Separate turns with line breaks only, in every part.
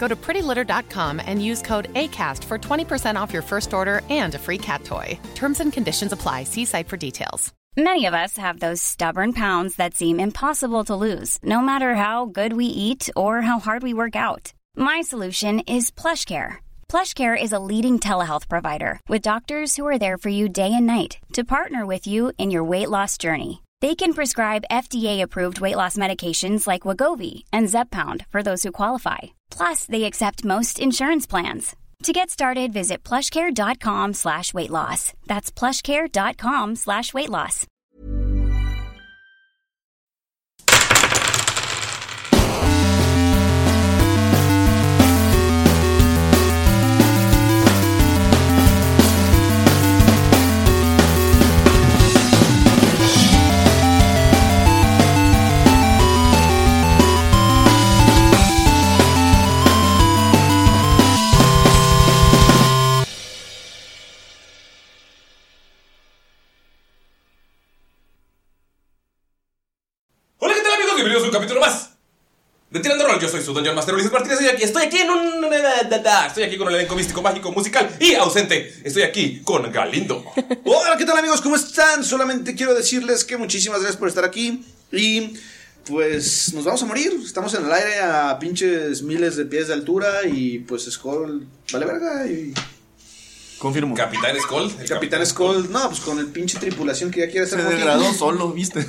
Go to prettylitter.com and use code ACAST for 20% off your first order and a free cat toy. Terms and conditions apply. See site for details.
Many of us have those stubborn pounds that seem impossible to lose, no matter how good we eat or how hard we work out. My solution is PlushCare. PlushCare is a leading telehealth provider with doctors who are there for you day and night to partner with you in your weight loss journey. They can prescribe FDA-approved weight loss medications like Wagovi and Zepbound for those who qualify. Plus, they accept most insurance plans. To get started, visit plushcare.com slash weight loss. That's plushcare.com slash weight loss.
Hola, ¿qué tal amigos? Bienvenidos a un capítulo más de Tirando Rol. Yo soy su Dungeon Master Ulises Martínez y aquí estoy aquí en un... Estoy aquí con el elenco místico, mágico, musical y ausente. Estoy aquí con Galindo.
Hola, ¿qué tal amigos? ¿Cómo están? Solamente quiero decirles que muchísimas gracias por estar aquí y pues nos vamos a morir. Estamos en el aire a pinches miles de pies de altura y pues Skull vale verga y
Confirmo.
Capitán Skull. el
Capitán Skull, no, pues con el pinche tripulación que ya quiere
se
hacer motín.
degradó solo, ¿viste?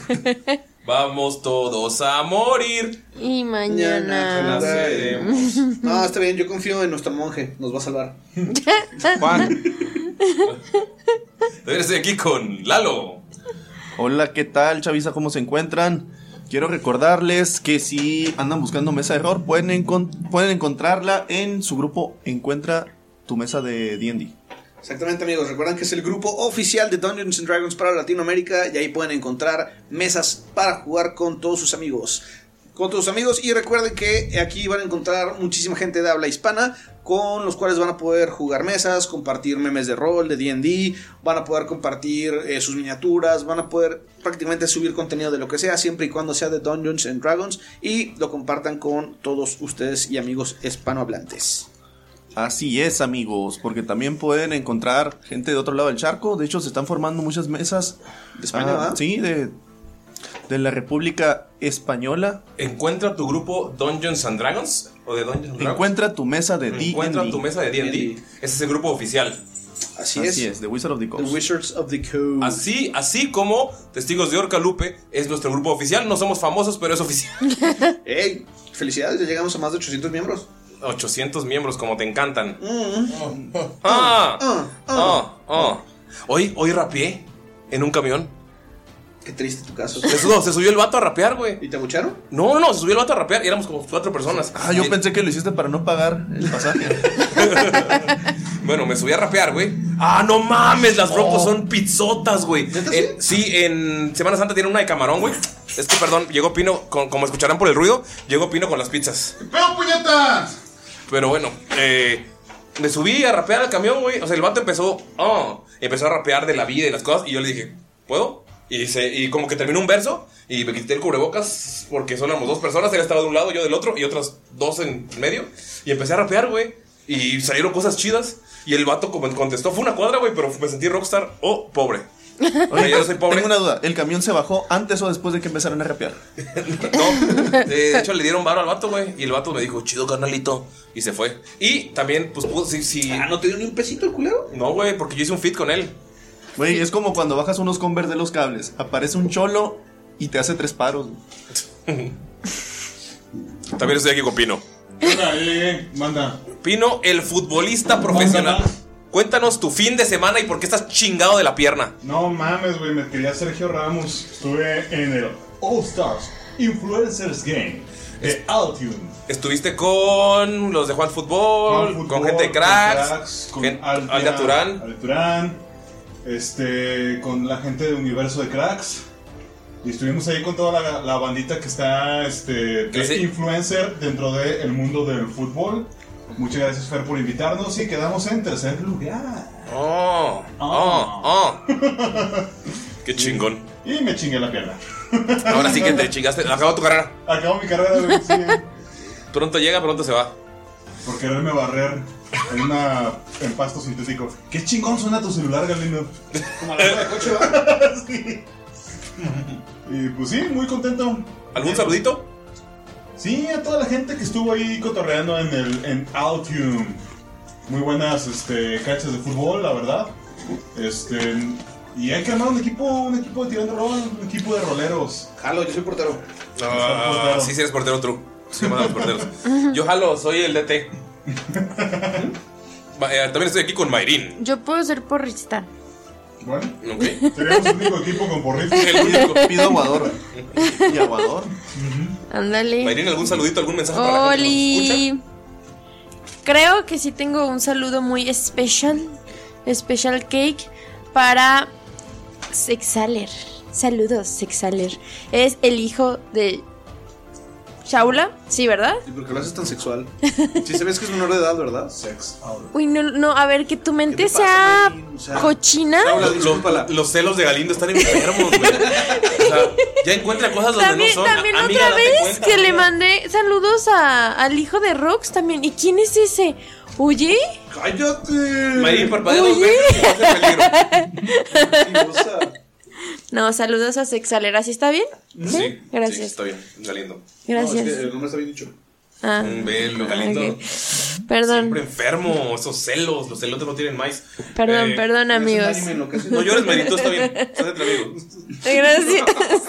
Vamos todos a morir.
Y
Ya,
mañana.
na, na, na.
Naceremos.
No, está bien, yo confío en nuestro monje, nos va a salvar.
Juan.
También estoy aquí con Lalo.
Hola, ¿qué tal, Chavisa? ¿Cómo se encuentran? Quiero recordarles que si andan buscando mesa de error, pueden, encon- pueden encontrarla en su grupo Encuentra tu mesa de D&D.
Exactamente amigos, recuerdan que es el grupo oficial de Dungeons and Dragons para Latinoamérica y ahí pueden encontrar mesas para jugar con todos sus amigos. Con todos sus amigos y recuerden que aquí van a encontrar muchísima gente de habla hispana con los cuales van a poder jugar mesas, compartir memes de rol, de D&D, van a poder compartir eh, sus miniaturas, van a poder prácticamente subir contenido de lo que sea siempre y cuando sea de Dungeons and Dragons y lo compartan con todos ustedes y amigos hispanohablantes.
Así es, amigos, porque también pueden encontrar gente de otro lado del charco. De hecho, se están formando muchas mesas.
¿De España,
Ah,
va?
Sí, de, de la República Española.
Encuentra tu grupo Dungeons and Dragons o de Dungeons and Dragons.
Encuentra tu mesa de
Mm.
D&D.
Encuentra tu mesa de D&D. Ese es el grupo oficial.
Así,
Así
es.
es, The Wizard of the
The
Coast.
Wizards of the Coast.
Así, así como Testigos de Orca Lupe es nuestro grupo oficial. No somos famosos, pero es oficial.
¡Ey! Felicidades, ya llegamos a más de 800 miembros.
800 miembros, como te encantan. Ah, ah, ah. Hoy, hoy rapeé en un camión.
Qué triste tu caso.
Se sudó- se subió el vato a rapear, güey.
¿Y te abucharon?
No, no, se subió el vato a rapear y éramos como cuatro personas.
Ah, yo
Y-
pensé que lo hiciste para no pagar el pasaje.
Bueno, me subí a rapear, güey. Ah, no mames, las broncos
Oh.
son pizzotas, güey.
¿Neta
En- Sí, en Semana Santa tiene una de camarón, güey. Es que, perdón, llegó Pino, con- como escucharán por el ruido, llegó Pino con las pizzas.
¡Pero puñetas!
Pero bueno, eh, me subí a rapear al camión, güey. O sea, el vato empezó, oh, empezó a rapear de la vida y las cosas. Y yo le dije, ¿puedo? Y, se, y como que terminó un verso y me quité el cubrebocas porque solo éramos dos personas. Él estaba de un lado, yo del otro y otras dos en medio. Y empecé a rapear, güey. Y salieron cosas chidas. Y el vato como contestó, fue una cuadra, güey, pero me sentí rockstar o pobre. O sea, yo soy pobre.
Tengo una duda, ¿el camión se bajó antes o después de que empezaron a rapear?
No, eh, de hecho le dieron varo al vato, güey. Y el vato me dijo, chido carnalito. Y se fue. Y también, pues, pudo- si, si-
Ah, ¿no te dio ni un pesito el culero?
No, güey, porque yo hice un fit con él.
Güey, es como cuando bajas unos Converse de los cables. Aparece un cholo y te hace tres paros.
También estoy aquí con Pino.
Hola, llegué, manda.
Pino, el futbolista profesional. Cuéntanos tu fin de semana y por qué estás chingado de la pierna.
No mames, güey, me quería Sergio Ramos. Estuve en el All Stars Influencers Game de Altune.
Estuviste con los de Juan Fútbol, con,
fútbol,
gente de cracks,
con
gen-
Altia-
Alda Turán.
Alda Turán, este, con la gente de Universo de Cracks. Y estuvimos ahí con toda la, la bandita que está este,
Que
que es
sí.
influencer dentro del mundo del fútbol. Muchas gracias, Fer, por invitarnos. Y quedamos en tercer lugar.
Oh, oh, oh. Qué chingón.
Y me chingué la pierna.
Ahora sí que te chingaste. Acabó tu carrera.
Acabo mi carrera de sí,
Pronto llega, pronto se va.
por quererme barrer en, una, en pasto sintético. Qué chingón suena tu celular, Galindo.
Como la rueda de coche, ¿va?
Sí. Y pues sí, muy contento.
¿Algún saludito?
Sí, a toda la gente que estuvo ahí cotorreando en el en Altium. Muy buenas este, canchas de fútbol, la verdad. Este, y hay que armar un equipo, un equipo de tirando rol, un equipo de roleros.
Jalo, yo soy portero.
Ah, sí, sí, eres portero true. Sí, bueno, los porteros. Yo jalo, soy el DT. Va, eh, también estoy aquí con Mayrin.
Yo puedo ser porrista.
Bueno,
Ok.
seríamos el único equipo con porrito.
El único.
Pido aguador. ¿Y aguador?
Ándale.
Mayrin, ¿algún saludito, algún mensaje para la gente que nos escucha?
Oli. Creo que sí tengo un saludo muy especial. Special cake para Sexaler. Saludos, Sexaler. Es el hijo de Shaula, sí, ¿verdad?
¿Y por qué lo haces tan sexual? Si sabes que es menor de edad, ¿verdad? Sex.
Uy, no, no, a ver, que tu mente
pasa,
sea
Maylin? O sea,
cochina.
Shaula,
Lo- lo-
discúlpala.
los celos de Galindo están enfermos, güey. O sea, ya encuentra cosas donde
También,
no son.
también
Amiga,
otra
date
vez
cuenta,
que le
amiga.
mandé saludos a- al hijo de Rox también. ¿Y quién es ese? Oye,
Mayrin
¡Cállate!
parpadea dos
Oye.
veces como hace peligro.
Mentirosa.
no, saludos a Sexalera, ¿sí está bien?
Sí,
Gracias.
sí, está bien, Galindo.
No,
Gracias.
es que el nombre está bien dicho.
Ah,
Un velo, Galindo.
ok. Perdón,
Siempre enfermo, esos celos, los celotes no tienen más.
perdón,
Eh,
perdón, amigos.
Es un anime en lo que hace-
No llores, Mayrin, todo está bien. Estás entre amigos.
Gracias.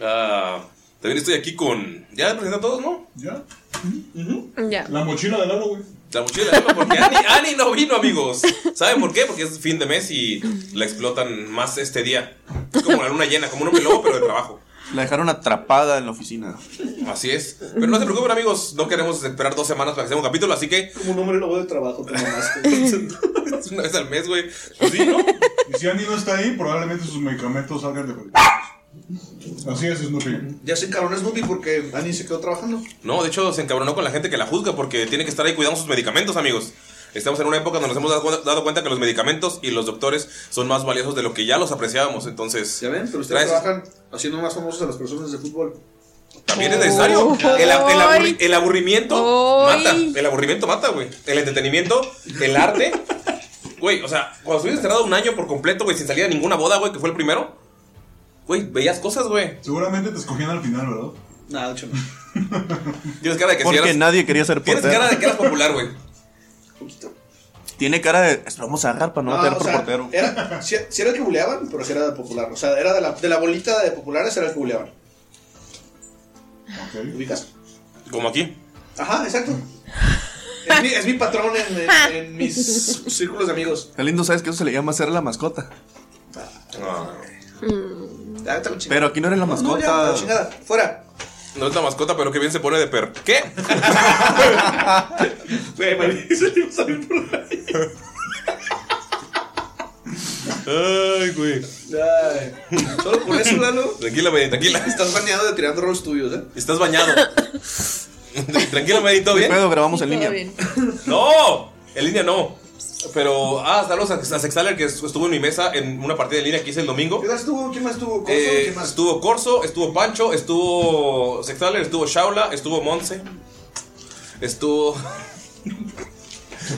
Ah, también estoy aquí con. Ya presenté a todos, ¿no?
¿Ya?
ya.
La mochila del oro, güey.
La mochila de Lalo, porque Ani, Ani no vino, amigos. ¿Saben por qué? Porque es fin de mes y la explotan más este día. Es como la luna llena, como un hombre lobo, pero de trabajo.
La dejaron atrapada en la oficina.
Así es. Pero no se preocupen, amigos. No queremos esperar dos semanas para que sea un capítulo, así que
Como un hombre lobo de trabajo, te mamaste.
es una vez al mes, güey. Pues sí, ¿no?
Y si Andy no está ahí, probablemente sus medicamentos salgan de Así es, Snoopy.
Ya se encaró Snoopy porque Annie se quedó trabajando.
No, de hecho se encabronó con la gente que la juzga porque tiene que estar ahí cuidando sus medicamentos, amigos. Estamos en una época donde nos hemos dado cuenta, dado cuenta que los medicamentos y los doctores son más valiosos de lo que ya los apreciábamos. Entonces,
¿Ya ven? Pero ustedes
gracias.
trabajan haciendo más famosos a las personas de fútbol.
También es necesario.
Uy.
El, a- el aburri- el
Uy.
aburrimiento mata. El aburrimiento mata, güey. El entretenimiento, el arte. Güey, o sea, cuando estuviste cerrado un año por completo, güey, sin salir a ninguna boda, güey, que fue el primero. Güey, veías cosas, güey.
Seguramente te escogían al final, ¿verdad?
Nada, de hecho no.
Tienes cara de que si
Porque
eras-
nadie quería ser
Tienes
portero.
cara de que eras popular, güey.
Poquito.
Tiene cara de. "Esto Vamos a agarrar para no
No,
meter
o
por
sea,
portero.
Era, si, era el que buleaban, pero si era de popular. O sea, era de la, de la bolita de populares, era el que buleaban.
Ok.
¿Ubicas?
Como aquí.
Ajá, exacto. Es mi, es mi patrón en, en- en mis círculos de amigos.
Galindo, ¿sabes que eso se le llama ser la mascota?
Ah.
Ah, está la chingada.
Pero aquí no eres la
No, ya,
mascota.
la chingada. Fuera.
No es la mascota, pero que bien se pone de per. ¿Qué?
Güey, María, salimos a ver por ahí.
Ay, güey.
Ay, Solo por eso, Lalo.
Tranquila, Medin, tranquila.
Estás baneado de tirando rolls tuyos, ¿eh?
Estás bañado. tranquila, Medin, ¿todo bien?
Pero grabamos en línea.
¡No! En línea no. Pero, ah, saludos a, a Sextaler que estuvo en mi mesa en una partida en línea que hice el domingo.
¿Qué más estuvo? ¿Quién más estuvo? ¿Cómo
Eh,
¿Quién más?
estuvo Corso, estuvo Pancho, estuvo Sextaler, estuvo Shaula, estuvo Monse, estuvo.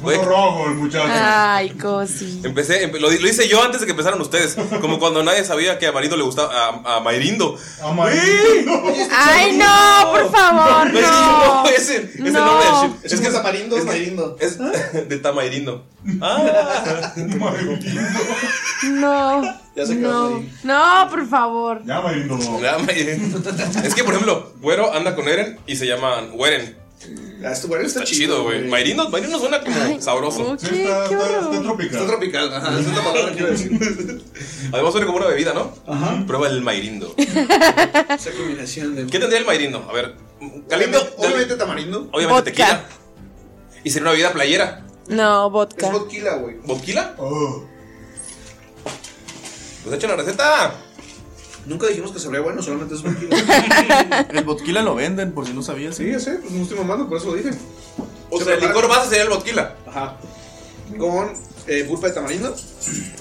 Güey,
rojo el muchacho.
Ay, cosi.
Empecé, empe- lo, di- lo hice yo antes de que empezaran ustedes. Como cuando nadie sabía que a Marindo le gustaba. A, a Mairindo.
Ay, no, por favor, Ah, no.
Mairindo, ese, es el
No.
nombre del ship.
Es que Tamarindo es Mairindo.
Es de Tamarindo.
No.
Ya se quedó
No.
ahí.
No, por favor.
Ya, Marindo.
Ya, Mairindo. Es que, por ejemplo, Güero anda con Eren y se llaman Weren.
Ah, este güey está,
Está chido, güey. Mairindo, Mairindo suena como sabroso.
Ok,
Sí, está,
qué
está,
horror.
está tropical.
Está tropical, ajá. Esa es la palabra que iba a decir.
Además suena como una bebida, ¿no? Prueba el Mairindo. ¿Qué
Esa combinación de.
tendría el Mairindo? A ver. Calindo.
Obviamente, obviamente tamarindo.
Obviamente
Vodka.
tequila. Y sería una bebida playera.
No,
Es
vodka.
vodka, güey.
¿Vodquila?
Oh.
Pues echa la receta.
Nunca dijimos que sabría bueno, solamente es vodka.
El botquila lo venden, por si no sabías.
¿eh?
sí, ya sé, pues no estoy mamando, por eso lo dije.
O sea, el licor base sería el vodquila.
Ajá. Con eh, pulpa de tamarindo.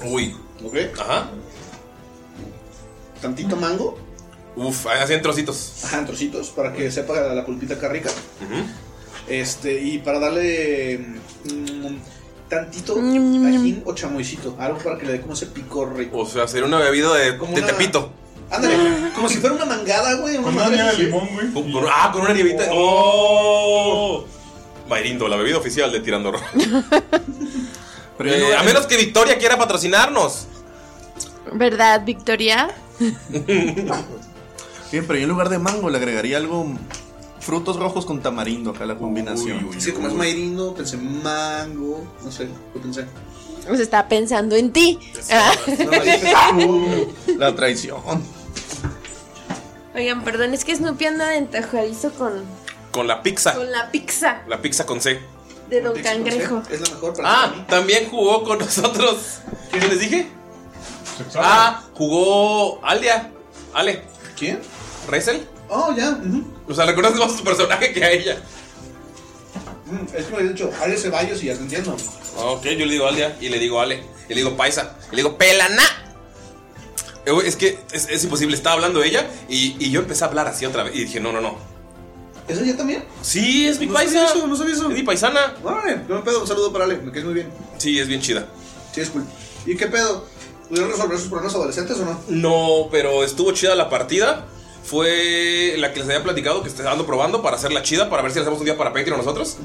Uy.
Ok.
Ajá.
Tantito mango.
Uf, así en trocitos.
Ajá, en trocitos para que sepa la, la pulpita acá rica. Este, y para darle mm, tantito ajín o chamoycito, algo para que le dé como ese picor rico.
O sea, sería una bebida de,
Como
de
una-
tepito.
Ándale, como si fuera una mangada, güey.
Con una
madre
nieve de
así.
limón, güey.
Con- con- ah, con una nievita. ¡Oh! Mairindo, la bebida oficial de Tirando Rojo.
Pero ya no-
a menos que Victoria quiera patrocinarnos.
¿Verdad, Victoria?
Bien, pero yo en lugar de mango le agregaría algo. Frutos rojos con tamarindo, acá la combinación.
Sí, como es mairindo, pensé mango, no sé, ¿qué pensé?
Pues está pensando en ti.
No, no, dije, "Uh".
La traición.
Oigan, perdón, es que Snoopy anda entajadizo con,
Con la pizza.
con la pizza
La pizza con C.
de Don Cangrejo.
Es la mejor para
Ah,
mí.
también jugó con nosotros. ¿Qué les dije?
Sexual.
Ah, jugó Alia. Ale.
¿Quién?
¿Resel?
Oh, ya. ujú.
O sea, recuerdas más a su personaje que a ella.
Mm, Es que me habías dicho, Ale Ceballos y ya te entiendo.
Ok, yo le digo Alia y le digo Ale, y le digo Paisa, y le digo Pelana. Eh, güey, Es que es, es imposible, estaba hablando ella y, y yo empecé a hablar así otra vez y dije, no, no, no.
¿Eso ya también?
Sí, es mi
No
paisa.
sabía eso, no sabía eso.
Es mi paisana.
Vale, no me pedo, un saludo para Ale, me caes muy bien.
Sí, es bien chida.
Sí, es cool. ¿Y qué pedo? ¿Pudieron resolver sus problemas adolescentes o no?
No, pero estuvo chida la partida. Fue la que les había platicado que ando probando para hacerla chida, para ver si la hacemos un día para Patreon nosotros.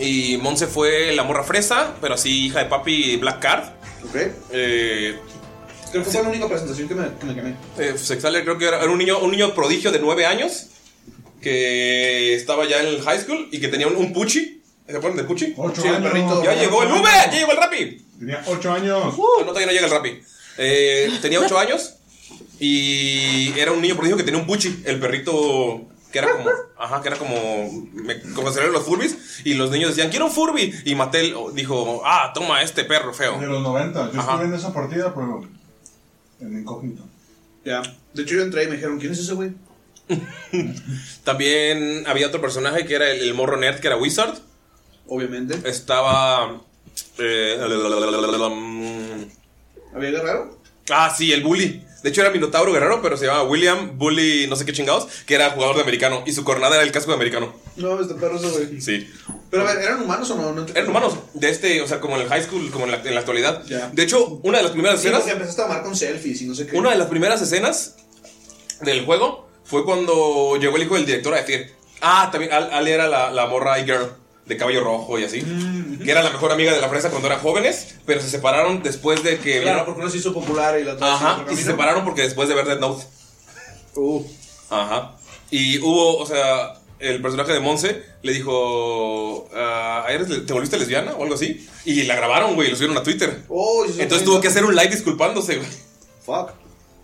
Y Monse fue la morra fresa, pero así hija de papi Black Card.
Ok.
Eh,
Creo que fue la única presentación que me, que me quemé.
Eh, Sextaler creo que era, era un, niño, un niño prodigio de 9 años que estaba ya en el high school y que tenía un, un puchi. ¿Se acuerdan de puchi?
Ocho
Sí, el
años.
perrito.
Ya llegó el Uber, ya llegó el Rappi.
Tenía ocho años.
Ah, no, todavía no llega el Rappi. Eh, tenía 8 años y era un niño prodigio que tenía un puchi, el perrito que era como, ajá, que era como, me, como se los Furbies y los niños decían, quiero un Furby y Mattel dijo, ah, toma este perro feo.
De los 90. Yo
Ajá.
estuve en esa partida, pero. En incógnito.
Ya. De hecho, yo entré y me dijeron, ¿quién es ese güey?
También había otro personaje que era el- el morro nerd que era Wizard.
Obviamente.
Estaba. eh, la, la, la, la, la, la, la, mm.
¿Había guerrero?
ah, sí, el bully. De hecho, era Minotauro Guerrero, pero se llamaba William Bully, no sé qué chingados, que era jugador de americano. Y su cornada era el casco de americano.
No, este perro ese güey.
Sí.
Pero a ver, ¿eran humanos o no? no
Eran humanos de este, o sea, como en el high school, como en la, en la actualidad.
Ya.
De hecho, una de las primeras
Sí,
escenas.
porque empezaste a tomar con selfies y no sé qué.
Una de las primeras escenas del juego fue cuando llegó el hijo del director a decir: Ah, también Al, Al era la, la morra y girl de cabello rojo y así.
Mm,
Que era la mejor amiga de la fresa cuando eran jóvenes, pero se separaron después de que.
Claro, porque uno se hizo popular y la otra se hizo
Ajá,
otro
y se
camino.
separaron porque después de ver Death Note.
Uh,
Ajá. Y hubo, o sea, el personaje de Monse le dijo, ah, ¿eres le- ¿te volviste lesbiana o algo así? Y la grabaron, güey, y lo subieron a Twitter.
Oh, eso es
Entonces
muy
tuvo que hacer un live disculpándose, güey.
Fuck.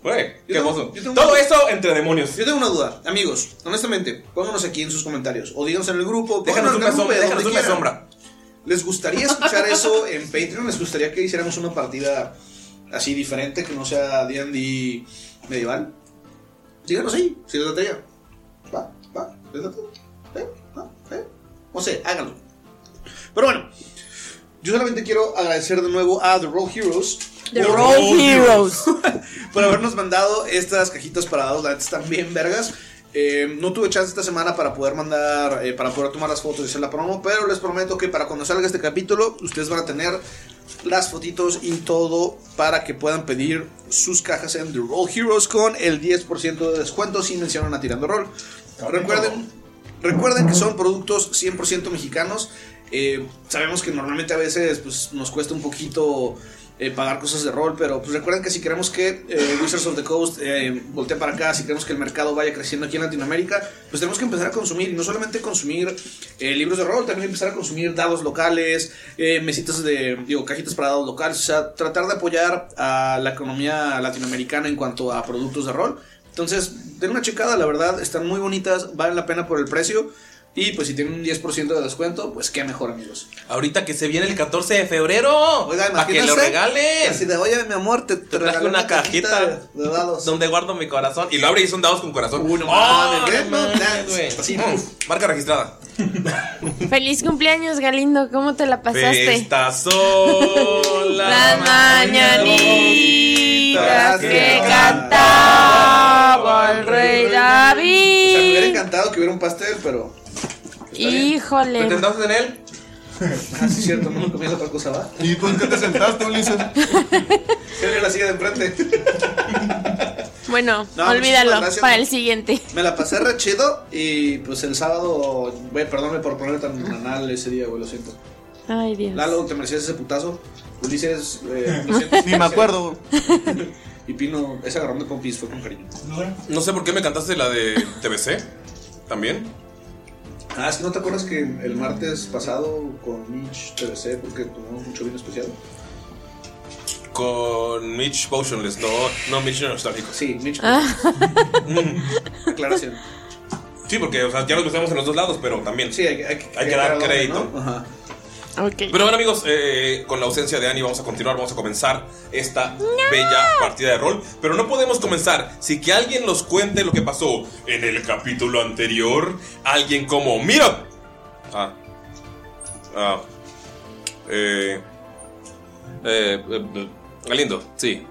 Güey, qué
tengo-
hermoso.
yo tengo-
Todo eso entre demonios.
Yo tengo una duda, amigos, honestamente, pónganos aquí en sus comentarios o díganos en el grupo.
Déjanos
pónganos
un
en el grupo,
sombra,
donde
déjanos una
quieran.
sombra.
¿Les gustaría escuchar eso en Patreon? ¿Les gustaría que hiciéramos una partida así diferente, que no sea D&D medieval? Díganos ahí, si les trataría. Va, va, les trataría. ¿Eh? ¿Va? ¿Eh? No sé, háganlo. Pero bueno, yo solamente quiero agradecer de nuevo a The Roll Heroes.
The
por-
Roll Heroes.
por habernos mandado estas cajitas para dados, la neta están bien vergas. Eh, no tuve chance esta semana para poder mandar, eh, para poder tomar las fotos y hacer la promo, pero les prometo que para cuando salga este capítulo, ustedes van a tener las fotitos y todo para que puedan pedir sus cajas en The Roll Heroes con el 10% de descuento si mencionan a Tirando Roll. Recuerden, recuerden que son productos 100% mexicanos. Eh, sabemos que normalmente a veces pues, nos cuesta un poquito eh, pagar cosas de rol, pero pues recuerden que si queremos que eh, Wizards of the Coast eh, voltee para acá, si queremos que el mercado vaya creciendo aquí en Latinoamérica, pues tenemos que empezar a consumir, y no solamente consumir eh, libros de rol, también empezar a consumir dados locales, eh, mesitas de, digo, cajitas para dados locales, o sea, tratar de apoyar a la economía latinoamericana en cuanto a productos de rol. Entonces, den una checada, la verdad, están muy bonitas, valen la pena por el precio. Y pues si tienen un 10% de descuento, pues qué mejor, amigos.
Ahorita que se viene el 14 de febrero. para que lo
imagínense
regalen.
Así de, oye, mi amor, te, te
Te traje
regalé
una cajita
de dados.
donde guardo mi corazón. Y lo abre y son dados con corazón.
Uno,
¡Ah,
mames,
no
no,
mames, güey!
así,
Mm, Marca registrada.
Feliz cumpleaños, Galindo. ¿Cómo te la pasaste?
Esta sola.
Las mañanitas que cantaba el rey
O sea, me hubiera
David.
encantado que hubiera un pastel, pero.
Híjole.
¿Pretendamos en él?
Ah, sí, es cierto, no me comí la otra cosa, ¿va?
¿Y tú en qué te sentaste, Ulises?
Él en la silla de enfrente.
Bueno,
No,
olvídalo
muchísimas gracias.
para el siguiente.
Me la pasé re chido y pues el sábado. Güey, perdóname por ponerme tan banal ese día, güey, lo siento.
Ay, Dios.
Lalo, te merecías ese putazo. Ulises, eh, lo siento.
Ni me acuerdo.
Y Pino, ese agarrón de compis fue con cariño.
No sé por qué me cantaste la de TBC. También.
Ah, es que no te acuerdas que el martes pasado con Mitch TVC, porque tomamos mucho vino especial.
Con Mitch Potionless. No, no Mitch Nostálgicos.
Sí, Mitch.
Ah.
Mm, Aclaración.
Sí, porque o sea, ya nos gustamos en los dos lados, pero también.
Sí, hay, que- hay que-
Hay que dar
darle,
crédito.
¿no? Ajá.
Ok.
Pero bueno amigos, eh, con la ausencia de Ani vamos a continuar, vamos a comenzar esta bella partida de rol. Pero no podemos comenzar sin que alguien nos cuente lo que pasó en el capítulo anterior. Alguien como, mira. Ah. Ah. Eh. Eh. eh, eh, Galindo, sí.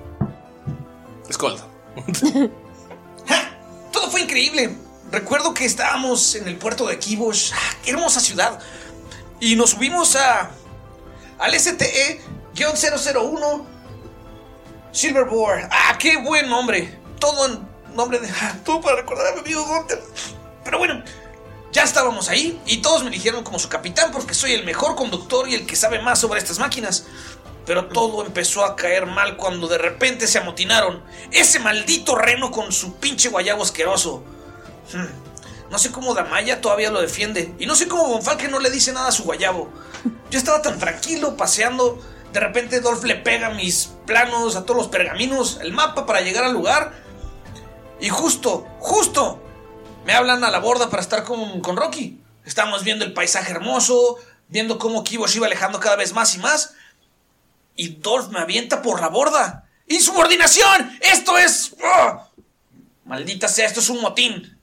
Escolta.
Todo fue increíble. Recuerdo que estábamos en el puerto de Kibos. Ah, qué hermosa ciudad. Y nos subimos a. al E STE-001 Silverboard. ¡Ah, qué buen nombre! Todo en nombre de. ah, todo para recordar a mi amigo Gunter. Pero bueno, ya estábamos ahí y todos me eligieron como su capitán porque soy el mejor conductor y el que sabe más sobre estas máquinas. Pero todo empezó a caer mal cuando de repente se amotinaron. Ese maldito reno con su pinche guayabo asqueroso. Hmm, No sé cómo Damaya todavía lo defiende. Y no sé cómo Bonfalque no le dice nada a su guayabo. Yo estaba tan tranquilo paseando. De repente Dolph le pega mis planos a todos los pergaminos, el mapa para llegar al lugar. Y justo, justo, me hablan a la borda para estar con, con Rocky. Estábamos viendo el paisaje hermoso, viendo cómo Kibosh iba alejando cada vez más y más. Y Dolph me avienta por la borda. ¡Insubordinación! ¡Esto es... ¡Ah! Maldita sea, esto es un motín.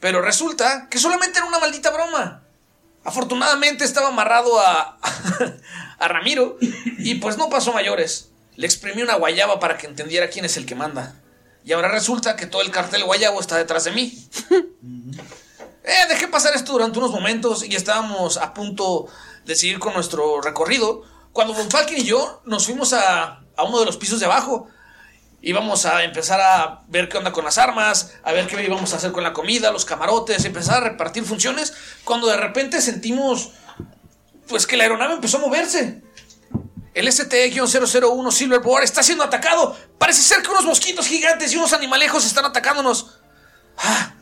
Pero resulta que solamente era una maldita broma. Afortunadamente estaba amarrado a... a Ramiro y pues no pasó mayores. Le exprimí una guayaba para que entendiera quién es el que manda. Y ahora resulta que todo el cartel guayabo está detrás de mí. Eh, dejé pasar esto durante unos momentos y estábamos a punto de seguir con nuestro recorrido cuando Von Falken y yo nos fuimos a, a uno de los pisos de abajo. Íbamos a empezar a ver qué onda con las armas, a ver qué íbamos a hacer con la comida, los camarotes, empezar a repartir funciones, cuando de repente sentimos pues que la aeronave empezó a moverse. El ST-001 Silverboard está siendo atacado. Parece ser que unos mosquitos gigantes y unos animalejos están atacándonos. Ah,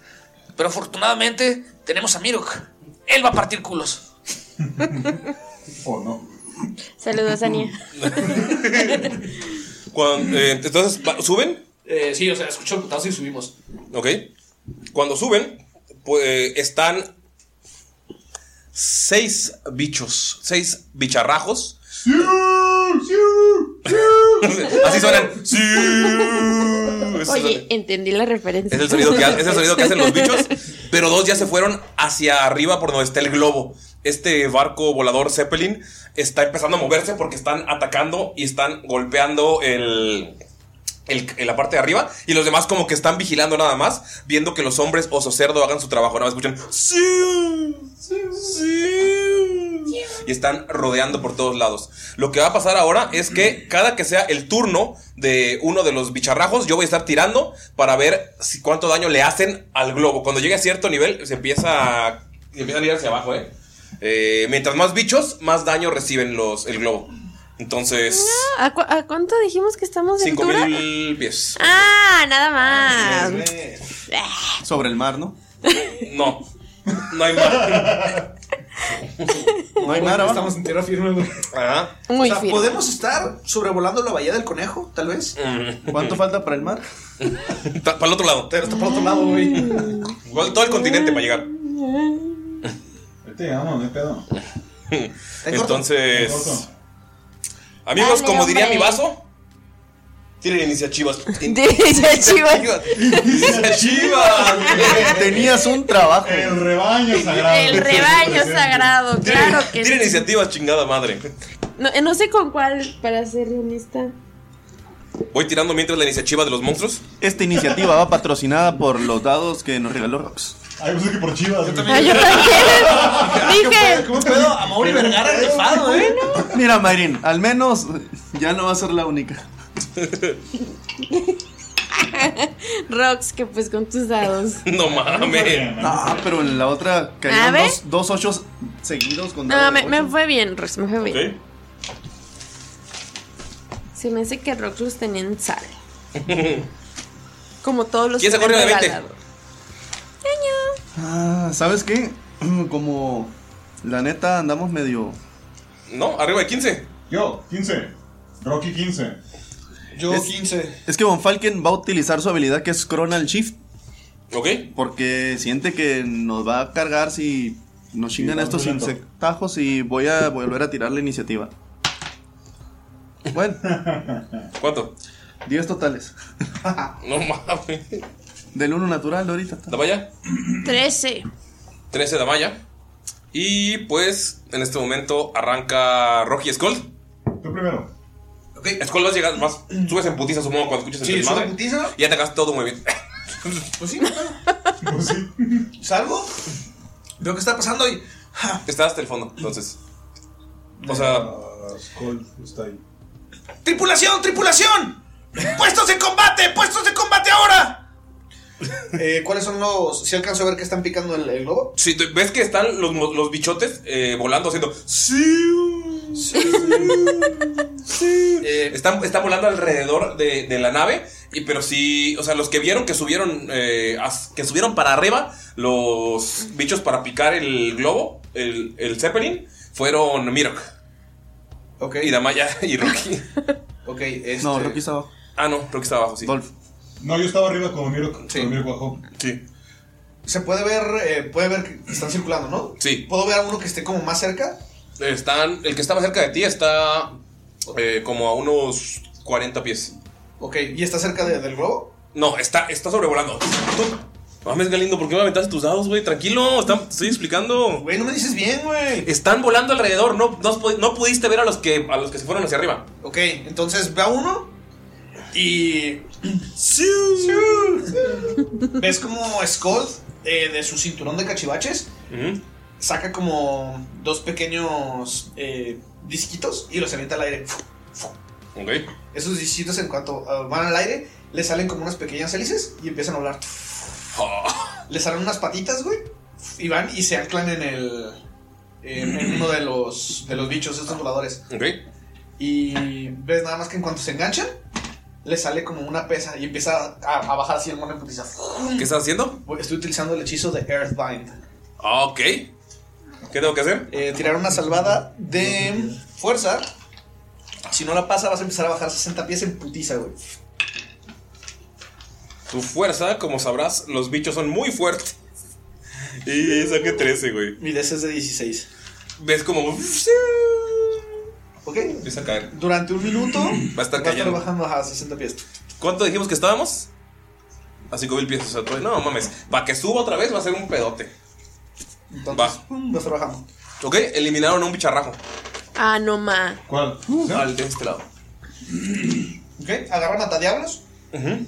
pero afortunadamente tenemos a Mirok. Él va a partir culos.
¿O no?
Saludos, Ania.
Cuan- eh, entonces, va- ¿suben?
Eh, sí, o sea, escuchó el putazo y subimos.
Ok. Cuando suben, pues, eh, están seis bichos, seis bicharrajos. Así suenan. Sí. Ese
Oye, entendí la referencia.
Es el, sonido que, ha- es el sonido que hacen los bichos, pero dos ya se fueron hacia arriba por donde está el globo. Este barco volador Zeppelin está empezando a moverse porque están atacando y están golpeando el,
el- en la parte de arriba y los demás como que están vigilando nada más, viendo que los hombres oso cerdo hagan su trabajo. Nada más escuchan "Siu, siu, siu", y están rodeando por todos lados. Lo que va a pasar ahora es que cada que sea el turno de uno de los bicharrajos, yo voy a estar tirando para ver si cuánto daño le hacen al globo. Cuando llegue a cierto nivel, se empieza a, se empieza a ir hacia abajo, ¿eh? Eh, Mientras más bichos, más daño reciben los, el globo. Entonces,
¿A, cu- a cuánto dijimos que estamos de altura?
5000 pies.
Ah, nada más.
Sobre el mar, ¿no?
No. No hay mar.
No hay mar abajo.
Estamos en tierra firme, güey.
Ajá.
Muy
o sea,
firme.
podemos estar sobrevolando la bahía del conejo, tal vez.
¿Cuánto falta para el mar?
Está para el otro lado.
Pero está para otro lado, güey.
Igual todo el continente para llegar.
Vete, vamos, no hay pedo.
Entonces, amigos,
Dale,
como diría
hombre.
mi vaso, tienen iniciativas.
Dice Chivas.
Iniciativas.
Tenías un trabajo.
El rebaño sagrado.
El rebaño sagrado, claro que
Tienen
sí.
iniciativas, chingada madre.
No, no sé con cuál, para ser honesta.
Voy tirando mientras la iniciativa de los monstruos.
Esta iniciativa va patrocinada por los dados que nos regaló Rox.
Ay, pensé que por chivas. güey.
Ah, yo también. Dije,
¿Cómo pedo? A Mauri Vergara rifado, ¿eh?
Mira, Mayrin, al menos ya no va a ser la única.
Rox, que pues con tus dados.
No mames.
Ah, pero en la otra cayeron
ver.
dos, dos ochos seguidos con
No,
dado de
me, me
ocho.
fue bien, Rox, me fue bien.
Ok.
Se me hace que Rox los tenía en sal. Como todos los
¿Quién
que
sacó
me han
arriba de
regalado.
Ah, ¿sabes qué? Como la neta andamos medio.
No, arriba de 15.
Yo, 15. Rocky 15.
Yo
Es-
15.
Es que Von Falken va a utilizar su habilidad que es Chronal Shift
Ok.
porque siente que nos va a cargar si nos chingan
vamos
estos
lento.
insectajos y voy a volver a tirar la iniciativa. Bueno,
¿Cuánto?
10 totales.
No mames.
Del uno natural ahorita.
Damaya.
13.
13 Damaya. Y pues en este momento arranca Rocky Skull.
Tú primero.
Ok.
Skull vas llegando, vas, subes en putiza, supongo, cuando escuchas
Sí,
el
subo en
desmadre.
putiza.
Y atacas todo muy bien.
Pues sí, no pedo.
Pues sí.
Salgo. Veo que está pasando y. ja,
Estás hasta el fondo, entonces. O sea,
Ah, Skull está ahí.
¡Tripulación, tripulación! ¡Puestos de combate! ¡Puestos de combate ahora! Eh, ¿Cuáles son los.? Si alcanzo a ver que están picando el, el globo.
si te- ves que están los, mo- los bichotes eh, volando haciendo. Eh, están, están volando alrededor de, de la nave. Y, pero sí, o sea, los que vieron que subieron eh, as- que subieron para arriba los bichos para picar el globo, el, el Zeppelin, fueron Mirok
Ok.
y Damaya y Rocky.
Ok, este.
No, Rocky está abajo.
Ah, no, Rocky está abajo, sí.
Dolph.
No, yo estaba arriba con Miro,
Sí.
con Miro Guajo.
Sí.
Se puede ver, eh, puede ver que están circulando, ¿no?
Sí.
¿Puedo ver a uno que esté como más cerca?
Están, el que estaba cerca de ti está eh, como a unos 40 pies.
Ok, ¿y está cerca de- del globo?
No, está, está sobrevolando. Tú- mames, Galindo, ¿por qué me aventaste tus dados, güey? Tranquilo, están- te estoy explicando.
Güey, no me dices bien, güey.
Están volando alrededor, no, no, has podi- no pudiste ver a los, que, a los que se fueron hacia arriba.
Ok, entonces ve a uno y. ¿Ves como Skull eh, de su cinturón de cachivaches
Ujú.
saca como dos pequeños eh, disquitos y los avienta al aire?
Ok.
Esos disquitos, en cuanto ah, van al aire, le salen como unas pequeñas hélices y empiezan a volar. Le salen unas patitas, güey. Y van y se anclan en el. En, en uno de los, de los bichos, estos voladores.
Ok.
Y ves nada más que en cuanto se enganchan, le sale como una pesa y empieza a, a bajar así el mono en putiza.
¿Qué estás haciendo?
Voy- Estoy utilizando el hechizo de Earthbind.
Ah, Ok. ¿Qué tengo que hacer?
Eh, tirar una salvada de fuerza. Si no la pasa, vas a empezar a bajar 60 pies en putiza, güey.
Tu fuerza, como sabrás, los bichos son muy fuertes. Y saqué 13, güey.
Mi DC es de 16.
Ves como.
¿Ok?
Empieza a caer.
Durante un minuto
Va a estar cayendo.
bajando a 60 pies.
¿Cuánto dijimos que estábamos? A 5000 pies. O sea, todavía- no mames. Para que suba otra vez va a ser un pedote.
Entonces,
Va.
pum, va a estar bajando.
Ok, eliminaron a un bicharrajo.
Ah, no ma.
¿Cuál?
Al de este lado.
¿Ok? Agarra matadiablos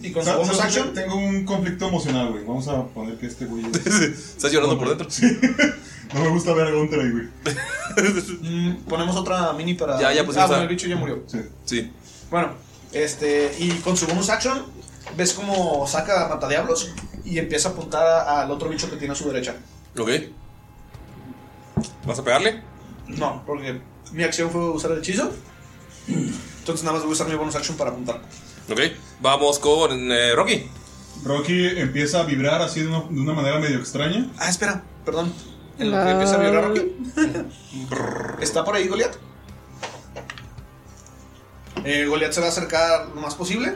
Y con
su bonus action-
Tengo un conflicto emocional, güey. Vamos a poner que este güey. es-
¿Estás llorando por dentro?
no me gusta ver a Gunter ahí, güey.
mm, Ponemos otra mini para.
Ya, ya pusimos
Ah, bueno,
a-
el bicho ya murió.
Sí.
Bueno, este. Y con su bonus action, ves cómo saca a Matadiablos y empieza a apuntar a- al otro bicho que tiene a su derecha.
Ok. ¿Vas a pegarle?
No, porque mi acción fue usar el hechizo. Entonces nada más voy a usar mi bonus action para apuntar.
Ok. Vamos con eh, Rocky.
Rocky empieza a vibrar así de una, de una manera medio extraña.
Ah, espera, perdón. En lo que empieza a vibrar Rocky. ¿Está por ahí Goliath? Eh, Goliath se va a acercar lo más posible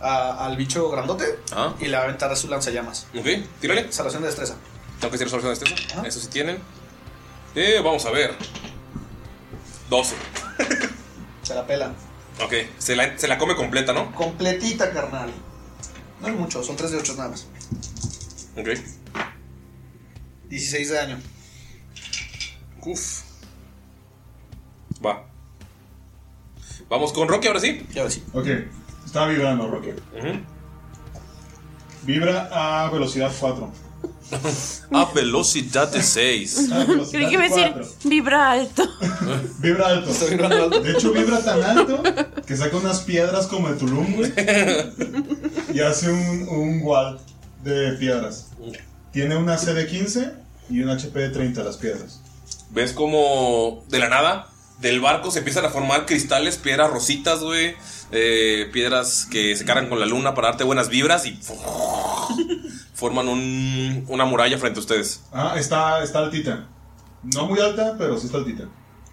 a- al bicho grandote
Ah.
y le va a aventar a su lanzallamas.
Ok, tírale.
Salvación de destreza.
Tengo que hacer solución de destreza. Eso sí tienen. Eh, vamos a ver. 12.
Se la pela.
Ok. Se la, se la come completa, ¿no?
Completita, carnal. No es mucho, son 3 de 8 nada más.
Ok.
16 de daño.
Uf. Va. Vamos con Rocky ahora sí.
Ya ves.
Ok, está vibrando Rocky. Vibra a velocidad 4.
A velocidad de 6.
Ah, Pues
Creí que iba a decir vibra alto.
Vibra alto.
vibrando alto.
De hecho, vibra tan alto que saca unas piedras como el Tulum, güey. Y hace un, un wall de piedras. Tiene una C de 15 y un HP de 30 las piedras.
¿Ves como de la nada del barco se empiezan a formar cristales, piedras rositas, güey? eh, piedras que se cargan con la luna para darte buenas vibras y forman un- una muralla frente a ustedes.
Ah, está, está altita. No muy alta, pero sí está altita.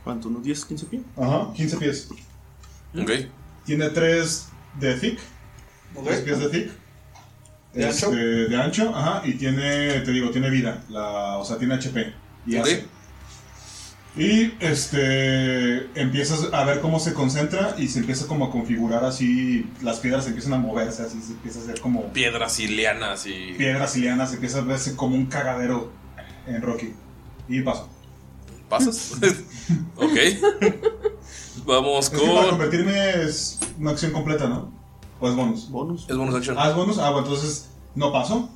¿Cuánto? ¿Unos 10, 15 pies?
Ajá, 15 pies.
Ok.
Tiene 3 de thick.
Ok.
3 pies de thick.
¿De
Este,
ancho?
de ancho, ajá. Y tiene, te digo, tiene vida. La, o sea, tiene HP. Y
Ok.
hace. Y este empiezas a ver cómo se concentra y se empieza como a configurar así, las piedras se empiezan a moverse, Pues así se empieza a hacer como
Piedras y lianas y.
piedras y lianas, empieza a verse como un cagadero en Rocky. Y paso.
¿Pasas? ok. Vamos
Es que para
con.
convertirme es una acción completa, ¿no? ¿O es bonus?
Bonus.
Es bonus action.
Ah, es bonus. Ah, bueno, entonces no paso.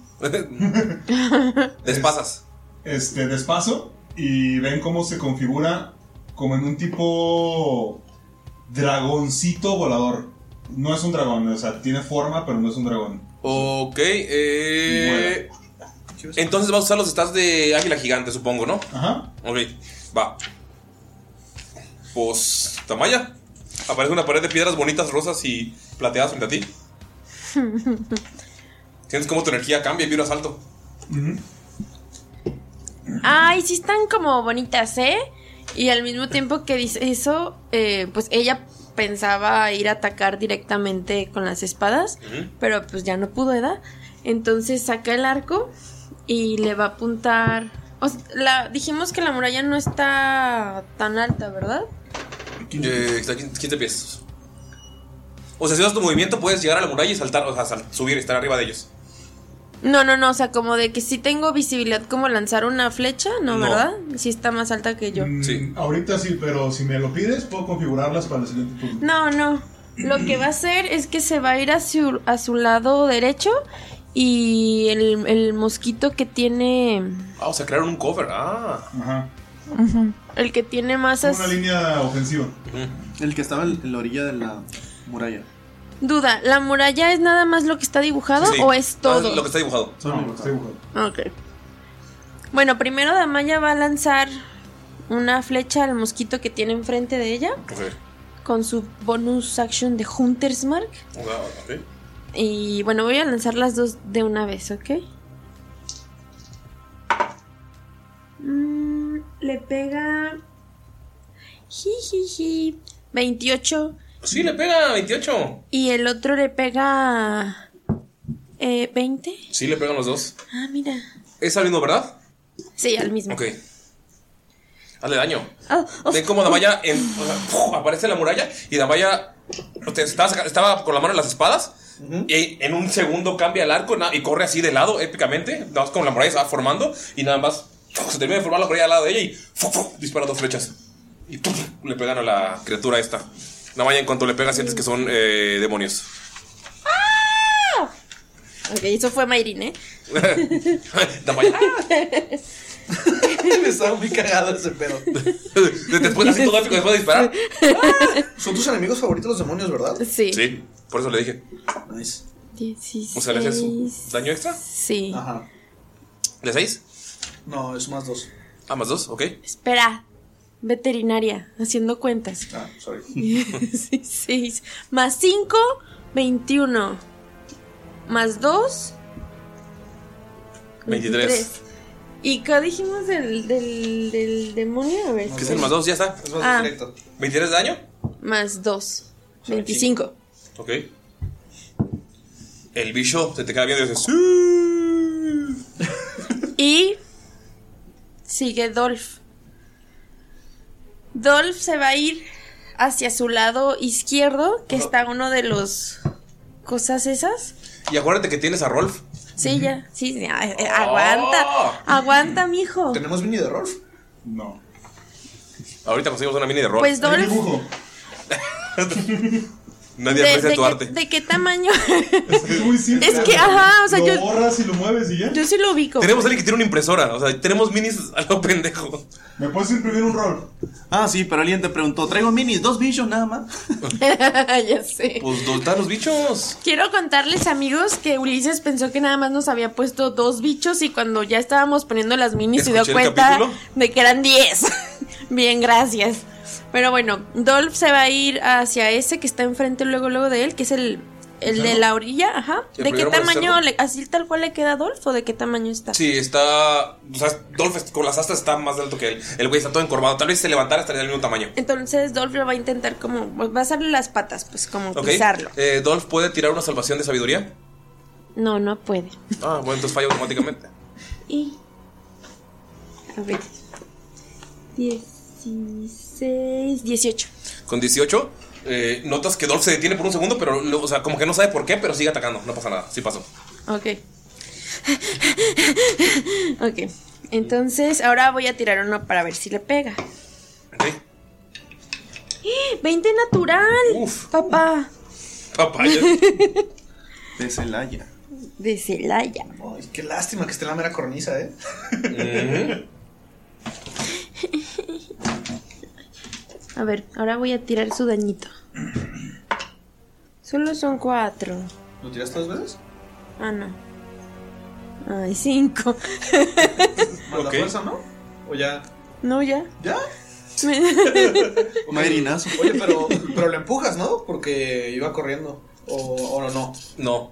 Despasas.
Este, despaso. Y ven cómo se configura como en un tipo dragoncito volador. No es un dragón, o sea, tiene forma, pero no es un dragón.
Ok. eh, Entonces vas a usar los stats de águila gigante, supongo, ¿no?
Ajá.
Ok, va. Pues, Tamaya, aparece una pared de piedras bonitas, rosas y plateadas frente a ti. Sientes cómo tu energía cambia y vibras alto.
Ay, sí están como bonitas, ¿eh? Y al mismo tiempo que dice eso, eh, pues ella pensaba ir a atacar directamente con las espadas, pero pues ya no pudo, ¿verdad? Entonces saca el arco y le va a apuntar... O sea, la, dijimos que la muralla no está tan alta, ¿verdad?
Eh, está a 15 pies. O sea, si das tu movimiento, puedes llegar a la muralla y saltar, o sea, sal- subir, estar arriba de ellos.
No, no, no, o sea, como de que sí tengo visibilidad como lanzar una flecha, ¿no,
No.
verdad? Sí está más alta que yo.
Mm,
Sí.
Ahorita sí, pero si me lo pides, puedo configurarlas para el siguiente turno.
No, no. Lo que va a hacer es que se va a ir a su, a su lado derecho y el, el mosquito que tiene...
Ah, o sea, crearon un cover. Ah,
Ajá.
El que tiene más... as-
Una línea ofensiva.
El que estaba en la orilla de la muralla.
Duda, ¿la muralla es nada más lo que está dibujado
sí.
o es todo?
Ah, lo que está dibujado.
Solo
No,
me
está dibujado.
Ok. Bueno, primero Damaya va a lanzar una flecha al mosquito que tiene enfrente de ella
Ok.
con su bonus action de Hunter's Mark.
O sea, ok.
Y bueno, voy a lanzar las dos de una vez, ¿ok? Mm, le pega. Jijiji. 28.
Sí, le pega 28.
Y el otro le pega. Eh, 20.
Sí, le pegan los dos.
Ah, mira.
Es al mismo, ¿verdad?
Sí, al mismo.
Ok. Hazle daño.
Ah, oh,
Ven como Damaya en- o sea, ¡puf! aparece la muralla y Damaya o sea, estaba, saca- estaba con la mano en las espadas y en un segundo cambia el arco na- y corre así de lado épicamente, nada más como la muralla se va formando y nada más ¡fuf! se termina de formar la muralla al lado de ella y ¡fuf! ¡fuf! dispara dos flechas y ¡puf! le pegan a la criatura esta. Damaya en cuanto le pega sientes que son eh, demonios.
Ah. Ok, eso fue Mayrin, ¿eh?
Me estaba muy cagado ese pedo.
Después así todo gráfico, después de disparar.
Son tus enemigos favoritos los demonios, ¿verdad?
Sí.
Sí, por eso le dije. O sea, le haces un daño extra.
Sí.
Ajá.
¿De 6?
No, es más dos.
Ah, más 2, ok.
Espera. Veterinaria, haciendo cuentas.
Ah, sorry.
sí, seis. Más 5, 21. Más 2,
23.
¿Y qué dijimos del, del, del demonio? A ver.
¿Qué es el más 2? Ya está.
Es más
Ah.
directo.
¿23 de daño?
Más 2. 25.
Ok. El bicho se te queda viendo y dices.
Y sigue Dolph. Dolph se va a ir hacia su lado izquierdo, que está uno de los cosas esas.
Y acuérdate que tienes a Rolf.
Sí, ya, sí, sí, a- eh, aguanta,
Oh.
aguanta, mijo.
¿Tenemos mini de Rolf?
No.
Ahorita conseguimos una mini de Rolf.
Pues Dolph,
Dibujo.
Nadie
¿de,
aprecia
de
pues, tu
qué,
arte.
de qué tamaño?
Es muy simple.
Es que, ajá, o sea,
lo
yo-
borras y lo mueves y ya.
Yo sí lo ubico.
Tenemos a alguien que tiene una impresora. O sea, tenemos minis a lo pendejo.
Me puedes imprimir un rol.
Ah, sí, pero alguien te preguntó, traigo minis, dos bichos nada más.
ya sé.
Pues, ¿dónde están los bichos?
Quiero contarles, amigos, que Ulises pensó que nada más nos había puesto dos bichos y cuando ya estábamos poniendo las minis se dio
Escuché el
cuenta
capítulo.
de que eran 10. Bien, gracias. Pero bueno, Dolph se va a ir hacia ese que está enfrente luego luego de él, que es el, el de la orilla, ajá.
El
¿De qué
primero va a ser
tamaño,
Dolph.
le- así tal cual le queda a Dolph o de qué tamaño está?
Sí, está. O sea, Dolph es- con las astas está más alto que él. El güey está todo encorvado. Tal vez se levantara estaría del mismo tamaño.
Entonces Dolph lo va a intentar como, va a hacerle las patas, pues como
Ok.
pisarlo.
Eh, Dolph puede tirar una salvación de sabiduría.
No, no puede.
Ah, bueno, entonces falla automáticamente.
Y. A ver. 16. 18.
Con 18, eh, notas que Dolph se detiene por un segundo, pero, lo- o sea, como que no sabe por qué, pero sigue atacando. No pasa nada, sí pasó.
Ok. ok. Entonces, ahora voy a tirar uno para ver si le pega.
Ok.
20 natural.
Uf.
Papá.
Papaya.
De Celaya.
De Celaya.
Ay, qué lástima que esté en la mera cornisa, ¿eh?
A ver, ahora voy a tirar su dañito. Solo son cuatro.
¿Lo tiraste dos veces?
Ah, no. Ay, cinco.
Más
Ok.
la fuerza, ¿no? O ya.
no, ya.
¿Ya?
Mayrinazo.
Oye, pero, pero lo empujas, ¿no? Porque iba corriendo. O, o no.
No.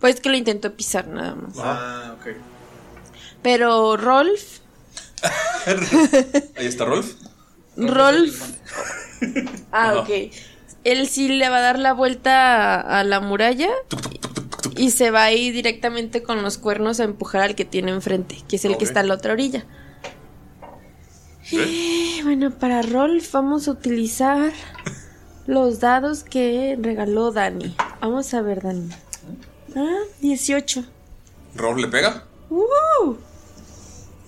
Pues que lo intentó pisar nada más.
Ah, ok.
Pero Rolf
Ahí está Rolf.
Rolf. Ah, ok. Él sí le va a dar la vuelta a, a la muralla y se va a ir directamente con los cuernos a empujar al que tiene enfrente, que es el
Ok.
que está a la otra orilla. Eh, bueno, para Rolf vamos a utilizar los dados que regaló Dani. Vamos a ver, Dani. Ah, 18.
Rolf le pega.
¡Woo!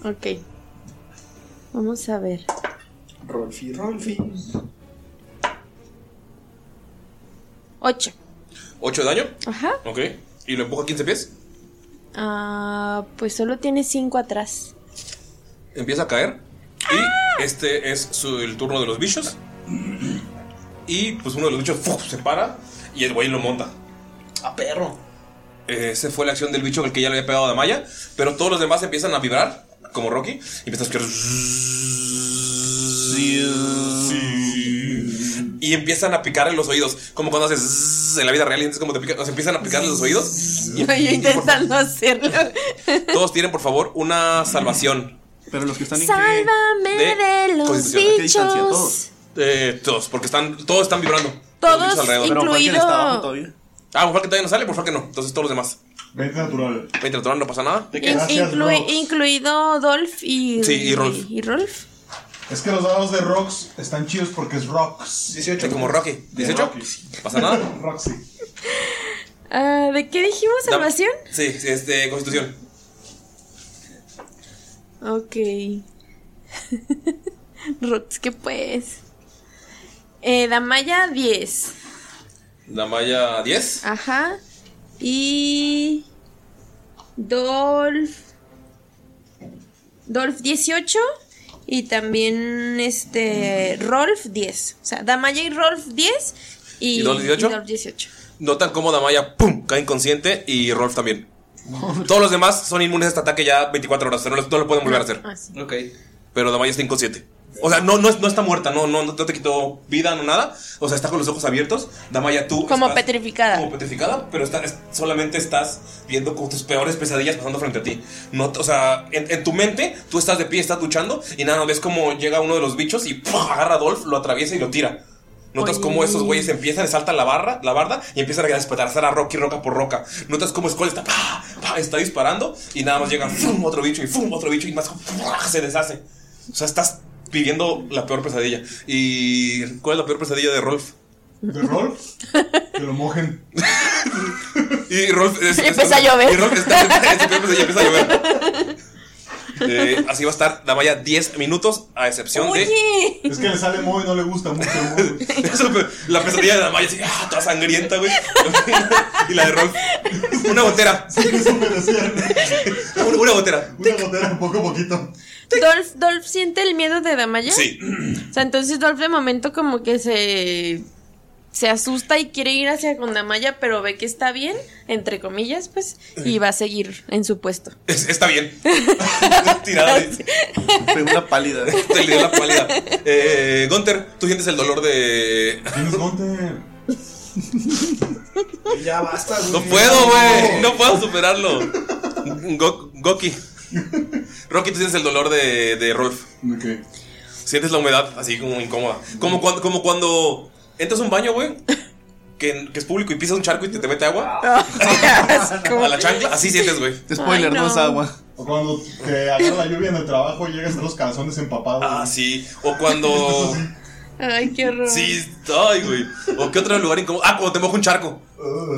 Ok. Vamos a ver.
Rolfi, Rolfi.
8.
8 de daño.
Ajá.
Ok. Y lo empuja a 15 pies.
Ah, pues solo tiene cinco atrás.
Empieza a caer. Y este es su- el turno de los bichos. Y pues uno de los bichos ¡fuf! se para y el güey lo monta.
A perro.
Esa fue la acción del bicho al que ya le había pegado a Damaya. Pero todos los demás empiezan a vibrar, como Rocky. Y empiezan a escuchar. Y empiezan a picar en los oídos. Como cuando haces zzzz en la vida real y sientes como te pican. O sea, empiezan a picar en los oídos. Y-
Yo intentando hacerlo.
todos tienen, por favor, una salvación.
Pero los que están en
Sálvame de,
De-
los
Constitución, ¿a
qué distancia?
bichos.
Todos.
Eh, todos, porque están, todos están vibrando.
Todos
Los bichos alrededor.
Pero Falken
Incluido-
está abajo todavía.
Ah, por favor que todavía no sale, por favor que no. Entonces todos los demás.
20 natural.
Veinte natural, no pasa nada.
Te
In-
gracias,
inclui-
Rox.
incluido Dolph y,
Sí, y Rolf.
y Rolf.
Es que los dados de Rox están chidos porque es Rox.
18. Como Rocky. 18.
Rocky.
¿Pasa nada?
Roxy.
Ah, ¿De qué dijimos?
Dame.
¿Salvación?
Sí, sí, este, constitución.
Ok. Rox, ¿qué pues? Eh, Damaya 10.
La malla 10.
Ajá. Y. Dolph. Dolph 18. Y también este. Rolf 10. O sea, Damaya y Rolf 10. Y,
¿Y Dolph 18?
y Dolph 18.
Notan cómo Damaya ¡pum! cae inconsciente y Rolf también. Todos los demás son inmunes a este ataque ya 24 horas. o sea, No, los- no lo pueden volver a hacer.
Ah, sí.
Ok. Pero Damaya está inconsciente. O sea, no, no, es- no está muerta, no, no, no te quitó vida, no nada. O sea, está con los ojos abiertos. Damaya, tú.
Como
estás
petrificada.
Como petrificada, pero está- es- solamente estás viendo como tus peores pesadillas pasando frente a ti. No, t- o sea, en, en tu mente, tú estás de pie, estás duchando y nada, ves como llega uno de los bichos y ¡pua! agarra a Dolph, lo atraviesa y lo tira. Notas
Oye.
cómo esos güeyes empiezan, les saltan la barra, la barda y empiezan a despedazar a Rocky roca por roca. Notas cómo Skull está, ¡pa! ¡pa! está disparando y nada más llega ¡fum! otro bicho y ¡fum! otro bicho y más ¡fua! se deshace. O sea, estás viviendo la peor pesadilla. ¿Y cuál es la peor pesadilla de Rolf?
¿De Rolf? Que lo mojen.
Y Rolf es- es-
Empieza a llover.
y Rolf está- es- empieza- ya empieza a llover. Eh, así va a estar la valla 10 minutos, a excepción de
Oye.
Es que le sale Moe y no le gusta mucho el Moe, güey.
Eso, pero la pesadilla de la Maya, así, ah, toda sangrienta, güey. y la de Rolf, una gotera.
Eso me decían.
Una, una gotera.
Una gotera, poco a poquito.
Dolph, Dolph siente el miedo de Damaya.
Sí.
O sea, entonces Dolph de momento como que se se asusta y quiere ir hacia con Damaya, pero ve que está bien, entre comillas, pues, y va a seguir en su puesto.
Es- está bien. Tirada. de-
Fue una pálida.
Te le dio la pálida. Eh, Gunter, tú sientes el dolor de.
¿Tienes monte?
Ya basta, güey.
No puedo, güey. No puedo superarlo. Go- Goki. Rocky, tú sientes el dolor de, de Rolf.
Ok.
Sientes la humedad así como incómoda. Como cuando, como cuando entras a un baño, güey. Que, que es público y pisas un charco y te, te mete agua. A la chancla. Así sientes, güey.
Spoiler,
Ay,
no.
no.
es agua.
O cuando te agarra la lluvia en el trabajo y llegas con los calzones empapados.
Ah, sí. O cuando.
Ay, qué horror.
Sí, ay, güey. ¿O qué otro lugar incómodo? Ah, cuando te moja un charco.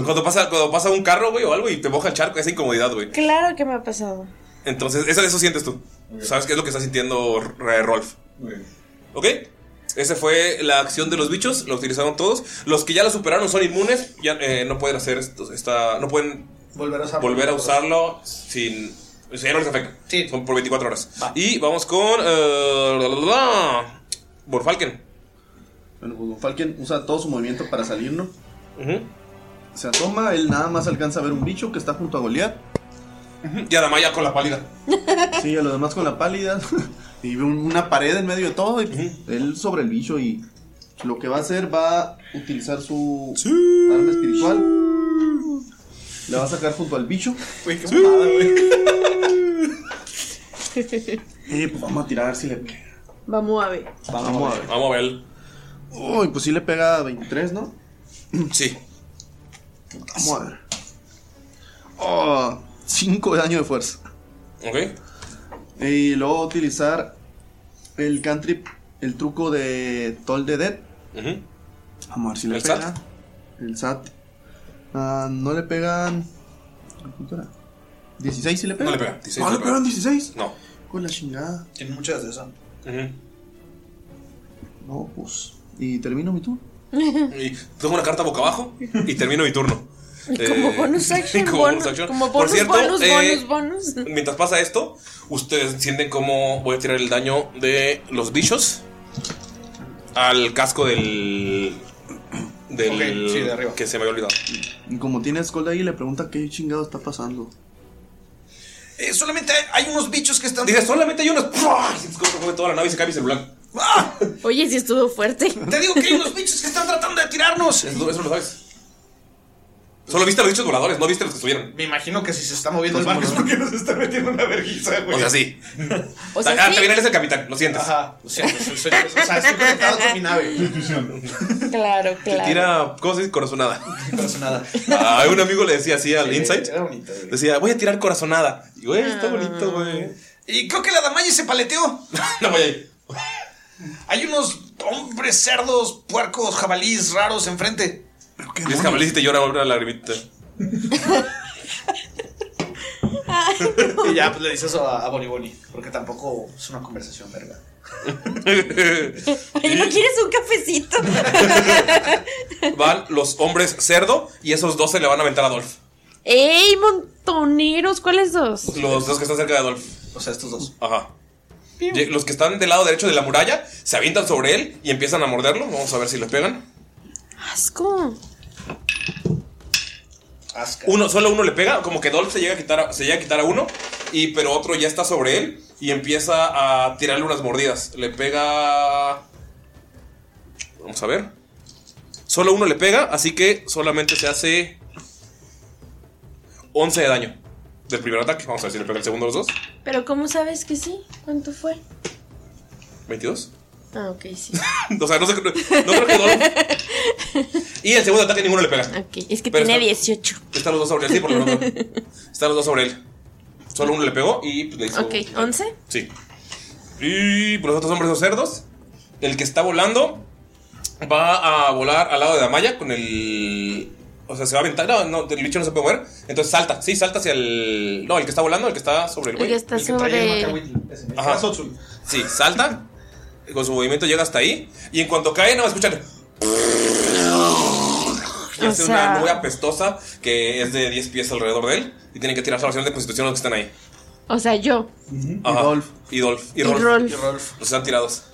Cuando pasa, cuando pasa un carro, güey, o algo y te moja el charco, esa incomodidad, güey.
Claro que me ha pasado.
Entonces, eso, eso sientes tú. ¿Sabes qué es lo que está sintiendo R- Rolf?
Güey.
¿Ok? Esa fue la acción de los bichos, lo utilizaron todos. Los que ya la superaron son inmunes, ya eh, no pueden hacer esto- esta. No pueden
Volver a usar.
volver a usarlo sin. o sea, ya no les afecta.
Sí.
Son por 24 horas. Y vamos con. eh, la, la, la, la, Borfalken.
Bueno, pues Von Falken usa todo su movimiento para salir, ¿no?
Ujú.
Se asoma, él nada más alcanza a ver un bicho que está junto a Goliath.
Y Adamaya con la pálida.
Sí, a los demás con la pálida. y ve un- una pared en medio de todo. Y pues, él sobre el bicho y lo que va a hacer va a utilizar su arma espiritual. La va a sacar junto al bicho.
Güey, qué mamada, güey.
Eh, pues vamos a tirar si le pega.
Vamos a ver.
Vamos, a ver.
Vamos a ver.
Uy, pues sí le pega 23, ¿no?
Sí.
Vamos a ver. Oh, 5 de daño de fuerza.
Ok.
Y luego va a utilizar el cantrip, el truco de Toll de Dead.
Ujú.
Vamos a ver si le
¿El
pega.
SAT?
El SAT. Ah, no le pegan. ¿Cuánto era? 16 si le
No
pegan.
le pega, 16
No
no
le
le
pegan
pega.
16.
No.
Con la chingada.
Tiene muchas de esas.
Ujú.
No, pues. Y termino mi turno.
Y tomo una carta boca abajo y termino mi turno.
Como
Eh,
bonus action,
como
bonus,
bonus action.
como
Por
bonus,
cierto,
bonus,
eh,
bonus, bonus.
Mientras pasa esto, ustedes sienten cómo voy a tirar el daño de los bichos al casco del. del.
Ok, sí, de arriba.
que se me había olvidado.
Y como tiene Skull ahí, le pregunta qué chingado está pasando.
Eh, solamente hay, hay unos bichos que están.
Dije, solamente hay unos. ¡Pruah! Y es como que fue toda la nave y se cae mi celular.
¡Ah!
Oye, sí estuvo fuerte.
Te digo que hay unos bichos que están tratando de tirarnos.
Eso, eso lo sabes. Solo viste a los bichos voladores, no viste a los que estuvieron.
Me imagino que si se está moviendo el barco es porque nos está metiendo una vergüenza, güey.
O sea, sí.
O sea,
ah,
sí.
también eres el capitán, lo sientes.
Ajá. O sea, soy- soy- o sea, estoy conectado con mi nave.
Intuición.
Claro,
Te
claro.
tira cosas y corazonada.
No pasa nada.
A un amigo le decía así al
Sí,
Insight.
era bonito, güey.
Decía, voy a tirar corazonada. Y güey, está bonito, güey.
Y creo que la Damaya se paleteó.
No voy ahí.
Oh, Hay unos hombres cerdos, puercos, jabalís raros enfrente.
Y es jabalí y te llora una lagrimita.
Y ya pues, le dices eso a, a Bonnie Bonnie, porque tampoco es una conversación, verga.
Ay, ¿no quieres un cafecito?
Van los hombres cerdo y esos dos se le van a aventar a Dolph.
¡Ey, montoneros! ¿Cuáles dos?
Los dos que están cerca de Adolf.
O sea, estos dos.
Ajá. Ye- Los que están del lado derecho de la muralla se avientan sobre él y empiezan a morderlo. Vamos a ver si les pegan.
Asco.
Uno, solo uno le pega, como que Dolph se llega a quitar a, se llega a quitar a uno, y pero otro ya está sobre él y empieza a tirarle unas mordidas. Le pega. Vamos a ver. Solo uno le pega, así que solamente se hace 11 de daño del primer ataque. Vamos a ver si le pega el segundo a los dos.
¿Pero cómo sabes que sí? ¿Cuánto fue?
22.
Ah, ok, sí.
O sea, no, sé, no creo que Dolph. Y el segundo ataque ninguno le pega.
Ok, es que
Pero
tenía
está-
18.
Están los dos sobre él, sí, por lo menos. Están los dos sobre él. Solo uno le pegó y pues, le hizo.
Ok, 11.
Sí. Y por los otros hombres o cerdos, el que está volando va a volar al lado de Damaya con el. O sea, se va a aventar. No, no, el bicho no se puede mover. Entonces salta, sí, salta hacia el. No, el que está volando, el que está sobre el
El
güey.
que está
El que trae
sobre.
el Ajá. Sí, salta. Con su movimiento llega hasta ahí. Y en cuanto cae, no escuchan. Y
O
hace
sea-
una nube apestosa que es de 10 pies alrededor de él. Y tienen que tirar salvación de constitución los que están ahí.
O sea, yo.
Ajá. Y Rolf. Y Rolf.
Y Rolf. Y
Los están tirados.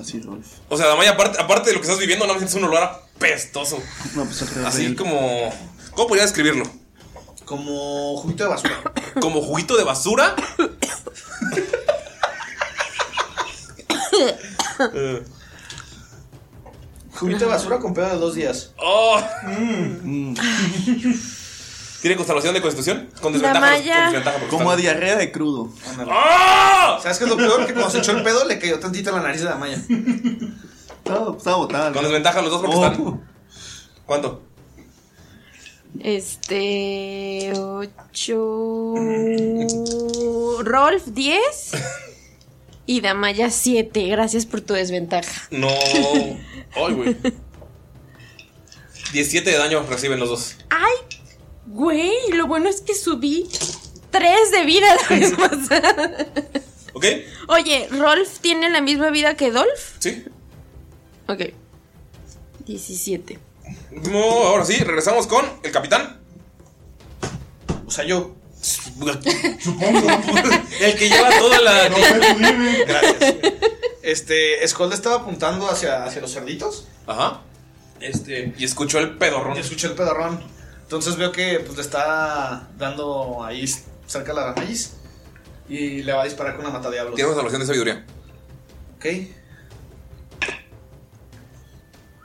Así, Rolf.
O sea, Damaya, aparte, aparte de lo que estás viviendo, nada más es un olor apestoso.
No, pues alrededor de
Así
él.
como. ¿Cómo podría describirlo?
Como juguito de basura.
Como juguito de basura. Eh,
Juguito de basura con pedo de dos días.
¡Oh!
Mm.
¿Tiene constelación de constitución? Con desventaja.
Damaya.
con desventaja porque
Como a
están-
diarrea de crudo.
¡Ah!
¿Sabes qué es lo peor? Que cuando se echó el pedo le cayó tantito en la nariz de la malla.
Estaba, estaba botada.
Con desventaja los dos porque
Oh.
están. ¿Cuánto?
Este. 8. Rolf, 10. Y Damaya, 7. Gracias por tu desventaja.
No. Ay, güey. 17 de daño reciben los dos.
¡Ay! Güey, lo bueno es que subí 3 de vida la vez pasada.
¿Ok?
Oye, ¿Rolf tiene la misma vida que Dolph?
Sí.
Ok. 17.
No, ahora sí, regresamos con el capitán.
O sea, yo.
Supongo.
El que lleva toda la.
No sé, tú dime.
Gracias. Este, Skull estaba apuntando hacia, hacia los cerditos.
Ajá.
Este.
Y escuchó el pedorrón.
Y escuché el pedorrón. Entonces veo que pues, le está dando ahí cerca la nariz. Y le va a disparar con una matadiablos.
Tiene una salvación de sabiduría.
Ok.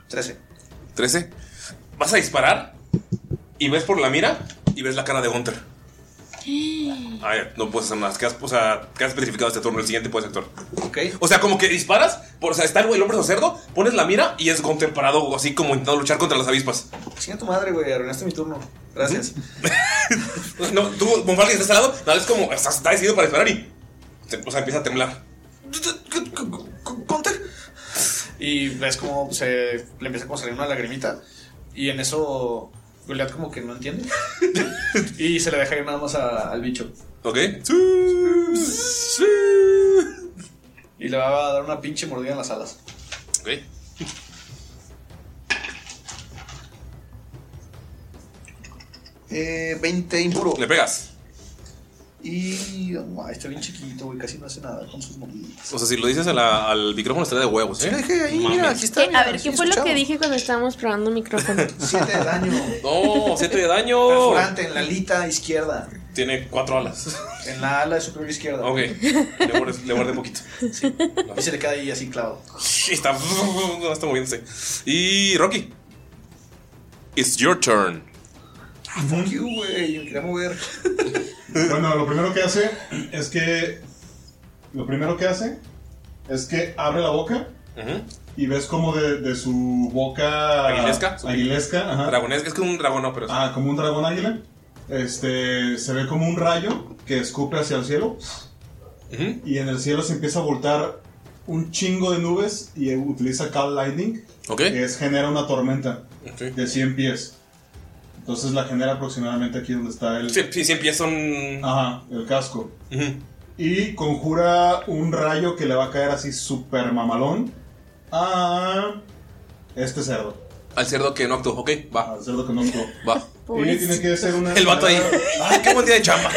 13.
13. Vas a disparar y ves por la mira y ves la cara de Gunter. Ay, no puedes hacer nada. Quedas, o sea, quedas petrificado este turno. El siguiente puedes actuar.
Ok.
O sea, como que disparas, por, o sea, está el güey, el hombre o cerdo, pones la mira y es Gunter parado, así como intentando luchar contra las avispas.
Chinga tu madre, güey. Arruinaste mi turno. Gracias.
No, tú, Bonfalque, que estás al lado, nada, es como, estás, está decidido para disparar y. te- o sea, empieza a temblar.
Counter. Y ves como se le empieza como a salir una lagrimita. Y en eso Goliath como que no entiende. y se le deja ir nada más a- al bicho.
¿Ok?
Y le va a dar una pinche mordida en las alas.
Ok.
Eh, 20 impuro.
Le pegas.
Y ah, está bien chiquito, güey. Casi no hace nada con sus mordidas.
O sea, si lo dices a la- al micrófono, estaría de huevos, ¿eh?
Dije ahí, mira, aquí está.
Eh, a ver, ¿qué fue lo que dije cuando estábamos probando micrófono?
7 de daño.
No, 7 de daño.
Perforante en la alita izquierda.
Tiene 4 alas.
En la ala de su superior izquierda.
Ok. Le guardé, le guardé poquito.
Y se le queda ahí así clavado.
Está, está moviéndose. Y Rocky. It's your turn. Ah,
Fuck you, güey. Me quería mover.
Bueno, lo primero que hace es que. Lo primero que hace es que abre la boca
Ujú.
y ves como de, de su boca.
Aguilesca, su-
Ah, Aguilesca, ajá.
Dragón, es que es como un dragón, no, pero.
Ah, como un dragón águila. Este, se ve como un rayo que escupe hacia el cielo.
Ujú.
Y en el cielo se empieza a voltar un chingo de nubes y utiliza Call Lightning.
Ok.
Que es, genera una tormenta
Ok.
de 100 pies. Entonces la genera aproximadamente aquí donde está el,
Sí, sí, sí, empieza un.
ajá, el casco.
Ujú.
Y conjura un rayo que le va a caer así super mamalón a este cerdo.
Al cerdo que no actuó. Ok, va,
Ah. Al cerdo que no actuó.
va.
Pues
Ella tiene que hacer una.
El vato ahí. ¡Ah, qué buen día de chamba!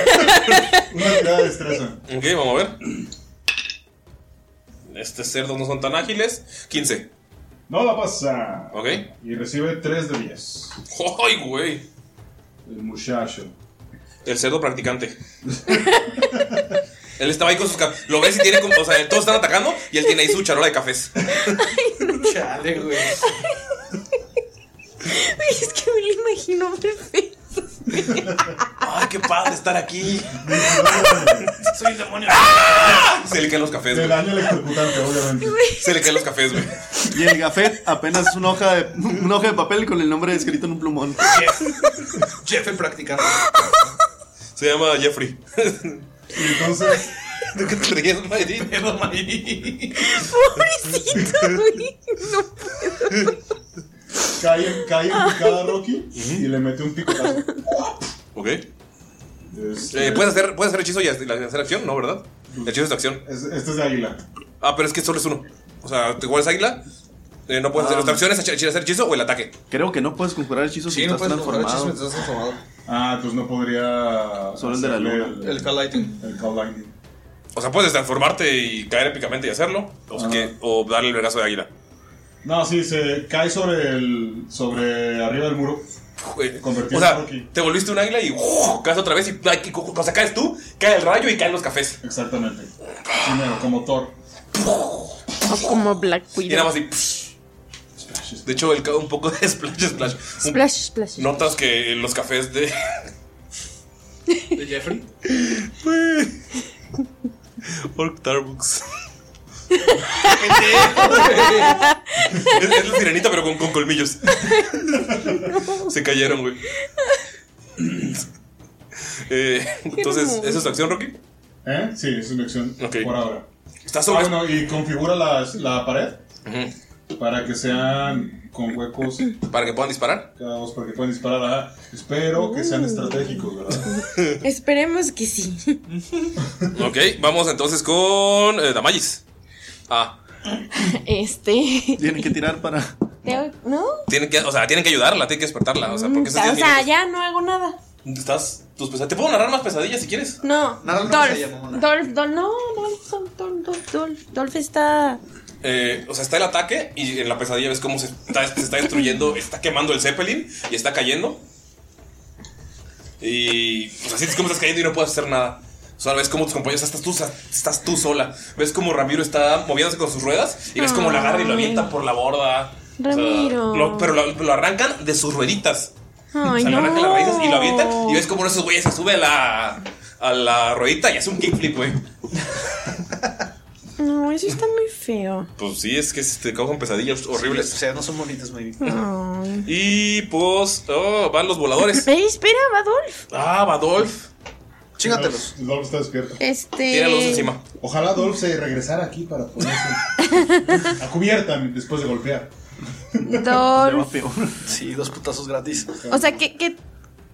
Una tirada de destreza.
Ok, vamos a ver. Estos cerdos no son tan ágiles. 15.
No la pasa.
Ok.
Y recibe 3 de 10.
¡Ay, güey!
El muchacho.
El cerdo practicante. él estaba ahí con sus ca- Lo ves y tiene como. O sea, todos están atacando y él tiene ahí su charola de cafés.
Chale, güey.
Ay, es que me lo imagino perfecto.
¡Ay, qué padre estar aquí!
Soy el demonio.
¡Ah! Se le caen los cafés,
Te
güey.
daño electrocutante, obviamente.
Se le caen los cafés, güey.
Y el gafet apenas es una hoja de, una hoja de papel con el nombre escrito en un plumón.
Jeff el practicante.
Se llama Jeffrey.
Y entonces,
¿De qué te ríes, Mayrin?
Pero, Mayri.
Pobrecito, güey. No.
cae, cae en picada a Rocky y le mete un picotazo.
Ok.
Este,
Eh, ¿puedes, hacer, puedes hacer hechizo y hacer hacer acción, ¿no? ¿Verdad? El hechizo es de acción.
es- este es de águila.
Ah, pero es que solo es uno. O sea, te es águila. eh, no puedes hacer otra opción, es hacer hacer hechizo o el ataque.
Creo que no puedes conjurar hechizos si
Sí, no
estás
puedes comprar
transformado.
chisme, estás transformado.
Ah, pues no podría.
Solo el de la
hacerle
luna.
El,
El Call Lighting.
el Call Lightning.
O sea, puedes transformarte y caer épicamente y hacerlo. O,
Ah.
sea, que- o darle el brazo de águila.
No, sí, se cae sobre el. sobre arriba del muro.
Eh,
Convertido
O
en
sea,
Rocky.
te volviste un águila y ¡uh! caes otra vez y, y- o sea, caes tú, cae el rayo y caen los cafés.
Exactamente. Primero, como Thor.
Como Black
Y nada
Widow.
más y De hecho, el, ca- un poco de splash, splash. Un-
Splash, splash.
Notas que los cafés de.
De Jeffrey.
Orc Starbucks. es, es la sirenita, pero con, con colmillos. Se cayeron, güey. Eh, entonces, ¿esa es tu acción, Rocky?
¿Eh? Sí, es una acción
Ok.
por ahora.
Está
Ah,
sobre.
bueno, y configura las- la pared para que sean con huecos
Para que puedan disparar.
cada dos para que puedan disparar. ajá. Espero que sean estratégicos, ¿verdad?
Esperemos que sí.
Ok, vamos entonces con. eh, Damaris. Ah,
Este.
Tienen que tirar para.
Tengo- ¿No?
tienen que, o sea, tienen que ayudarla, tienen que despertarla. O sea, porque
Mm, o
esos
sea,
diez minutos-
ya no hago nada.
Estás. Tus pesadillas. Te puedo narrar más pesadillas si quieres.
No.
Nada más
Dolph,
ella, mamona.
Dolph, Dolph, no, Dolph, Dolph, Dolph, Dolph, Dolph, Dolph está.
Eh, o sea, está el ataque y en la pesadilla ves cómo se está, se está destruyendo, está quemando el Zeppelin y está cayendo. Y o sea, sientes cómo estás cayendo y no puedes hacer nada. O sea, ves cómo tus compañeros, estás tú, estás tú sola. Ves cómo Ramiro está moviéndose con sus ruedas y ves cómo lo agarra y lo avienta por la borda. O sea,
Ramiro.
lo- pero lo, lo arrancan de sus rueditas.
Ay,
o sea,
no.
lo arrancan las raíces y lo avientan. Y ves cómo uno de esos güeyes se sube a la, a la ruedita y hace un kickflip, güey.
No, eso está muy feo.
Pues sí, es que te causan pesadillas
O
horribles.
sea, no son bonitas, Mayri.
Ay.
Y pues oh, van los voladores.
Ve, espera, va Dolph.
Ah, va Dolph.
Chíngatelos.
Dolph está despierto.
Este.
Tiene la luz encima.
Ojalá Dolph se regresara aquí para ponerse a cubierta después de golpear.
Le va
Dolph.
peor.
Sí, dos putazos gratis.
O sea, ¿qué, qué,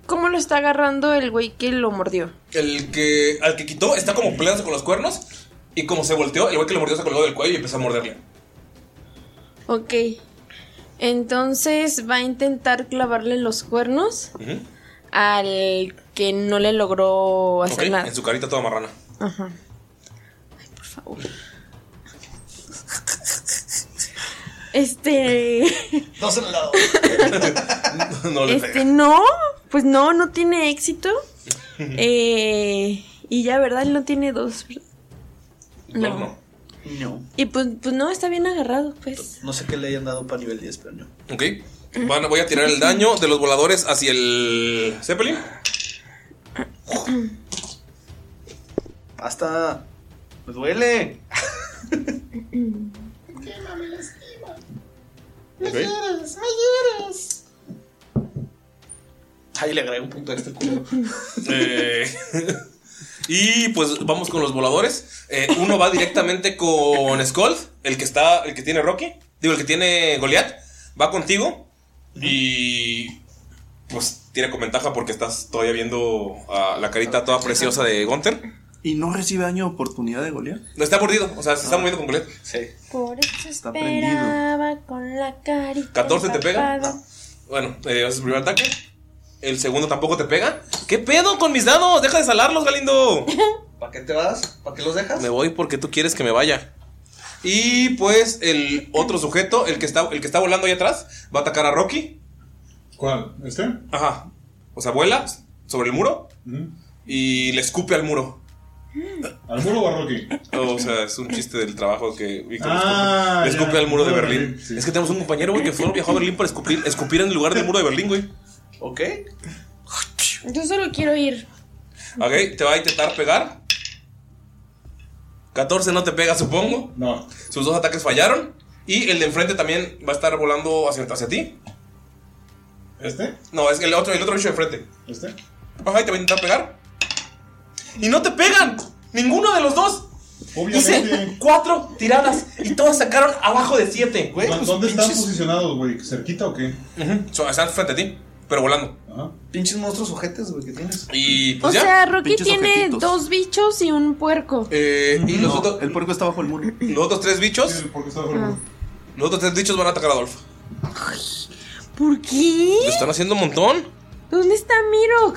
¿cómo lo está agarrando el güey que lo mordió?
El que al que quitó está como peleándose con los cuernos. Y como se volteó, el güey que le mordió se colgó del cuello y empezó a morderle.
Ok. Entonces va a intentar clavarle los cuernos
Ujú.
al que no le logró
Ok,
hacer nada.
En su carita toda marrana.
Ajá. Ay, por favor. Este.
Dos en el lado.
no le
Este,
pega.
no. Pues no, no tiene éxito. Eh, y ya, ¿verdad? Él no tiene dos. ¿verdad?
No, no.
No.
Y pues, pues no, está bien agarrado, pues.
No sé qué le hayan dado para nivel 10, pero no.
Ok. Van- voy a tirar el daño de los voladores hacia el Zeppelin.
Hasta. Me duele.
Ok.
Ahí le agrego un punto extra, culo.
Eh, y pues vamos con los voladores. Eh, uno va directamente con Skull, el que está, el que tiene Rocky, digo el que tiene Goliath, va contigo y pues tiene con ventaja porque estás todavía viendo a la carita toda preciosa de Gunther.
Y no recibe daño de oportunidad de golear.
No está mordido, o sea, se
Ah.
está moviendo con Goliath.
Sí.
Por eso
Está prendido.
esperaba con la carita.
14 te pega.
empapada.
Bueno, eh, haces primer ataque. El segundo tampoco te pega. ¿Qué pedo con mis dados? Deja de salarlos, Galindo.
¿Para qué te vas? ¿Para qué los dejas?
Me voy porque tú quieres que me vaya. Y pues el otro sujeto, el que está, el que está volando ahí atrás, va a atacar a Rocky.
¿Cuál? ¿Este?
Ajá. O sea, vuela sobre el muro
Ujú.
y le escupe al muro. Oh,
¿Al muro o a Rocky?
o sea, es un chiste del trabajo que Víctor
Ah,
le escupe, le escupe
ya.
al muro de
Muro de
Berlín.
Berlín, sí.
Es que tenemos un compañero, güey, que solo viajó a Berlín para escupir, escupir en el lugar del muro de Berlín, güey.
Ok.
Yo solo quiero ir.
Ok, te va a intentar pegar. 14 no te pega, supongo.
No.
Sus dos ataques fallaron. Y el de enfrente también va a estar volando hacia, hacia ti.
¿Este?
No, es el otro, el otro bicho de enfrente.
¿Este?
Ajá, y te va a intentar pegar. Y no te pegan. Ninguno de los dos. Hice
Obviamente.
cuatro tiradas y todas sacaron abajo de siete. Güey,
¿Dó-
pues,
¿Dónde están
pinches-
posicionados, güey? ¿Cerquita o qué?
Ujú, so- Están frente a ti, pero volando.
Ajá.
Pinches monstruos ojetes, güey, que tienes.
Y
O
pues ya.
sea, Rocky
pinches
tiene
objetitos.
dos bichos y un puerco.
Eh, y los, otro-
El puerco está bajo el muro.
los otros tres bichos, Ah.
Sí, porque está bajo el muro.
los otros tres bichos van a atacar a Adolfo.
¿Por qué?
Lo están haciendo un montón.
¿Dónde está Miro?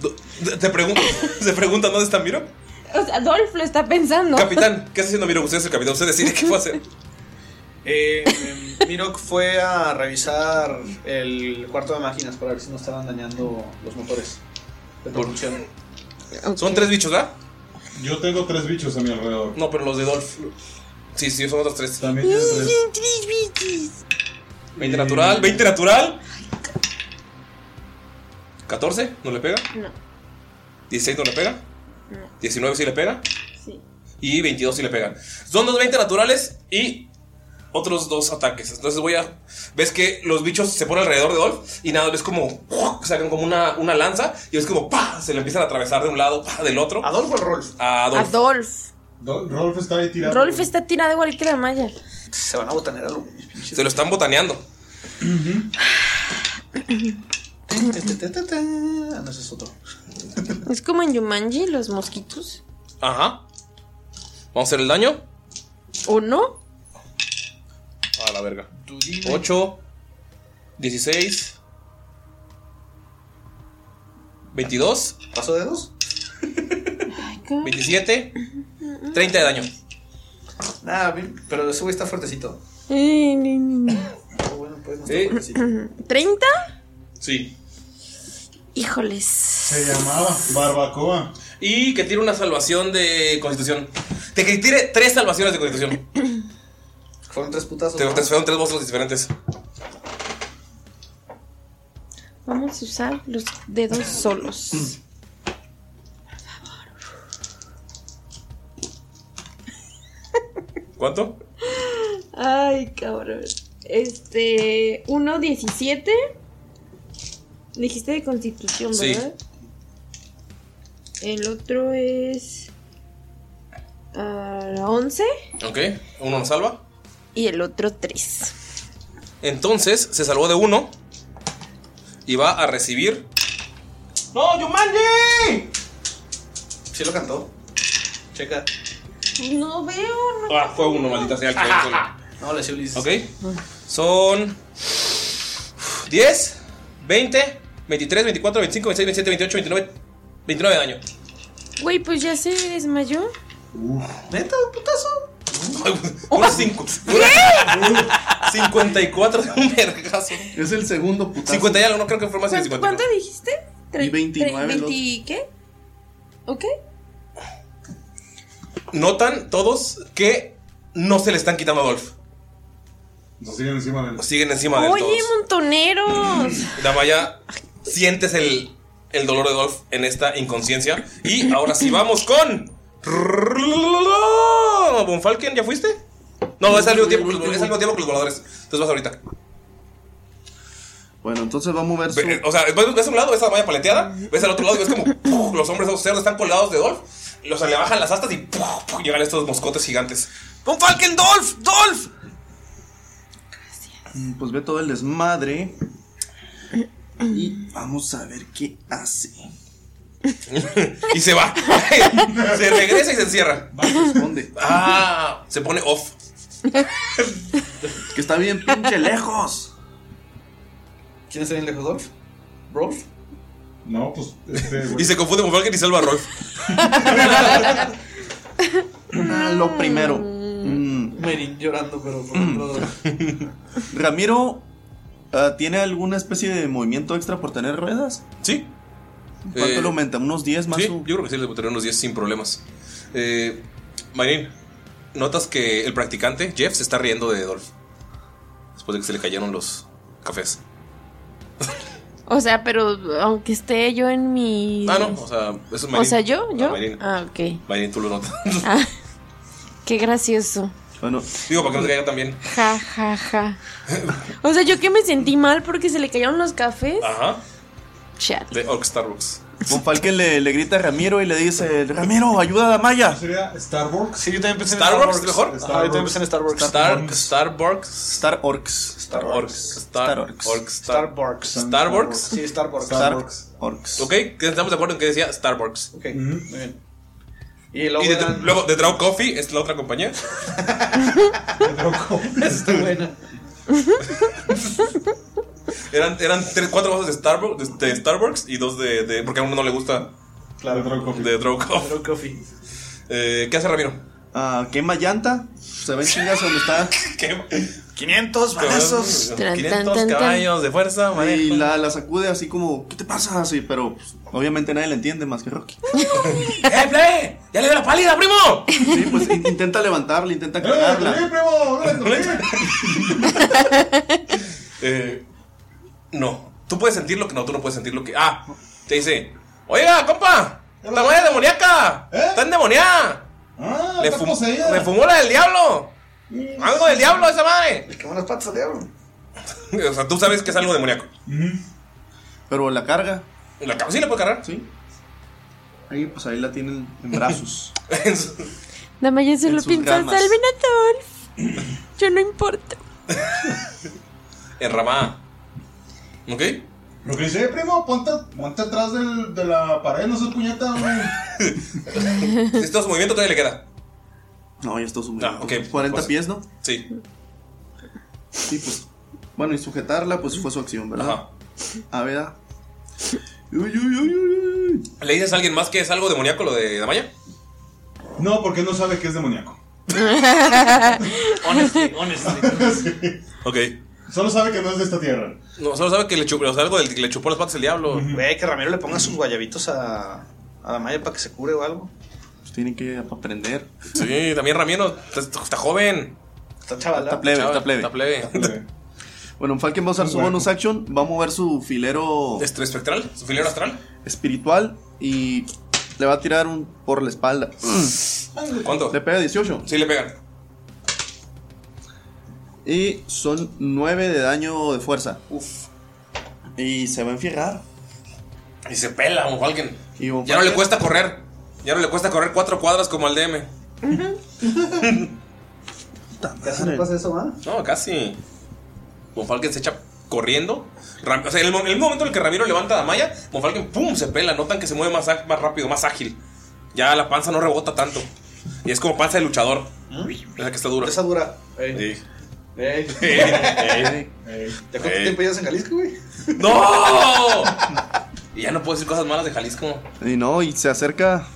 Do- te- Te pregunto, se preguntan dónde está Miro.
O sea, Dolph lo está pensando.
Capitán, ¿qué está haciendo Miro? Usted es el capitán, usted decide qué va a hacer.
Eh, em, Mirok fue a revisar el cuarto de máquinas para ver si no estaban dañando los motores de producción.
Ok.
Son tres bichos, ¿verdad?
Yo tengo tres bichos a mi alrededor.
No, pero los de Dolph. Sí, sí, son otros tres.
También tiene tres.
Tres bichos.
20 natural, 20 natural. 14, ¿no le pega?
No.
16 no le pega. 19 sí le pega.
Sí.
Y 22 sí le pegan. Son dos 20 naturales y otros dos ataques. Entonces voy a. Ves que los bichos se ponen alrededor de Dolph y nada, ves como. ¡guau! Sacan como una, una lanza y ves como. ¡pah! Se le empiezan a atravesar de un lado, ¡pah! del otro.
¿Adolfo o Rolf?
A Dolph.
A Dolph.
Do- Rolf está ahí tirado.
Rolf está tirado igual que la malla.
Se van a botanear a los pinches.
Se lo están botaneando.
Ah, no, ese es otro.
Es como en Yumanji, los mosquitos.
Ajá. Vamos a hacer el daño.
¿O no?
A la verga. 8, 16, 22,
¿Paso dedos?
27, 30 de daño.
Nada, bien, pero ese güey está fuertecito.
Eh, ni, ni, ni.
Pero bueno, pues no está
Sí.
fuertecito.
¿30?
Sí.
Híjoles.
Se llamaba Barbacoa.
Y que tire una salvación de constitución. Te que tire tres salvaciones de constitución.
Fueron tres putazos.
Te
¿no?
fueron tres monstruos diferentes.
Vamos a usar los dedos solos.
¿Cuánto?
Ay, cabrón. Este. 1.17. Dijiste de constitución,
Sí.
¿verdad? El otro es. ah, 11.
Ok, uno nos salva.
Y el otro 3.
Entonces se salvó de uno. Y va a recibir. ¡No, Yumanji!
Sí lo cantó. Checa.
No veo. no-
Ah, fue uno, maldita sea. que hizo la-
No, le decía Ulises.
Ok. Son 10, 20, 23, 24, 25, 26, 27, 28, 29, 29 de daño.
Güey, pues ya se desmayó.
¿Neta, un putazo?
Unos cinco- 54 de un vergazo.
Es el segundo putazo.
50 y algo, no creo que fue más de
¿Cuánto,
50.
cuánto dijiste? Tre-
Y 29
tre-
los-
20 ¿Qué? ¿Ok?
Notan todos que no se le están quitando a Dolph. Pues
Nos siguen encima del.
Siguen encima de él
Oye,
todos.
montoneros.
Damaya, sientes el, el dolor de Dolph en esta inconsciencia. Y ahora sí vamos con. ¿Bonfalken? ¿Ya fuiste? No, es al mismo tiempo que los, es al mismo tiempo que los voladores. Entonces vas ahorita.
Bueno, entonces va a mover su.
Ve- oh. O sea, ves ves a un lado, ves a la malla paleteada, ves al otro lado y ves como ¡puf! los hombres cerdos están colgados de Dolph. Los le bajan las astas y ¡puf! ¡puf! llegan estos moscotes gigantes. ¡Bonfalken, Dolph! ¡Dolph!
Mm, Pues ve todo el desmadre. Y vamos a ver qué hace.
Y se va. se regresa y se encierra.
Va, responde.
Ah, se pone off.
Que está bien pinche lejos.
¿Quién está bien lejos, Dolph?
Rolf?
No, pues este.
Y se confunde con Falken y salva a Rolf.
Ah, lo primero.
Mm.
Mm.
Merin llorando, pero por otro lado.
Ramiro ah, tiene alguna especie de movimiento extra por tener ruedas.
Sí.
¿Cuánto
Eh,
lo aumenta? ¿Unos 10 más?
Sí,
su-
yo creo que sí les botaría unos 10 sin problemas. Eh, Mayrin, notas que el practicante, Jeff, se está riendo de Dolph. Después de que se le cayeron los cafés.
O sea, pero aunque esté yo en mi.
Ah, no, o sea, eso es Mayrin.
O sea, yo, yo.
Mayrin.
Ah, ok.
Mayrin, tú lo notas.
Ah, qué gracioso.
Bueno.
Digo, para que no te caiga también.
Ja, ja, ja. O sea, yo que me sentí mal porque se le cayeron los cafés.
Ajá.
Chat.
Ah. De Orc Starbucks.
Von Falken le, le grita a Ramiro y le dice: Ramiro, ayuda a Maya.
¿Sería Starbucks?
Sí, yo también pensé
Starbucks,
en Starbucks.
mejor.
Ajá, yo también pensé en Starbucks.
Star, Starbucks.
Star Orcs.
Star Orcs. Star
Orcs.
Orcs. Star-
Starbucks.
Starbucks.
Sí, Starbucks.
Star Orcs.
Ok, que estamos de acuerdo en que decía Starbucks.
Ok, muy bien. Y
Y
luego
de-
eran-
luego de Draw Coffee es la otra compañía.
Está buena.
Eran, eran tres, cuatro vasos de Starbucks, de, de Starbucks y dos de, de- Porque a uno no le gusta
Claro, Draw Coffee.
de Draw Coffee.
Pero coffee.
Eh, ¿Qué hace Ramiro?
Ah, quema llanta. Se ven chingas donde está.
¿Qué?
500 balazos.
500 caballos de fuerza,
Y
manejo.
la, la sacude así como, ¿qué te pasa? Así, pero pues, obviamente nadie le entiende más que Rocky.
¡Eh, plebe! ¡Ya le dio la pálida, primo!
Sí, pues in- intenta levantarla, intenta
¡Eh, sí,
cargarla.
primo! ¡Órale, conmigo!
Eh, no. Tú puedes sentir lo que no, tú no puedes sentir lo que. Ah, te dice: Oiga, compa, esta madre es demoníaca.
¿Eh?
Está endemoniada.
¡Ah!
Le,
está
fum-
poseída. Mm.
le fumó la del diablo. Algo del diablo, esa madre.
Le quemó las patas al diablo.
O sea, tú sabes que es algo demoníaco.
Pero la carga,
La cama sí la puede cargar.
¿sí? Ahí, pues ahí la tienen en brazos.
Damaya
En
solo
sus
piensa,
gamas.
salven a todos. Yo no importo.
Enramada. ¿Ok?
Lo que dice, "Eh, primo, ponte, ponte atrás del, de la pared, no seas puñeta, güey.
Esto su movimiento todavía le queda.
No, ya está sumido.
Ah, ok.
40
Pues-
pies, ¿no?
Sí.
Sí, pues. Bueno, y sujetarla, pues fue su acción, ¿verdad?
Ajá.
A ver. ah. Uy, uy, uy, uy, uy.
¿Le dices a alguien más que es algo demoníaco lo de Damaya?
No, porque no sabe que es demoníaco.
Honestly, honestly.
Ok.
Solo sabe que no es de esta tierra.
No, solo sabe que le, chupó, algo del, que le chupó las patas el diablo.
Ve que Ramiro le ponga sus guayabitos a, a la Maya para que se cure o algo.
Pues tienen que aprender.
Sí, también Ramiro. Está, está joven.
Está
Está
chavalada.
plebe,
Chava,
está plebe.
Está plebe.
Bueno, Falken va a usar su bonus action, va a mover su filero
Este, espectral, su filero astral.
espiritual y le va a tirar un por la espalda.
¿Cuánto?
Le pega 18.
Sí, le pegan.
Y son 9 de daño de fuerza. Uf. Y se va a enfierrar.
Y se pela, un Falken.
Y Von
Ya no le
Falken-
cuesta correr. Ya no le cuesta correr cuatro cuadras como al DM.
Casi no pasa eso, ¿va?
No, casi. Monfalken se echa corriendo. Ram- o sea, en el, mo- en el momento en el que Ramiro levanta la malla, Monfalken ¡pum! se pela. Notan que se mueve más, á- más rápido, más ágil. Ya la panza no rebota tanto. Y es como panza de luchador. La que está dura.
¿Mm? Esa dura. Ey.
Sí.
Ey.
Eh,
¿Ya cuánto
Ey.
tiempo llevas en Jalisco, güey?
¡No! Y ya no puedo decir cosas malas de Jalisco.
Y no, y se acerca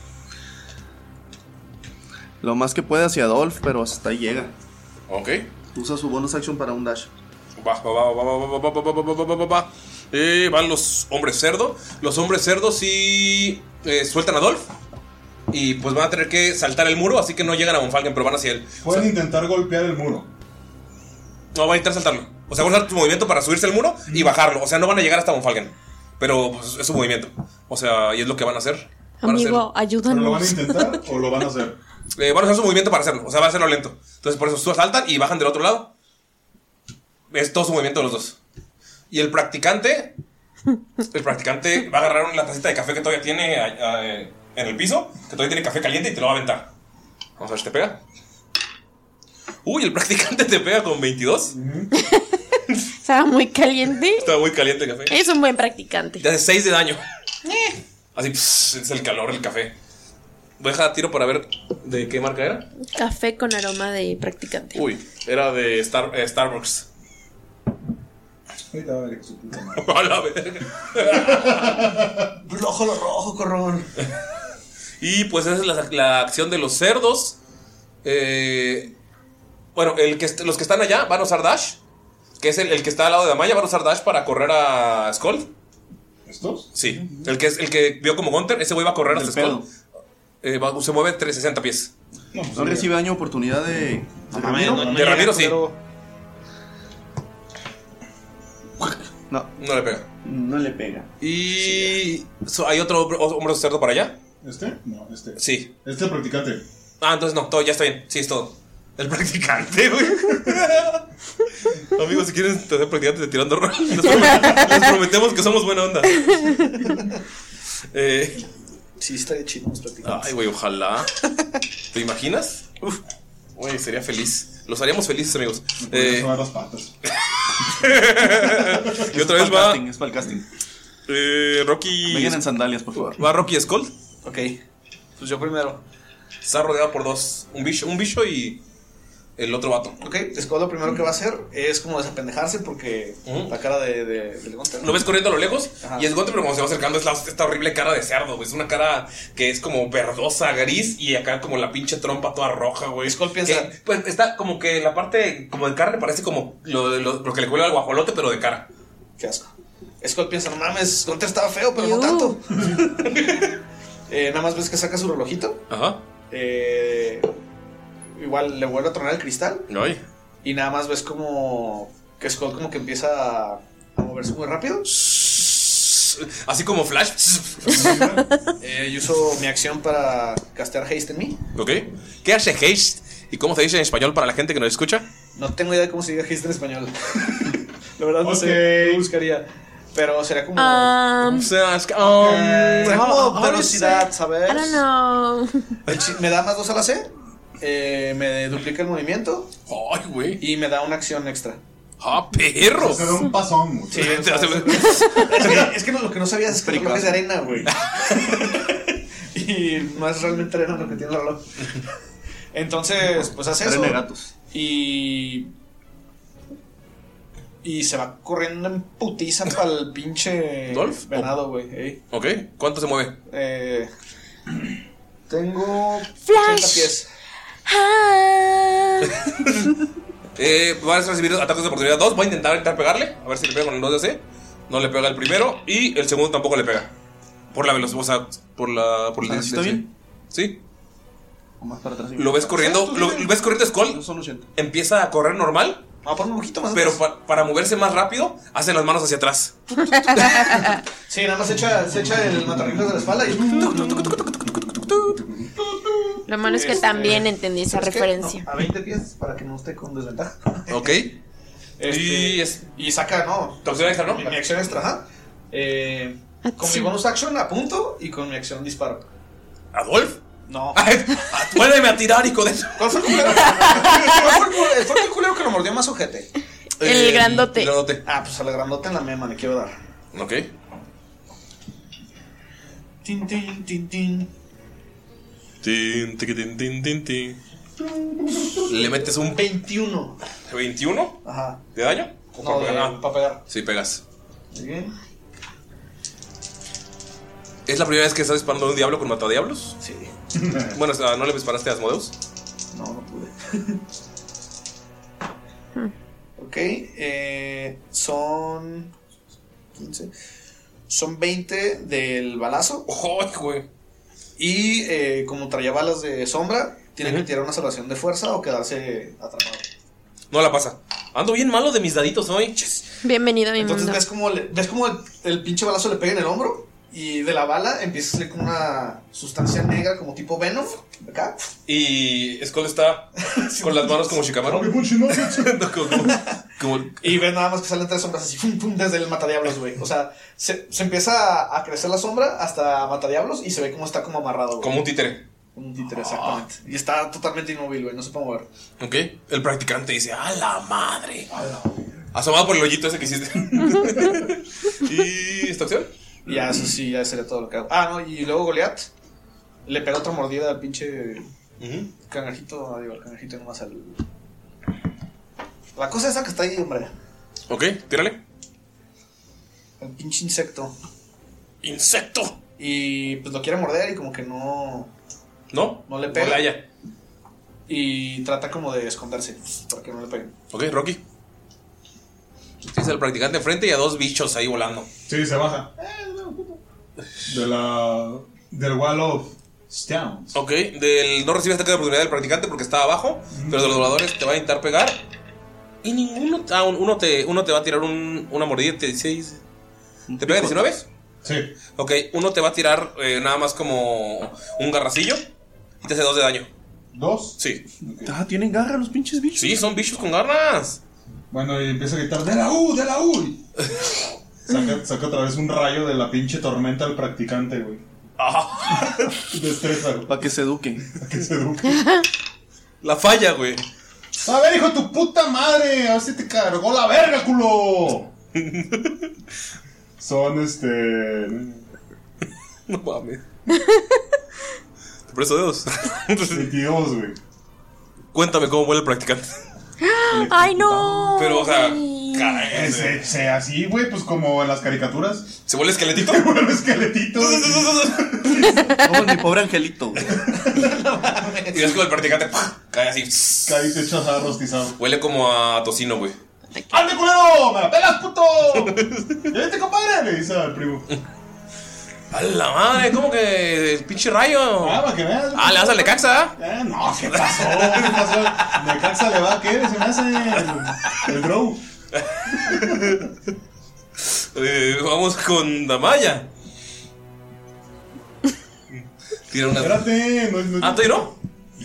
lo más que puede hacia Adolf, pero hasta ahí llega.
Ok.
Usa su bonus action para un dash.
Va, va, va, va, va, va, va, va, va, va, va, va, va, va. Eh, van los hombres cerdo. Los hombres cerdos sí eh, sueltan a Dolph. Y pues van a tener que saltar el muro, así que no llegan a Monfalken, pero van hacia él. O sea,
pueden intentar golpear el muro.
No, va a intentar saltarlo. O sea, van a usar tu movimiento para subirse al muro y bajarlo. O sea, no van a llegar hasta Monfalken. Pero pues, es su movimiento. O sea, y es lo que van a hacer. Van
Amigo,
¿Pero lo van a
ayúdanos.
intentar o lo van a hacer?
a hacer, eh, van a usar su movimiento para hacerlo. O sea, van a hacerlo lento. Entonces, por eso su- saltan y bajan del otro lado. Es todo su movimiento de los dos. Y el practicante. El practicante va a agarrar la tacita de café que todavía tiene a- a- eh, en el piso. Que todavía tiene café caliente y te lo va a aventar. Vamos a ver si te pega. Uy, el practicante te pega con 22.
Estaba muy caliente.
Está muy caliente el café.
Es un buen practicante.
Te hace 6 de daño. Así pss, es el calor del café. Deja tiro para ver de qué marca era.
Café con aroma de practicante.
Uy, era de Star- eh, Starbucks.
Ahorita va a ver que su puta madre.
A la verga.
Rojo lo rojo, corrón.
Y pues esa es la, la acción de los cerdos. Eh, bueno, el que, est- los que están allá van a usar Dash. Que es el, el que está al lado de Amaya, van a usar Dash para correr a Skull.
¿Estos?
Sí. El que es el que vio como Gunter, ese güey va a correr hasta
Del
Skull. Eh, va- se mueve 360 pies.
No, pues
No
mira.
recibe daño oportunidad de. de
mames,
Ramiro.
no,
de Ramiro sí.
No,
No le pega.
no le pega.
Y. so- ¿Hay otro hombre- hombre cerdo para allá?
¿Este? No, este.
Sí.
Este es el practicante.
Ah, entonces no, todo ya está bien. Sí, es todo. El practicante, güey. Amigos, si quieren tener practicantes de tirando rol, les promet- les prometemos que somos buena onda. Eh,
Sí, estaría chido los practicantes.
ay, güey, ojalá. ¿Te imaginas? Uf, güey, sería feliz. Los haríamos felices, amigos.
Puedes
Eh,
tomar las patas.
y otra vez
Es pa'l
va
casting, es para el casting.
eh, Rocky.
Vengan en sandalias, por favor.
Va Rocky Skull.
Ok. Pues yo primero.
Está rodeado por dos: un bicho, un bicho y el otro vato.
Ok, Skull lo primero que va a hacer es como desapendejarse porque
Ujú.
la cara de, de, del Gunther, ¿no?
Lo ves corriendo a lo lejos
Ajá.
y es Gunter, pero cuando se va acercando es la- esta horrible cara de cerdo, güey. Es una cara que es como verdosa, gris y acá como la pinche trompa toda roja, güey.
Skull piensa-
Que, pues está como que la parte como de carne parece como lo, de lo- lo que le cuelga al guajolote, pero de cara.
Qué asco. Skull piensa, no mames, Gunther estaba feo, pero no
Iu.
tanto. Eh, nada más ves que saca su relojito.
Ajá.
eh, igual le vuelve a tronar el cristal.
Ay.
Y nada más ves como que Skull como que empieza a moverse muy rápido.
Así como flash.
Eh, yo uso mi acción para castear Haste en mí.
ok. ¿Qué hace haste? ¿Y cómo se dice en español para la gente que nos escucha?
No tengo idea de cómo se diga Haste en español. La verdad no sé,
Ok.
lo buscaría. Pero será como...
Um,
O sea, es que- oh,
será como
ah,
velocidad,
I
¿sabes?
don't know.
El chi- Me da más dos a la C. eh, me duplica el movimiento
Ay, güey.
y me da una acción extra.
Ah, perro.
O sea, da un pasón, güey.
o sea,
hace-
es, que, es que lo que no sabías es que el reloj es de arena, güey. y no es realmente arena lo que tiene el reloj. Entonces, pues hace eso.
Arena de gatos.
Y. Y se va corriendo en putiza para el pinche
¿Dolph?
venado, güey. ey.
Ok. ¿Cuánto se mueve?
Eh, tengo. 80
Flash.
pies.
Ah.
Eh, vas a recibir ataques de oportunidad 2. Voy a intentar intentar pegarle. A ver si le pega con el 2 de AC. No le pega el primero. Y el segundo tampoco le pega. Por la velocidad. O sea, por la. Por la
Ah, ¿sí está
distancia.
bien?
Sí.
O más para atrás.
Lo ves corriendo. Lo, lo ves corriendo Skull.
No son 80.
Empieza a correr normal.
Vamos a poner un poquito más.
Pero
atrás.
pa- para moverse más rápido, hace las manos hacia atrás.
Sí, nada más se echa, se echa el matarrifas de la espalda y. pues,
Lo malo es que
Este,
también entendí esa
¿Sabes qué?
referencia.
No, a 20 pies para que no esté con desventaja.
Ok.
Este,
Y es-
y saca, no.
Tu acción extra, ¿no?
Mi, mi acción extra, ajá. Eh, con mi
Acción.
bonus action apunto y con mi acción disparo.
¿Adolf?
No.
Ay, Vuélveme a tirar, hijo de.
¿Cuál fue el culero? ¿Cuál fue el culero, fue el culero que lo mordió más ojete?
El grandote.
Eh, El grandote.
Ah, pues a la grandota en la mema le quiero dar.
Ok.
Tin, tin, tin, tin.
Tin, tiqui, tin, tin, tin, tin. Le metes un
21.
21
Ajá.
de daño. ¿O
No,
para
de,
pegar? Ah.
para pegar.
Sí, pegas.
¿Sí?
¿Es la primera vez que estás disparando a un diablo con matadiablos?
sí.
Bueno, o sea, ¿no le disparaste a Asmodeus?
No, no pude. ok, eh, son 15. Son 20 del balazo.
¡Ojo, güey!
Y eh, como traía balas de sombra, tiene que
Ujú.
tirar una salvación de fuerza o quedarse atrapado.
No la pasa. Ando bien malo de mis daditos hoy. Chis.
Bienvenido a mi
Entonces
mundo.
ves como, le- ves como el, el pinche balazo le pega en el hombro. Y de la bala empieza a salir como una sustancia negra, como tipo Venom. Acá.
Y Skull está con las manos como Shikamaru.
Hombre, Bushi, no,
No, como, como- como-
Y ves nada más que salen tres sombras así, pum, pum, desde el matadiablos, güey. O sea, se, se empieza a, a crecer la sombra hasta matadiablos y se ve como está como amarrado, güey.
como un títere.
Como un títere, exactamente. Y está totalmente inmóvil, güey, no se puede mover.
Ok. El practicante dice: ¡A la madre! Asomado por el hoyito ese que hiciste. ¿Y esta opción?
Y ya, eso sí, ya sería todo lo que hago. Ah, no, y luego Goliath le pega otra mordida al pinche
Ujú.
cangrejito, no, digo, al cangrejito nomás al... La cosa esa que está ahí, hombre.
Ok, tírale.
El pinche insecto.
¡Insecto!
Y pues lo quiere morder y como que no.
¿No?
No le pega.
No le halla.
Y trata como de esconderse para que no le peguen.
Ok, Rocky. Tú Tienes al practicante enfrente y a dos bichos ahí volando.
Sí, se baja. De la. Del Wall of Stones.
Ok, del, no recibes ataque de oportunidad del practicante porque está abajo, pero de los voladores te va a intentar pegar. Y ninguno. Ah, un- uno te, uno te va a tirar un- una mordida y te dice. dice- ¿Te pega 19?
Sí.
Ok, uno te va a tirar eh, nada más como un garracillo y te hace dos de daño.
¿Dos?
Sí.
Ah, tienen garra los pinches bichos.
Sí, son bichos con garras.
Bueno, y empieza a gritar: ¡De la U, de la U! Y Saca, saca otra vez un rayo de la pinche tormenta al practicante, güey. Ah. Destreza, güey.
Para que se eduque.
Para que se eduque.
La falla, güey.
A ver, hijo de tu puta madre, a ver si te cargó la verga, culo. Son este.
No mames. Te preso dedos.
22, güey.
Cuéntame cómo huele el practicante.
¡Ay, no!
Pero, o sea,
Ay.
caray, güey.
Ah, Ese, ese así, güey, pues como en las caricaturas.
¿Se huele esqueletito?
Bueno, esqueletito. güey.
Como mi pobre angelito. güey.
y ves como el practicante ¡pah! cae así.
Caí te echas a rostizado.
Huele como a tocino, güey.
¡Ande, culero! ¡Me la pelas, puto! ¡Ya vete, compadre! Le dice al primo.
¡A la madre! ¿Cómo que el pinche rayo?
Ah, para que veas.
Ah, le vas a Lecaxa.
Eh, no, ¿qué pasó? ¿Qué pasó? Me cansa, le va a qué, se me hace el, el draw.
Eh, vamos con Damaya. Tira una.
Espérate, no, no,
Ah, ¿tú y no?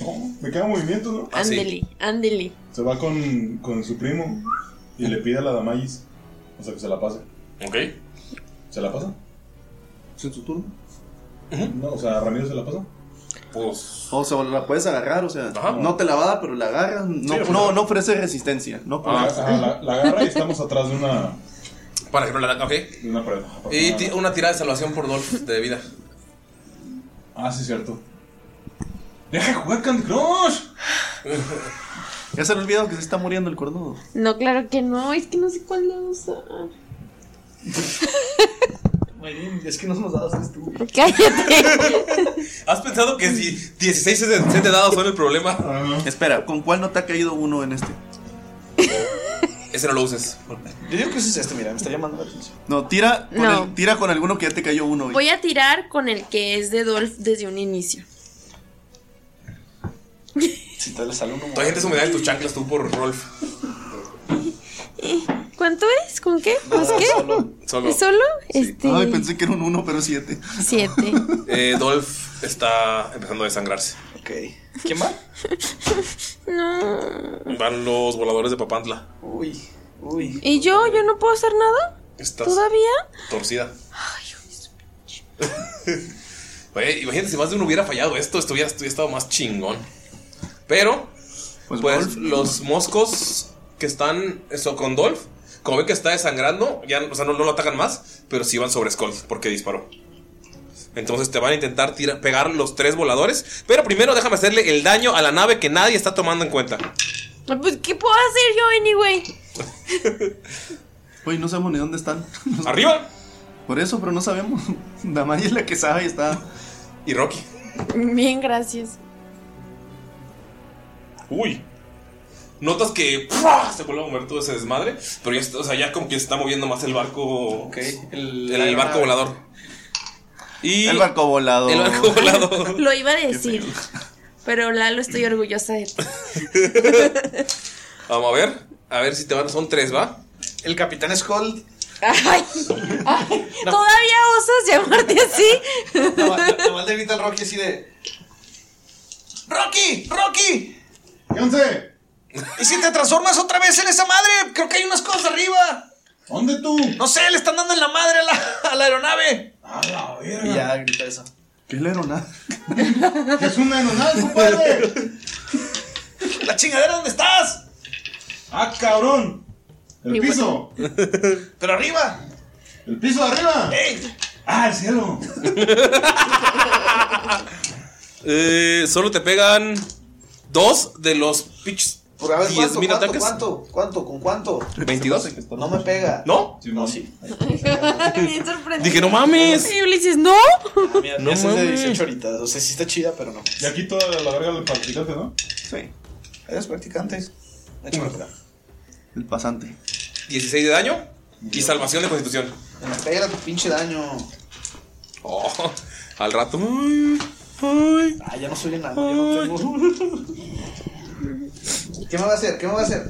no, me queda movimiento, ¿no?
Ah, sí.
Ándele, ándele.
Se va con, con su primo y le pide a la Damayis. O sea, que se la pase.
Ok.
¿Se la pasa? ¿Es en su turno? No, o sea, Ramiro se la pasa.
Pues.
O sea, la puedes agarrar, o sea,
Ajá.
no te la va a dar, pero la agarras. No,
Sí, o sea.
no, no ofrece resistencia. No
Ah,
ofrece-
ajá, la, la agarra y estamos atrás de una,
Para que no la. Ok.
de una pared.
Y ti- una tirada de salvación por Dolph de vida.
Ah, sí, cierto. ¡Deja de jugar Candy Crush!
Ya se le olvidó que se está muriendo el cornudo.
No, claro que no, es que no sé cuál lado usar.
Es que no somos dados, eres tú.
Cállate.
¿Has pensado que si 16 se te- se te dados son el problema?
Ah.
Espera, ¿con cuál no te ha caído uno en este?
Ese no lo uses.
Yo digo que ese es este, mira, me está llamando la atención.
No, tira con,
No.
el- tira con alguno que ya te cayó uno. güey.
Voy a tirar con el que es de Dolph desde un inicio.
Si te le sale uno.
Toda gente se humedad en tus chanclas tú por Rolf.
¿Cuánto es? ¿Con qué? ¿Con qué?
Solo.
¿Es solo? Este.
Ay, pensé que era un uno, pero siete.
Siete.
Eh, Dolph está empezando a desangrarse.
Ok. ¿Quién va?
No.
Van los voladores de Papantla.
Uy, uy.
¿Y yo? ¿Yo no puedo hacer nada?
Estás
¿Todavía?
torcida. Oye, imagínate si más de uno hubiera fallado esto, esto hubiera, hubiera estado más chingón. Pero, pues,
Dolph.
los moscos que están eso, con Dolph, como ven que está desangrando, ya, o sea, no, no lo atacan más, pero sí van sobre Skull porque disparó. Entonces te van a intentar tira- pegar los tres voladores. Pero primero déjame hacerle el daño a la nave que nadie está tomando en cuenta.
Ah, Pues, ¿qué puedo hacer yo, anyway?
Güey, no sabemos ni dónde están.
Arriba
Por eso, pero no sabemos. Damaya es la que sabe y está.
y Rocky.
Bien, gracias.
Uy. Notas que ¡pua! se vuelve a mover todo ese desmadre, pero ya, está- o sea, ya como que se está moviendo más el barco.
Ok. El,
El, barco volador. Y
El barco volado.
el barco volador.
Lo iba a decir. Pero Lalo, estoy orgullosa de ti.
Vamos a ver. A ver si te van. Son tres, ¿va?
El capitán Skull.
Ay, ay, ¿Todavía osas llamarte así?
Nomás le grita al Rocky así de. ¡Rocky! ¡Rocky!
¡Quédense!
¿Y si te transformas otra vez en esa madre? Creo que hay unas cosas arriba.
¿Dónde tú?
No sé, le están dando en la madre a la, a la aeronave.
¡A la
Y
verga!
ya grita eso.
¿Qué le nada?
¡Que es una aeronave, compadre!
¡La chingadera, ¿dónde estás?
¡Ah, cabrón! ¡El piso!
Pero arriba.
¡El piso de arriba!
¡Ey!
¡Ah, el cielo!
Eh, solo te pegan dos de los pitch
Por Pues, a ver,
10.000
¿cuánto, cuánto,
ataques.
¿Cuánto? ¿Cuánto? ¿Con cuánto?
22.
No me pega.
¿No?
No, sí.
Bien sorprendido.
Dije, no mames.
Y Ulises, no.
Mira,
No
no es de
mames.
18 ahorita. O sea, sí está chida, pero no.
Y aquí toda la verga del practicante, ¿no?
Sí,
Eres practicante. De hecho, me pega.
el pasante.
16 de daño y salvación de constitución.
Me pega tu pinche daño.
Oh, al rato. Ay, ay.
Ah, ya no soy enano. Ya no tengo. ¿Qué me va a hacer? ¿Qué me va a hacer?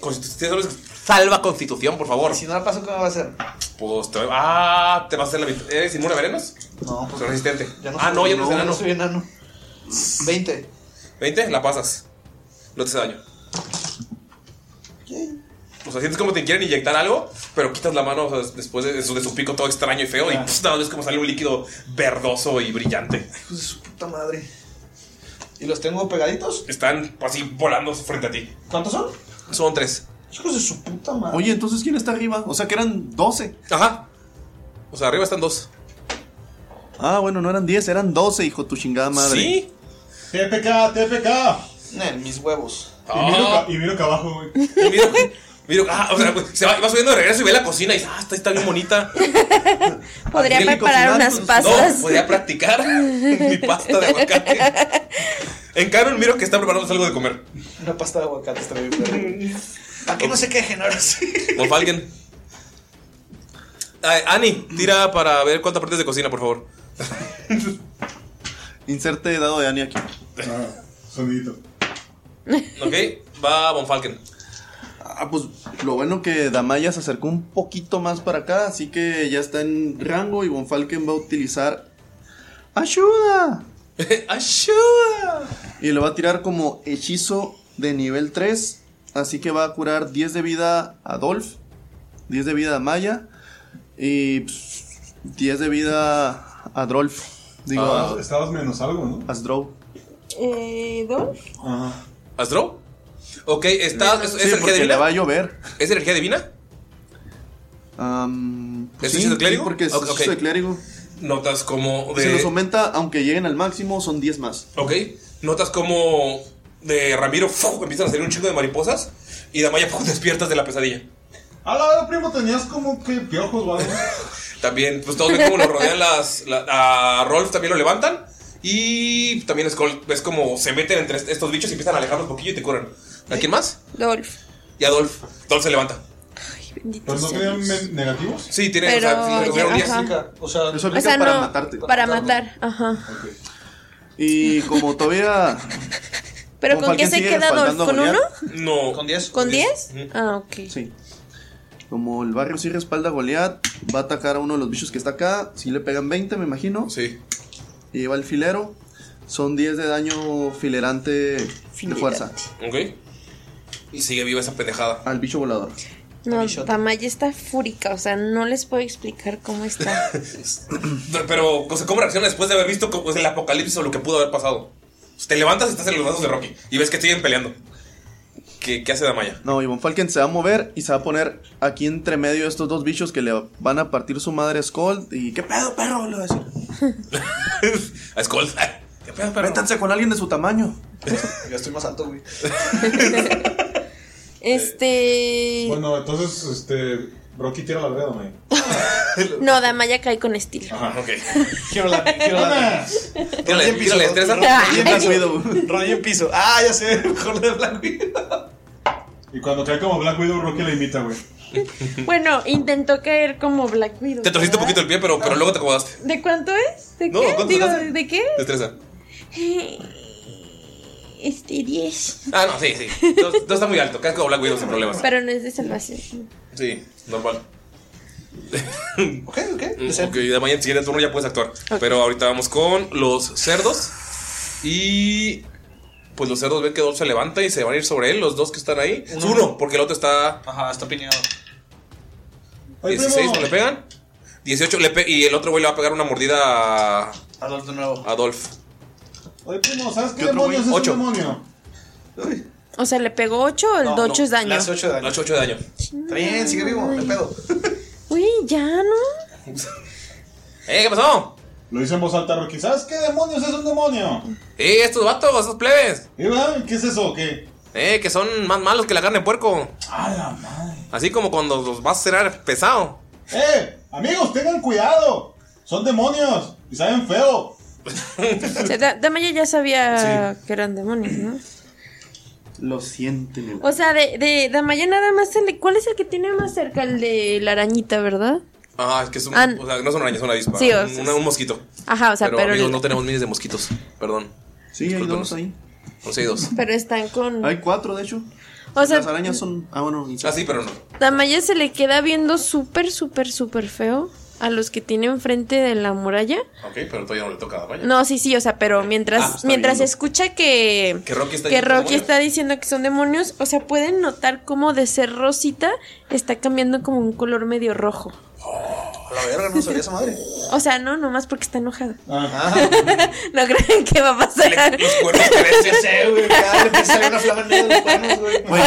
Constitución, salva constitución, por favor.
Si no la paso, ¿qué me va a hacer?
Pues te Ah, te vas a hacer la mitad. ¿Eres inmune a venenos?
No, pues
Soy resistente.
ya no
ah,
soy-
no, ya no es
no
enano.
soy enano. 20.
20, la pasas. No te hace daño. O sea, sientes como te quieren inyectar algo, pero quitas la mano o sea, después de de su, de su pico todo extraño y feo y pss, nada, es como sale un líquido verdoso y brillante.
Hijos de su puta madre. ¿Y los tengo pegaditos?
Están así volando frente a ti.
¿Cuántos son?
Son tres.
Hijos de su puta madre.
Oye, entonces, ¿quién está arriba? O sea, que eran 12.
Ajá. O sea, arriba están dos.
Ah, bueno, no eran 10, eran 12, hijo de tu chingada madre.
¿Sí?
TPK, TPK.
Nel, mis huevos.
Y miro,
Ah.
ca- y miro que abajo, güey.
Y miro, miro, ah, o sea, pues, se va, y va subiendo de regreso y ve la cocina y dice, ah, esta está bien bonita.
Podría
Angélico
preparar
Sinantos.
unas
No,
pastas.
podía practicar mi pasta de aguacate. En Canon miro que está preparándose algo de comer.
Una pasta de aguacate está bien perro. ¿Para qué no se quejen ahora sí?
O alguien. Ay, Ani, tira para ver cuántas partes de cocina, por favor.
Inserte dado de Ani aquí.
Ah, sonidito.
Ok, va Von Falken.
Ah, pues lo bueno que Damaya se acercó un poquito más para acá, así que ya está en rango y Bonfalken va a utilizar ¡Ayuda!
¡Ayuda!
Y le va a tirar como hechizo de nivel 3, así que va a curar 10 de vida a Dolph, 10 de vida a Damaya y pues, 10 de vida a Drolf. Digo,
Estabas,
Ah.
estabas menos algo, ¿no?
a, a Zdrow.
Eh, ¿Dos?
Ajá.
¿Astro? Ok, está, es, es
Sí,
energía
porque le
divina.
va a llover.
¿Es energía divina?
Am,
¿Es hechizo de clérigo?
porque es
Ok,
hechizo
ok.
de clérigo.
Notas como
Se los
de.
aumenta, aunque lleguen al máximo, son 10 más.
Ok, notas como de Ramiro ¡fu! empiezan a salir un chingo de mariposas y Damaya ¡fu! despiertas de la pesadilla.
A la hora, primo, tenías como que piojos o algo.
También, pues todos ven cómo lo rodean las. la- a Rolf también lo levantan. Y también es, col- es como se meten entre est- estos bichos y empiezan a alejarlos un poquillo y te corren. ¿A quién más?
Dolph.
Y a Dolph. Dolph se levanta.
Bendito
¿Pero no
sea
tenían
Dios.
men- negativos?
Sí, tiene.
Pero
o sea, sí,
ya,
Pues
tuvieron diez.
ajá.
O sea,
Eso
O
aplica
sea,
para
no,
matarte.
Para matar, ajá.
Y como todavía.
¿Pero
Von
con qué
Falken
se
sigue
queda Dolph?
respaldando a
¿Con uno?
Goliat.
No.
con 10.
¿Con diez? Ah, ok.
Sí. Como el barrio sí respalda a Goliath, va a atacar a uno de los bichos que está acá. Si le pegan 20, me imagino.
Sí.
Y lleva el filero. Son 10 de daño filerante de
Filerante.
fuerza
Ok. Y sigue viva esa pendejada.
al bicho volador.
No, Tamaya está fúrica, o sea, no les puedo explicar cómo está.
Pero, o sea, ¿cómo reacciona después de haber visto co- pues, el apocalipsis o lo que pudo haber pasado? Pues Te levantas y estás en los brazos de Rocky y ves que siguen peleando. ¿Qué, qué hace Damaya?
No, y Von Falken se va a mover y se va a poner aquí entre medio de estos dos bichos que le van a partir su madre a Skull. Y qué pedo, perro, le va a decir.
a Skull. ¿Qué pedo, perro?
Métanse con alguien de su tamaño.
Yo estoy más alto, güey.
Este.
Bueno, entonces, este. Rocky tira la verga, güey.
No, Damaya cae con estilo.
Ajá, ok.
Quiero la. Quiero la.
Tírale, tírale, destreza.
Bien nacido.
Rodilla en piso. Ah, ya sé. Mejor de blanco.
Y cuando cae como Black Widow, Rocky la imita, güey.
Bueno, intentó caer como Black Widow.
Te torciste un
¿verdad?
poquito el pie, pero, pero luego te acomodaste.
¿De cuánto es? ¿De
No,
qué?
¿cuánto
Digo,
sacaste?
¿de qué?
Destreza.
Este 10.
Ah, no, sí, sí. No, no está muy alto. Caes como Black Widow sin problemas.
Pero no es de salvación.
Sí, normal.
Ok, ok.
Ok, de mañana en siguiente turno ya puedes actuar. Pero ahorita vamos con los cerdos. Y. Pues los cerdos ven que Dolph se levanta y se van a ir sobre él, los dos que están ahí. Uno, porque el otro está
Ajá, está piñado.
Ay,
16,
primo.
no le pegan. 18, le pe- y el otro güey le va a pegar una mordida a,
Adolfo de nuevo.
a Dolph.
Oye, primo, ¿sabes qué,
¿Qué otro, güey?
demonios es
Ocho.
un demonio?
O sea, ¿le pegó 8 o el 8 es daño?
Le hace 8 de daño.
8, 8 de daño.
Está bien, sigue vivo. De pedo.
Uy, ya, ¿no?
¡Eh, qué pasó!
Lo dice en voz alta, Rocky. ¿Sabes qué demonios es un demonio?
¡Eh, estos vatos, estos plebes!
Y, va, ¿Qué es eso? o ¿Qué?
Eh, que son más malos que la carne de puerco.
A la madre.
Así como cuando los vas a cenar pesado.
¡Eh! Amigos, tengan cuidado. Son demonios y saben feo.
O sea, Da- Damaya ya sabía que eran demonios, ¿no?
Lo sienten.
O sea, de, de Damaya nada más se le- ¿Cuál es el que tiene más cerca? El de la arañita, ¿verdad?
Ajá, es que es un,
Ah,
o sea, no son arañas, son una avispa.
Sí, o
un,
sea,
una- un mosquito.
Ajá, o sea, pero,
amigos,
el-
no tenemos miles de mosquitos. Perdón.
Sí, hay
Discúlpenos.
dos ahí.
No sé, hay dos.
pero están con...
Hay cuatro, de hecho.
O sea,
Las arañas son. Ah, bueno,
Ah,
insectos.
sí, pero no.
Damaya se le queda viendo súper, súper, súper feo a los que tiene enfrente de la muralla.
Ok, pero todavía no le toca a Damaya.
No, sí, sí, o sea, pero mientras,
Ah, está
mientras
viendo.
escucha que,
Que Rocky está
que
diciendo
Rocky
demonios.
está diciendo que son demonios, o sea, pueden notar cómo de ser rosita está cambiando como un color medio rojo.
A la verga, no sabía esa madre.
O sea, no, nomás porque está enojada.
Ah,
Ah,
Ajá.
No creen que va a pasar.
Los cuernos crecen.
Ya sé, Eh, güey. Ya le empecé a ver una flama negra de los cuernos, güey.
Bueno,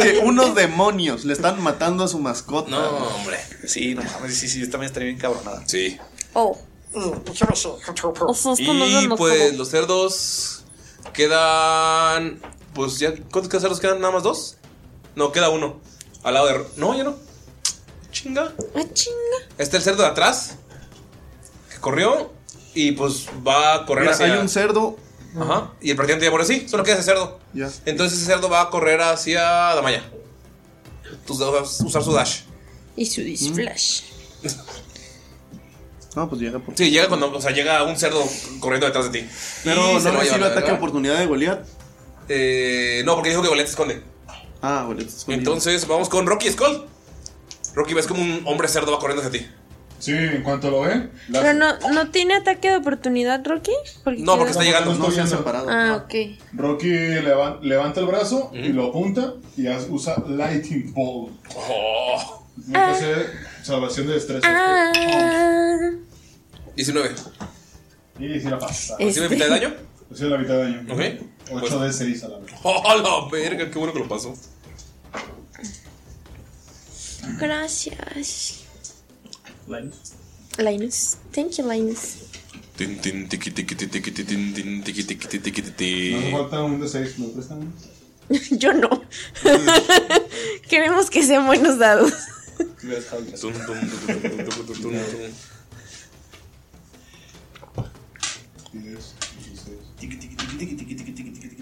que unos demonios le están matando a su mascota.
No, hombre.
Sí, no mames, sí, sí, yo también estaría bien cabronada.
Sí.
Oh, o
Y pues los cerdos quedan. Pues ya. ¿Cuántos cerdos quedan? ¿Nada más dos? No, queda uno. Al lado de. Ro- No, ya no. Chinga.
Ah, chinga.
Está el cerdo de atrás. Que corrió. Y pues va a correr
Mira,
hacia.
hay un cerdo.
Ajá. Y el practicante ya por así. Solo queda ese cerdo.
Ya.
Entonces ese cerdo va a correr hacia Damaya. Tus vas a usar su dash.
Y su disflash.
No, pues llega por.
Sí, llega cuando. O sea, llega un cerdo corriendo detrás de ti. Y
Pero
se lo
no
va a
recibe
llevar,
ataque de
¿verdad?
oportunidad de Goliath.
Eh, no, porque dijo que Goliath se esconde.
Ah, Goliath. está escondido.
Entonces vamos con Rocky Skull. Rocky, ves como un hombre cerdo va corriendo hacia ti.
Sí, en cuanto lo ven. la-
Pero no, ¿no tiene ataque de oportunidad, Rocky?
No, porque
queda-
está llegando.
No se han
viendo.
separado.
Ah, ok.
Rocky levan- levanta el brazo y lo apunta y haz- usa Lightning Ball.
Oh,
Tiene que hacer salvación de destreza.
Ah,
19.
Y si la pasa.
¿Sí me
este-
pita de daño?
Así es la mitad de daño.
Ok.
8 de 6 a la vez.
¡Oh, la verga! ¡Qué bueno que lo pasó!
Gracias. Linus. Thank you, Linus.
Tin, tin, tiqui, tiqui, ti, tiqui, ti, tin, tin, tiqui, tiqui, ti, tiqui, ti, ti.
No hace falta un de 6, ¿me lo prestan?
Yo no. Queremos que sean buenos dados.
Tum, tum, tum, tum, tum, tum, tum, tum, tum.
10,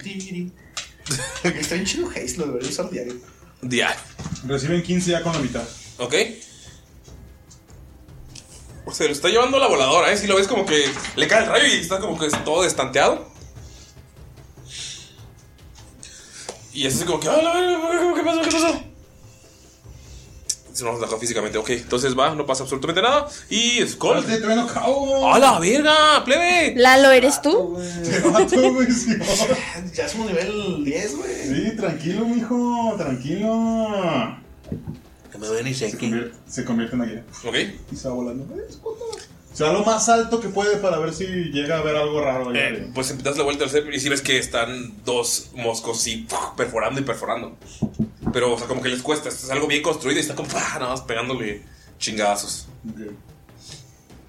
16.
Está bien chido Haze, lo debería usar diario.
Dial.
Reciben 15 ya con la mitad.
¿Ok? Se lo está llevando la voladora, ¿eh? Si lo ves como que le cae el rayo y está como que es todo destanteado. Y es así como que... "Ah, la verga, ¿Qué pasó? ¿Qué pasó? Se nos atacó físicamente, ok. Entonces va, no pasa absolutamente nada. Y
¡Hola,
Skull...
te traen a cabo!
¡A la verga, plebe!
Lalo, ¿eres tú?
Te mato, Ah, güey, sí.
Ya somos nivel 10, güey.
Sí, tranquilo, mijo, tranquilo.
Que me duele y sé
Se convierte, se convierte en águila
Ok.
y se va volando. Eh, escuta. Se va lo más alto que puede para ver si llega a ver algo raro. ahí
Eh,
arriba.
pues das la vuelta al ser y si ves que están dos moscos así ¡puf! perforando y perforando. Pero, o sea, como que les cuesta. Es algo bien construido y está como ¡pah! nada más pegándole chingazos.
Ok.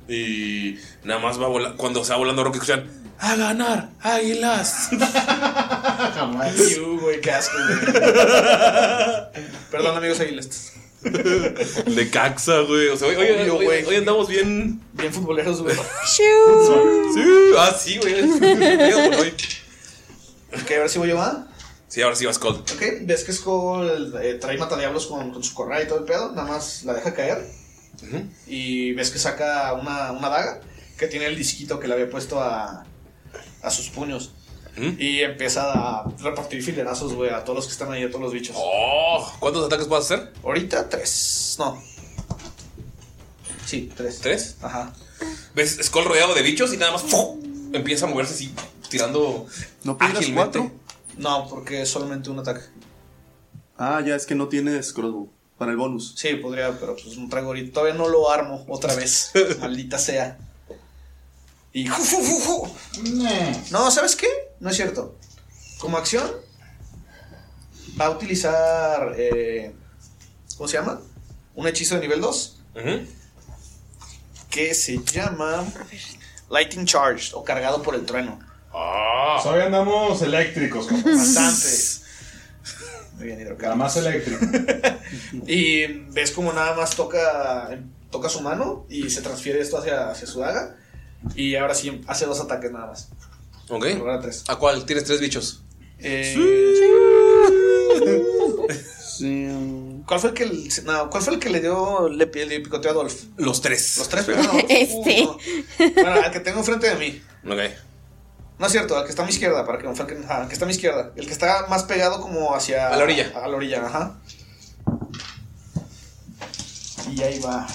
Y nada más va volando. Cuando se va volando Rocky, escuchan ¡A ganar! ¡Águilas!
Jamás.
You, güey, qué asco, güey. Perdón, amigos águilas.
De caxa, güey. O sea, hoy, hoy-
Obvio,
hoy-
güey.
hoy andamos bien.
Bien futboleros, güey.
Shoo.
Sí, ah, sí, güey. Hoy.
Ok, a ver si voy yo, va.
sí, ahora sí vas cold.
Ok, ves que Skull eh, trae matadiablos con, con su correa y todo el pedo, nada más la deja caer. Y ves que saca una, una daga que tiene el disquito que le había puesto a, a sus puños. Y empieza a repartir filerazos, güey, a todos los que están ahí, a todos los bichos.
Oh, ¿Cuántos ataques vas a hacer?
Ahorita tres. No. Sí, tres.
¿Tres?
Ajá.
¿Ves? Skull rodeado de bichos y nada más ¡fu! empieza a moverse así, tirando
¿No pierdas
ágilmente.
cuatro?
No, porque es solamente un ataque.
Ah, ya es que no tienes crossbow para el bonus.
Sí, podría, pero pues un traigo ahorita. Todavía no lo armo otra vez. Maldita sea. Y. ju, ju, ju, ju. No, ¿sabes qué? No es cierto. Como acción, va a utilizar. eh, ¿Cómo se llama? Un hechizo de nivel 2
Ujú.
que se llama Lighting Charge o cargado por el trueno.
Ah,
Todavía andamos Pues eléctricos, compa.
Bastante. escribían
La
hidrocarburos.
más eléctrica.
Y ves como nada más toca, toca su mano y se transfiere esto hacia, hacia su daga. Y ahora sí hace dos ataques nada más.
Ok.
Ahora tres.
¿A cuál? Tienes tres bichos.
Eh, Sí. ¿Cuál fue el que el- no, cuál fue el que le dio le, pi- le picoteó a Adolf?
Los tres.
Los tres pegaron a Adolf.
Este.
Uy, no. Bueno, al que tengo enfrente de mí.
Ok.
No es cierto, al que está a mi izquierda, para que no fue el que, ajá, al que está a mi izquierda. El que está más pegado como hacia
A la orilla.
A la orilla, ajá. Y ahí va.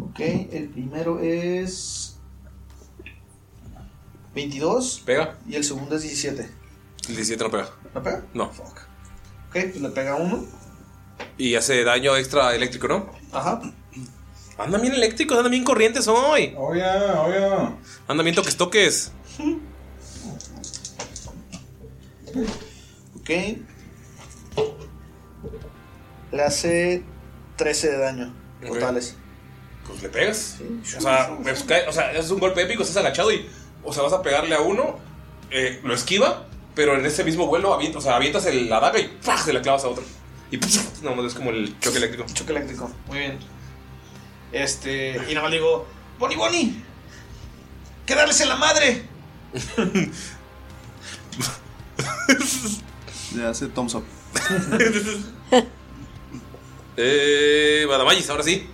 Ok, el primero es 22
¿Pega?
y el segundo es 17.
El 17 no pega.
¿No pega?
No.
Ok, pues le pega uno.
Y hace daño extra eléctrico, ¿no?
Ajá.
Andan bien eléctricos, andan bien corrientes hoy.
Oh, yeah, oh, yeah.
Andan bien toques toques.
Ok. Le hace 13 de daño
Ok.
totales.
Pues le pegas. O sea, me cae- o sea, es un golpe épico, estás agachado y. O sea, vas a pegarle a uno, eh, lo esquiva, pero en ese mismo vuelo avientas, o sea, avientas el- la daga y ¡pah! se la clavas a otro. Y ¡puf! no, es como el choque eléctrico.
Choque eléctrico. Muy bien. Este. Y nada más le digo: ¡Boni, Boni! ¡Que darles en la madre!
Le hace thumbs up.
Eh. Badamayis, ahora sí.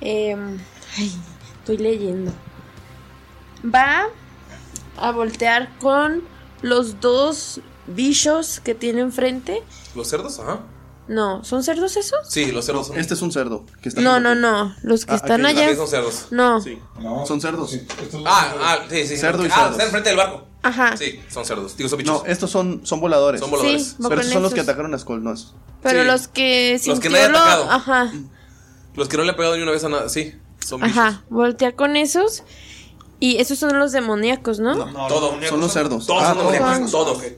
Em, ay, estoy leyendo. Va a voltear con los dos bichos que tiene enfrente.
¿Los cerdos? Ajá.
No, ¿son cerdos esos?
Sí, los cerdos.
Este es un cerdo. Que está
No, no, no. Los que
Ah,
están
aquí,
allá.
También son cerdos.
No.
Sí.
Ah,
No,
Son cerdos.
sí, estos
Ah,
son-
ah, sí, sí.
Cerdo y
ah,
cerdos.
están enfrente del barco.
Ajá.
Sí, son cerdos. Digo, son bichos.
No, estos son, son voladores.
Son
Sí,
voladores.
va
Pero
con
estos son los
esos.
que atacaron a Skull, no esos.
Pero
Sí.
los que
Los que
sintió
nadie ha
lo-
atacado.
Ajá.
Los que no le han pegado ni una vez a nada. Sí, son bichos.
Ajá. Voltear con esos. Y esos son los demoníacos, ¿no?
Todo.
demoníacos
Son los cerdos.
Todos
Ah,
son demoníacos.
todos.
Todos.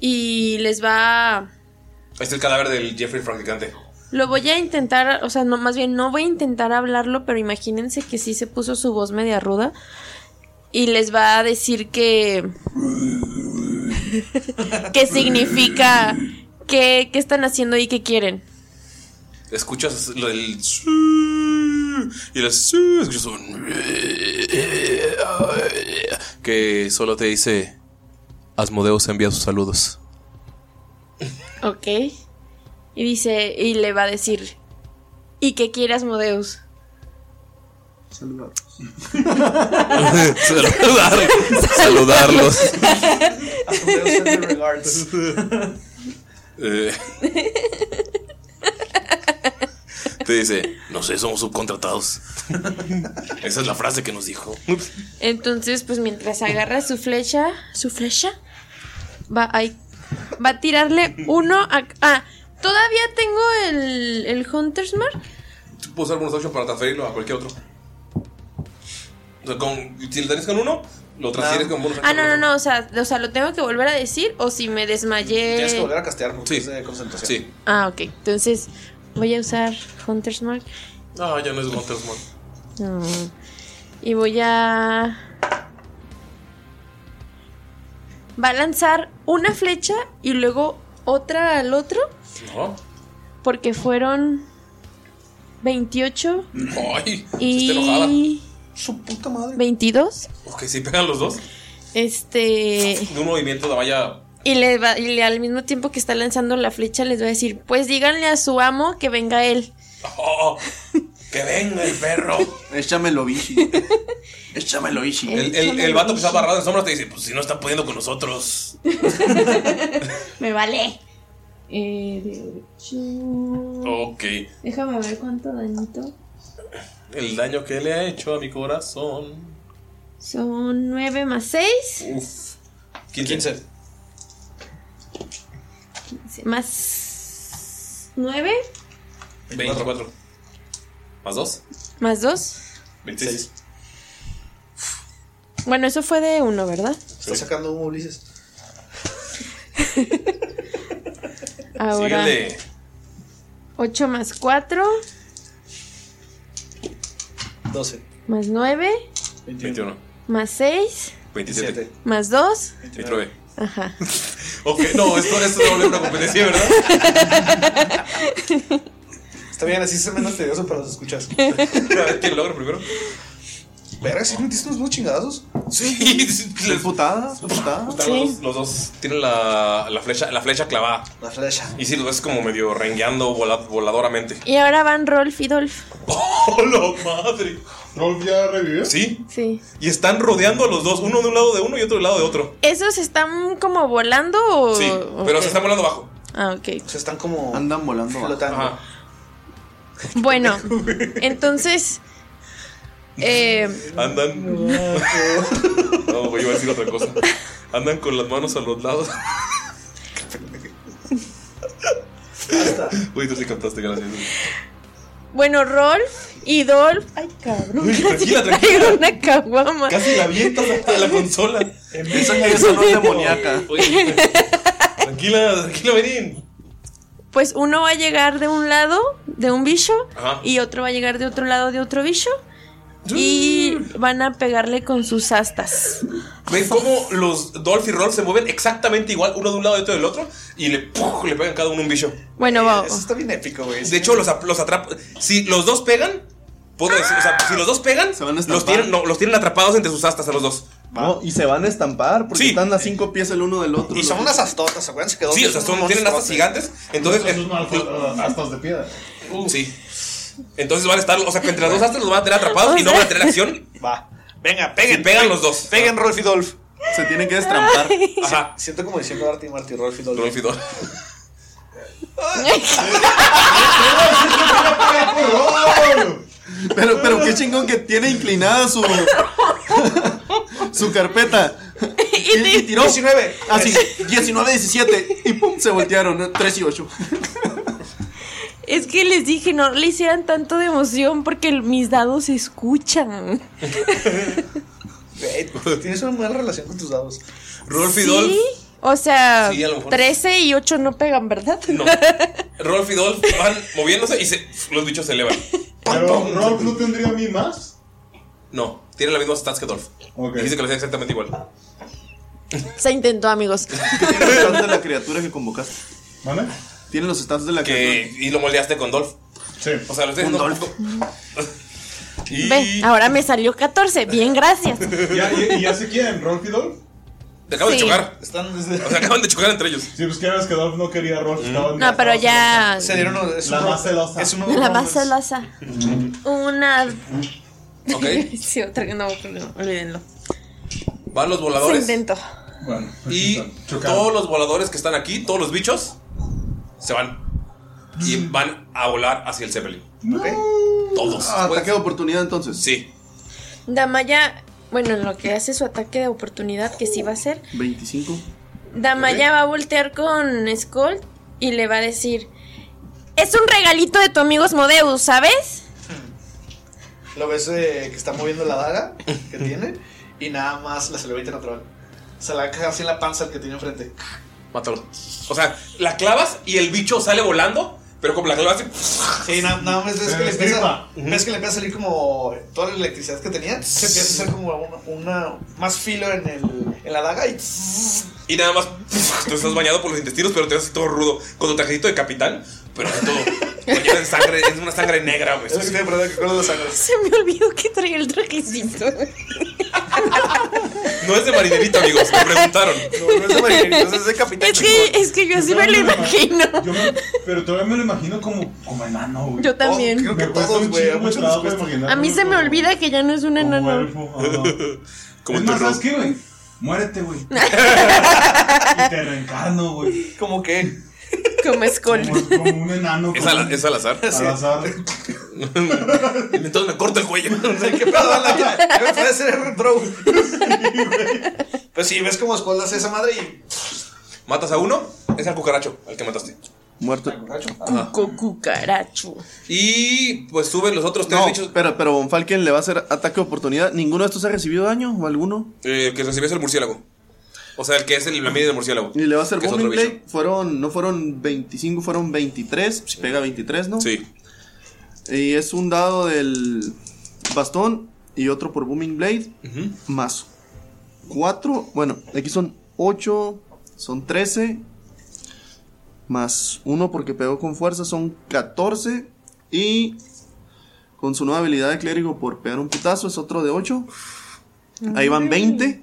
Y les va a-
Ahí está el cadáver del Jeffrey Francticante.
Lo voy a intentar, o sea, no, más bien no voy a intentar hablarlo, pero imagínense que sí se puso su voz media ruda. Y les va a decir que. ¿Qué significa? ¿Qué, ¿Qué están haciendo y qué quieren?
Escuchas lo del. "Sí", Y el. "Sí", Escuchas un. Que solo te dice. Asmodeus envía sus saludos.
Ok. Y dice, y le va a decir. ¿Y qué quieras, Modeus?
Saludar- saludarlos.
regards.
Eh. Te dice, no sé, somos subcontratados. Esa es la frase que nos dijo.
Entonces, pues mientras agarra su flecha, su flecha, va, ay, va a tirarle uno a... Ah, todavía tengo el, el Hunter's Mark.
Puedo usar bonus action para transferirlo a cualquier otro. O sea, con, si lo tenés con uno, lo transfieres con bonus
Ah,
action.
no, no, no, o sea, o sea, lo tengo que volver a decir o si me
Tienes que
desmayé...
volver a castear porque
Sí.
es de concentración.
Sí.
Ah, ok, entonces voy a usar Hunter's Mark.
No, ya no es Hunter's Mark.
No. Y voy a... Va a lanzar una flecha y luego otra al otro.
No.
Porque fueron 28
Ay,
y
está enojada.
Su puta madre.
22.
Ok, sí, pegan los dos.
Este.
De un movimiento de vaya.
Y, le va- y le- al mismo tiempo que está lanzando la flecha, les va a decir: Pues díganle a su amo que venga él.
Oh, que venga el perro.
Échamelo, Ishi. Échamelo, Ishi.
El, el, el vato que está barrado en sombras te dice: Pues si no están pudiendo con nosotros.
Me vale. Eh, de ocho.
Ok.
Déjame ver cuánto dañito.
El daño que le ha hecho a mi corazón.
Son 9 más 6.
Uf. 15.
Más 9.
24. ¿Más 2?
Más 2.
26.
Bueno, eso fue de 1, ¿verdad?
Está sacando humo, Ulises.
Ahora.
Síguele.
8 más 4.
12.
Más 9.
21.
Más 6.
27.
Más 2.
29.
Ajá.
Ok, no, esto, esto se vuelve una competencia, ¿verdad?
Está bien, así es menos tedioso para los escuchas.
A ver quién logra primero.
Verga, ¿sí metiste unos buenos chingadazos?
Sí,
las putadas, putadas.
Están los, los dos tienen la, la flecha, la flecha clavada.
La flecha.
Y si lo ves como medio rengueando vola- voladoramente.
Y ahora van Rolf y Dolph.
¡Oh, la madre!
¿Rolf ya revivió?
Sí.
Sí.
Y están rodeando a los dos, uno de un lado de uno y otro del lado de otro.
¿Esos están como volando o.?
Sí, pero se están volando abajo.
Ah, ok.
Se están como
Andan volando. abajo.
flotando.
Ajá.
Bueno, entonces. eh,
Andan. No, güey, iba a decir otra cosa. Andan con las manos a los lados. Uy, tú sí cantaste, gracias.
bueno, Rolf y Dolph. Ay, cabrón.
Uy,
casi
tranquila, tranquila.
traigo una caguama.
Casi la avientas a la consola.
Esa ya es una demoníaca.
Oye, tranquila, tranquila, Berín.
Pues uno va a llegar de un lado de un bicho
Ajá.
y otro va a llegar de otro lado de otro bicho. Y van a pegarle con sus astas.
¿Ven cómo los Dolph y Rolf se mueven exactamente igual, uno de un lado y otro del otro? Y le, ¡puf! le pegan cada uno un bicho.
Bueno,
Eso
vamos.
está bien épico, güey.
Ah, De hecho, los, ap- los atrapa. Si los dos pegan, puedo decir, o sea, si los dos pegan,
Se van a estampar.
los tienen, no, los tienen atrapados entre sus astas a los dos.
No, y se van a estampar porque
Sí.
están a cinco pies el uno del otro.
Y son unas astotas, acuérdense que dos
Sí, o sea, son- tienen astas gigantes. Entonces,
Son unas astas- astas de piedra.
eh, sí. Entonces van a estar, o sea, que entre las dos astas los van a tener atrapados y no van a tener acción.
Va. Venga, peguen.
Sí, pegan los dos. Ah.
Peguen Rolf y Dolph.
Se tienen que destrampar.
Ajá.
Siento como diciendo Artie Marty, Rolf y Dolph.
Rolf y Dolph.
Pero, pero qué chingón que tiene inclinada su. su carpeta. Y, y tiró.
19.
Así, 19, 17. Y pum, se voltearon. 3 y 8.
Es que les dije, no le hicieran tanto de emoción porque el- mis dados se escuchan.
Güey, Tienes una buena relación con tus dados.
Rolf y Dolph.
¿Sí? O sea,
Sí, a lo mejor.
13 y 8 no pegan, ¿verdad?
No. Rolf y Dolph van moviéndose y se, los bichos se elevan.
Pero Rolf no tendría a mí más.
No, tiene la misma stats que Dolph.
Ok.
Dice que lo hacía exactamente igual.
Se intentó, amigos.
Tiene los stats de la criatura que convocaste.
¿Vale?
Tiene los stats de la
Que, y lo moldeaste con Dolph.
Sí.
O sea, lo estoy haciendo
Con
un poco. Y
Ve, ahora me salió 14. Bien, gracias.
Ya- ¿Y y ya se quieren, Rolf y Dolph?
te acaban
Sí.
de chocar.
Están
O sea, acaban de chocar entre ellos.
Sí, pues que eras que Dolph no quería a Rolf. estaban
No, pero
abrazados.
ya.
Se dieron uno- es
La
uno-
más celosa.
Es uno
La más celosa. Una.
Ok.
Sí, otra que no, no, olvídenlo.
Van los
Se
voladores.
intentó.
Bueno, pues
Y
están chocados.
todos los voladores que están aquí, todos los bichos, se van. Y van a volar hacia el Zeppelin. Todos.
Ah,
Pues,
Ataque de oportunidad entonces.
sí.
Damaya, bueno, en lo que hace su ataque de oportunidad, que sí va a ser,
25.
Damaya va a voltear con Skull y le va a decir: Es un regalito de tu amigo Modeus, ¿sabes?
Lo ves eh, que está moviendo la daga que tiene y nada más la celulita natural. Se la caja así en la panza al que tiene enfrente.
Mátalo. O sea, la clavas y el bicho sale volando, pero como la clavas.
Sí, na- nada más ves
Se
que, le empieza,
destripa.
ves que le empieza a salir como toda la electricidad que tenía. Se empieza a hacer como una, una- más filo en, el, en la daga y
Y nada más. Tú estás bañado por los intestinos, pero te ves así todo rudo. Con tu trajecito de capitán, pero así todo. bañado en sangre, es una sangre negra, güey.
Es lo que tiene problema que con los sangres.
Se me olvidó que traía el trajecito.
No es de marinerito, amigos. Me preguntaron.
No, no es de marinerito, es de capitán.
Es que, es que yo así me lo imagino.
Yo me- pero todavía me lo imagino como, como enano, güey.
Yo también.
creo
Me
que
cuesta
todos,
un
güey, a
chingo de
muchos
trabajo
nos cuesta.
imaginarme
A mí se me
como-
olvida que ya no es un
como
enano.
elfo, ajá.
Como
es
tu
más, ¿sabes
robo.
qué, güey? Muérete, güey. y te reencarno, güey.
Como que.
Como Skull.
Como, como un enano.
Es
como-
al, es al azar.
Este,
al azar.
Entonces me corta el cuello.
¿Qué pedo, la Yo voy a hacer el throw. Pues sí, ves como escuelas esa madre y.
Matas a uno, es al cucaracho, al que mataste.
Muerto.
Cuco cucaracho.
Y pues suben los otros tres
No,
bichos.
pero, pero Von Falken le va a hacer ataque de oportunidad. ¿Ninguno de estos ha recibido daño o alguno?
Eh, el que recibió es el murciélago. O sea, el que es el, la mini del murciélago.
Y le va a hacer
que es
Booming
otro bicho.
Blade. Fueron, no fueron 25, fueron 23. Si pega 23, ¿no?
Sí.
Y es un dado del bastón y otro por Booming Blade. Más 4. Bueno, aquí son 8, son 13. Más 1 porque pegó con fuerza, son 14. Y con su nueva habilidad de clérigo por pegar un putazo es otro de 8. Ahí van 20.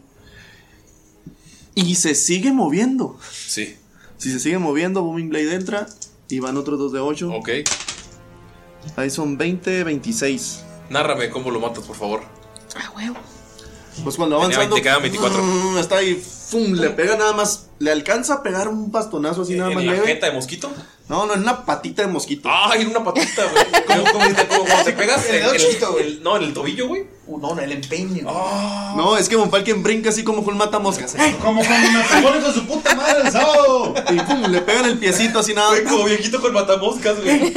Y se sigue moviendo.
Sí.
Si se sigue moviendo, Booming Blade entra. Y van otros 2 de 8.
Ok.
Ahí son 20, 26.
Nárrame cómo lo matas, por favor.
Ah, huevo.
Pues cuando va
Tenía
avanzando.
20, quedaba 24.
mm, Está ahí, ¡fum! Le pega nada más. Le alcanza a pegar un bastonazo así nada más
¿En la
leve.
jeta Ah. de mosquito?
No, no, en una patita de mosquito.
¡Ay, en una patita, güey! ¿Cómo, cómo te, cómo- cómo te pegas?
En el dedo chiquito, güey.
el- no, en el tobillo, güey.
No, no, el empeine. güey.
No, es que Von Falken brinca así como con matamoscas. ¡Eh!
Ah, Como cuando me pegó con su puta madre el sábado.
Y pum, le pegan el piecito así nada.
Güey, como viejito con matamoscas, güey.
Le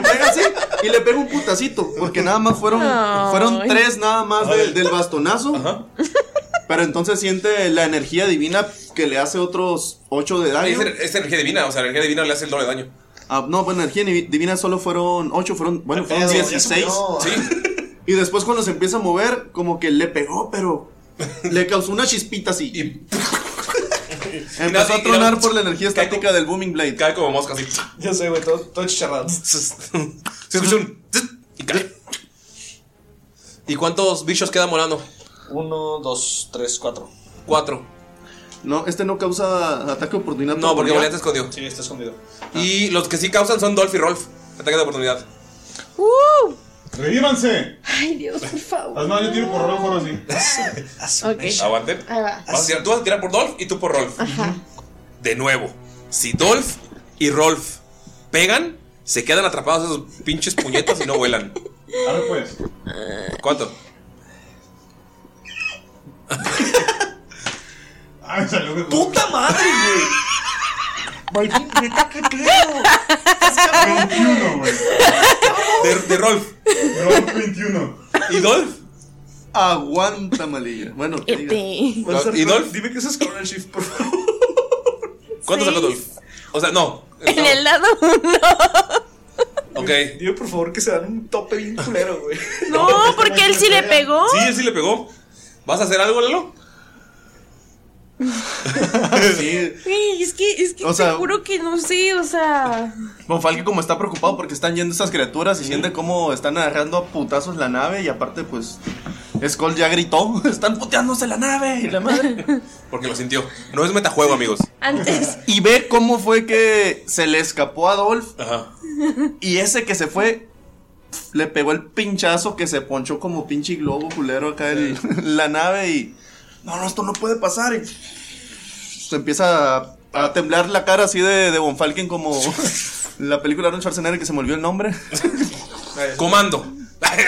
pega así y le pega un putacito. Porque nada más fueron,
Ay.
fueron tres nada más del, del bastonazo.
Ajá.
Pero entonces siente la energía divina que le hace otros ocho de daño.
Es, er, es energía divina, o sea, la energía divina le hace el doble daño.
Ah, no, bueno, energía divi- divina solo fueron ocho, fueron, bueno, fueron
Pero ya se
16.
murió.
Sí.
Y después cuando se empieza a mover, como que le pegó, pero le causó una chispita así.
Y-
Empezó
y-
a
y-
tronar por la energía
cae
estática del Booming Blade.
Cae como mosca así.
Yo sé, güey, todo, todo chicharrado.
Se escucha un. tss, Y cae. ¿Y cuántos bichos quedan morando?
Uno, dos, tres, cuatro.
Cuatro.
No, este no causa ataque de oportunidad.
No, porque Valiente
oportunidad.
escondió.
Sí, está escondido.
Y los que sí causan son Dolph y Rolf. Ataque de oportunidad.
¡Uh!
Revívanse.
Ay, Dios, por favor.
Además, yo tiro por rojo así.
Ok.
Aguanten.
Ahí va.
Vas a tirar- tú vas a tirar por Dolph y tú por Rolf. De nuevo, si Dolph y Rolf pegan, se quedan atrapados esos pinches puñetas y no vuelan.
A ver, pues.
¿Cuánto?
Ah, me salió que.
¡Puta madre, güey! Maldita neta, qué pedo.
21, güey.
De, de Rolf.
Pero 21.
¿Y Dolph?
Aguanta, malilla. Bueno, que diga.
Ah,
Este.
¿Y Dolph?
Dime que eso es Corner Shift, por favor.
¿Cuánto sacó Dolph?
Seis.
O sea, no.
En el lado uno.
No. Ok.
Dime, por favor, que se dan un tope bien culero, güey.
No, porque él sí le pegó.
Sí, él sí le pegó. ¿Vas a hacer algo, Lalo?
Sí.
Güey, es que, es que
O sea-
te juro que no sé, o sea.
Bonfalque como está preocupado porque están yendo esas criaturas y siente cómo están agarrando a putazos la nave y aparte pues Skull ya gritó, están puteándose la nave y la madre.
Porque lo sintió. No es metajuego, amigos.
Antes.
Y ve cómo fue que se le escapó a Adolf
Ajá.
y ese que se fue pf, le pegó el pinchazo que se ponchó como pinche globo culero acá en la nave y no, no, esto no puede pasar y se empieza a, a temblar la cara así de, de Bonfalken como la película de Arnold Schwarzenegger que se me olvidó el nombre.
Comando.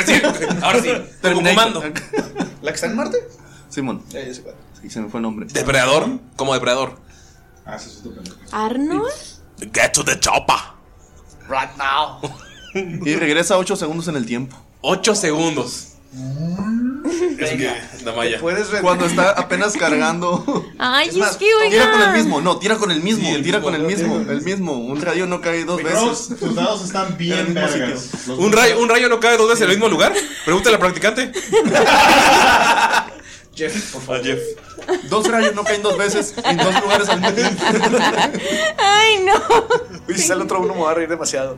Sí, ahora sí. Como comando.
¿La que está en Marte?
Simón,
Ya, ya sé cuál.
sí, se me fue el nombre.
Depredador. Como depredador.
Ah, eso es otro pendejo.
¿Arnold?
Get to the chopper.
Right now.
Y regresa 8 segundos en el tiempo.
8 segundos.
Mm.
Es que, Damaya.
Puedes re-
Cuando está apenas cargando.
Ay,
Es
es,
Ah,
más,
que,
Tira con el
oiga.
mismo, no, tira con el mismo,
Sí, el
tira
mismo,
con el
no,
mismo,
tira con
el mismo. Un rayo no cae dos
Bros,
veces.
tus dados están bien
En el mismo
vergas. Los
¿Un
dos-
rayo, ¿Un rayo no cae dos veces en el mismo lugar? Pregúntale al practicante.
Jeff, por favor.
A Jeff.
Dos rayos no caen dos veces en dos lugares al mismo tiempo.
Ay, no.
Uy, si sale otro uno, me va a reír demasiado.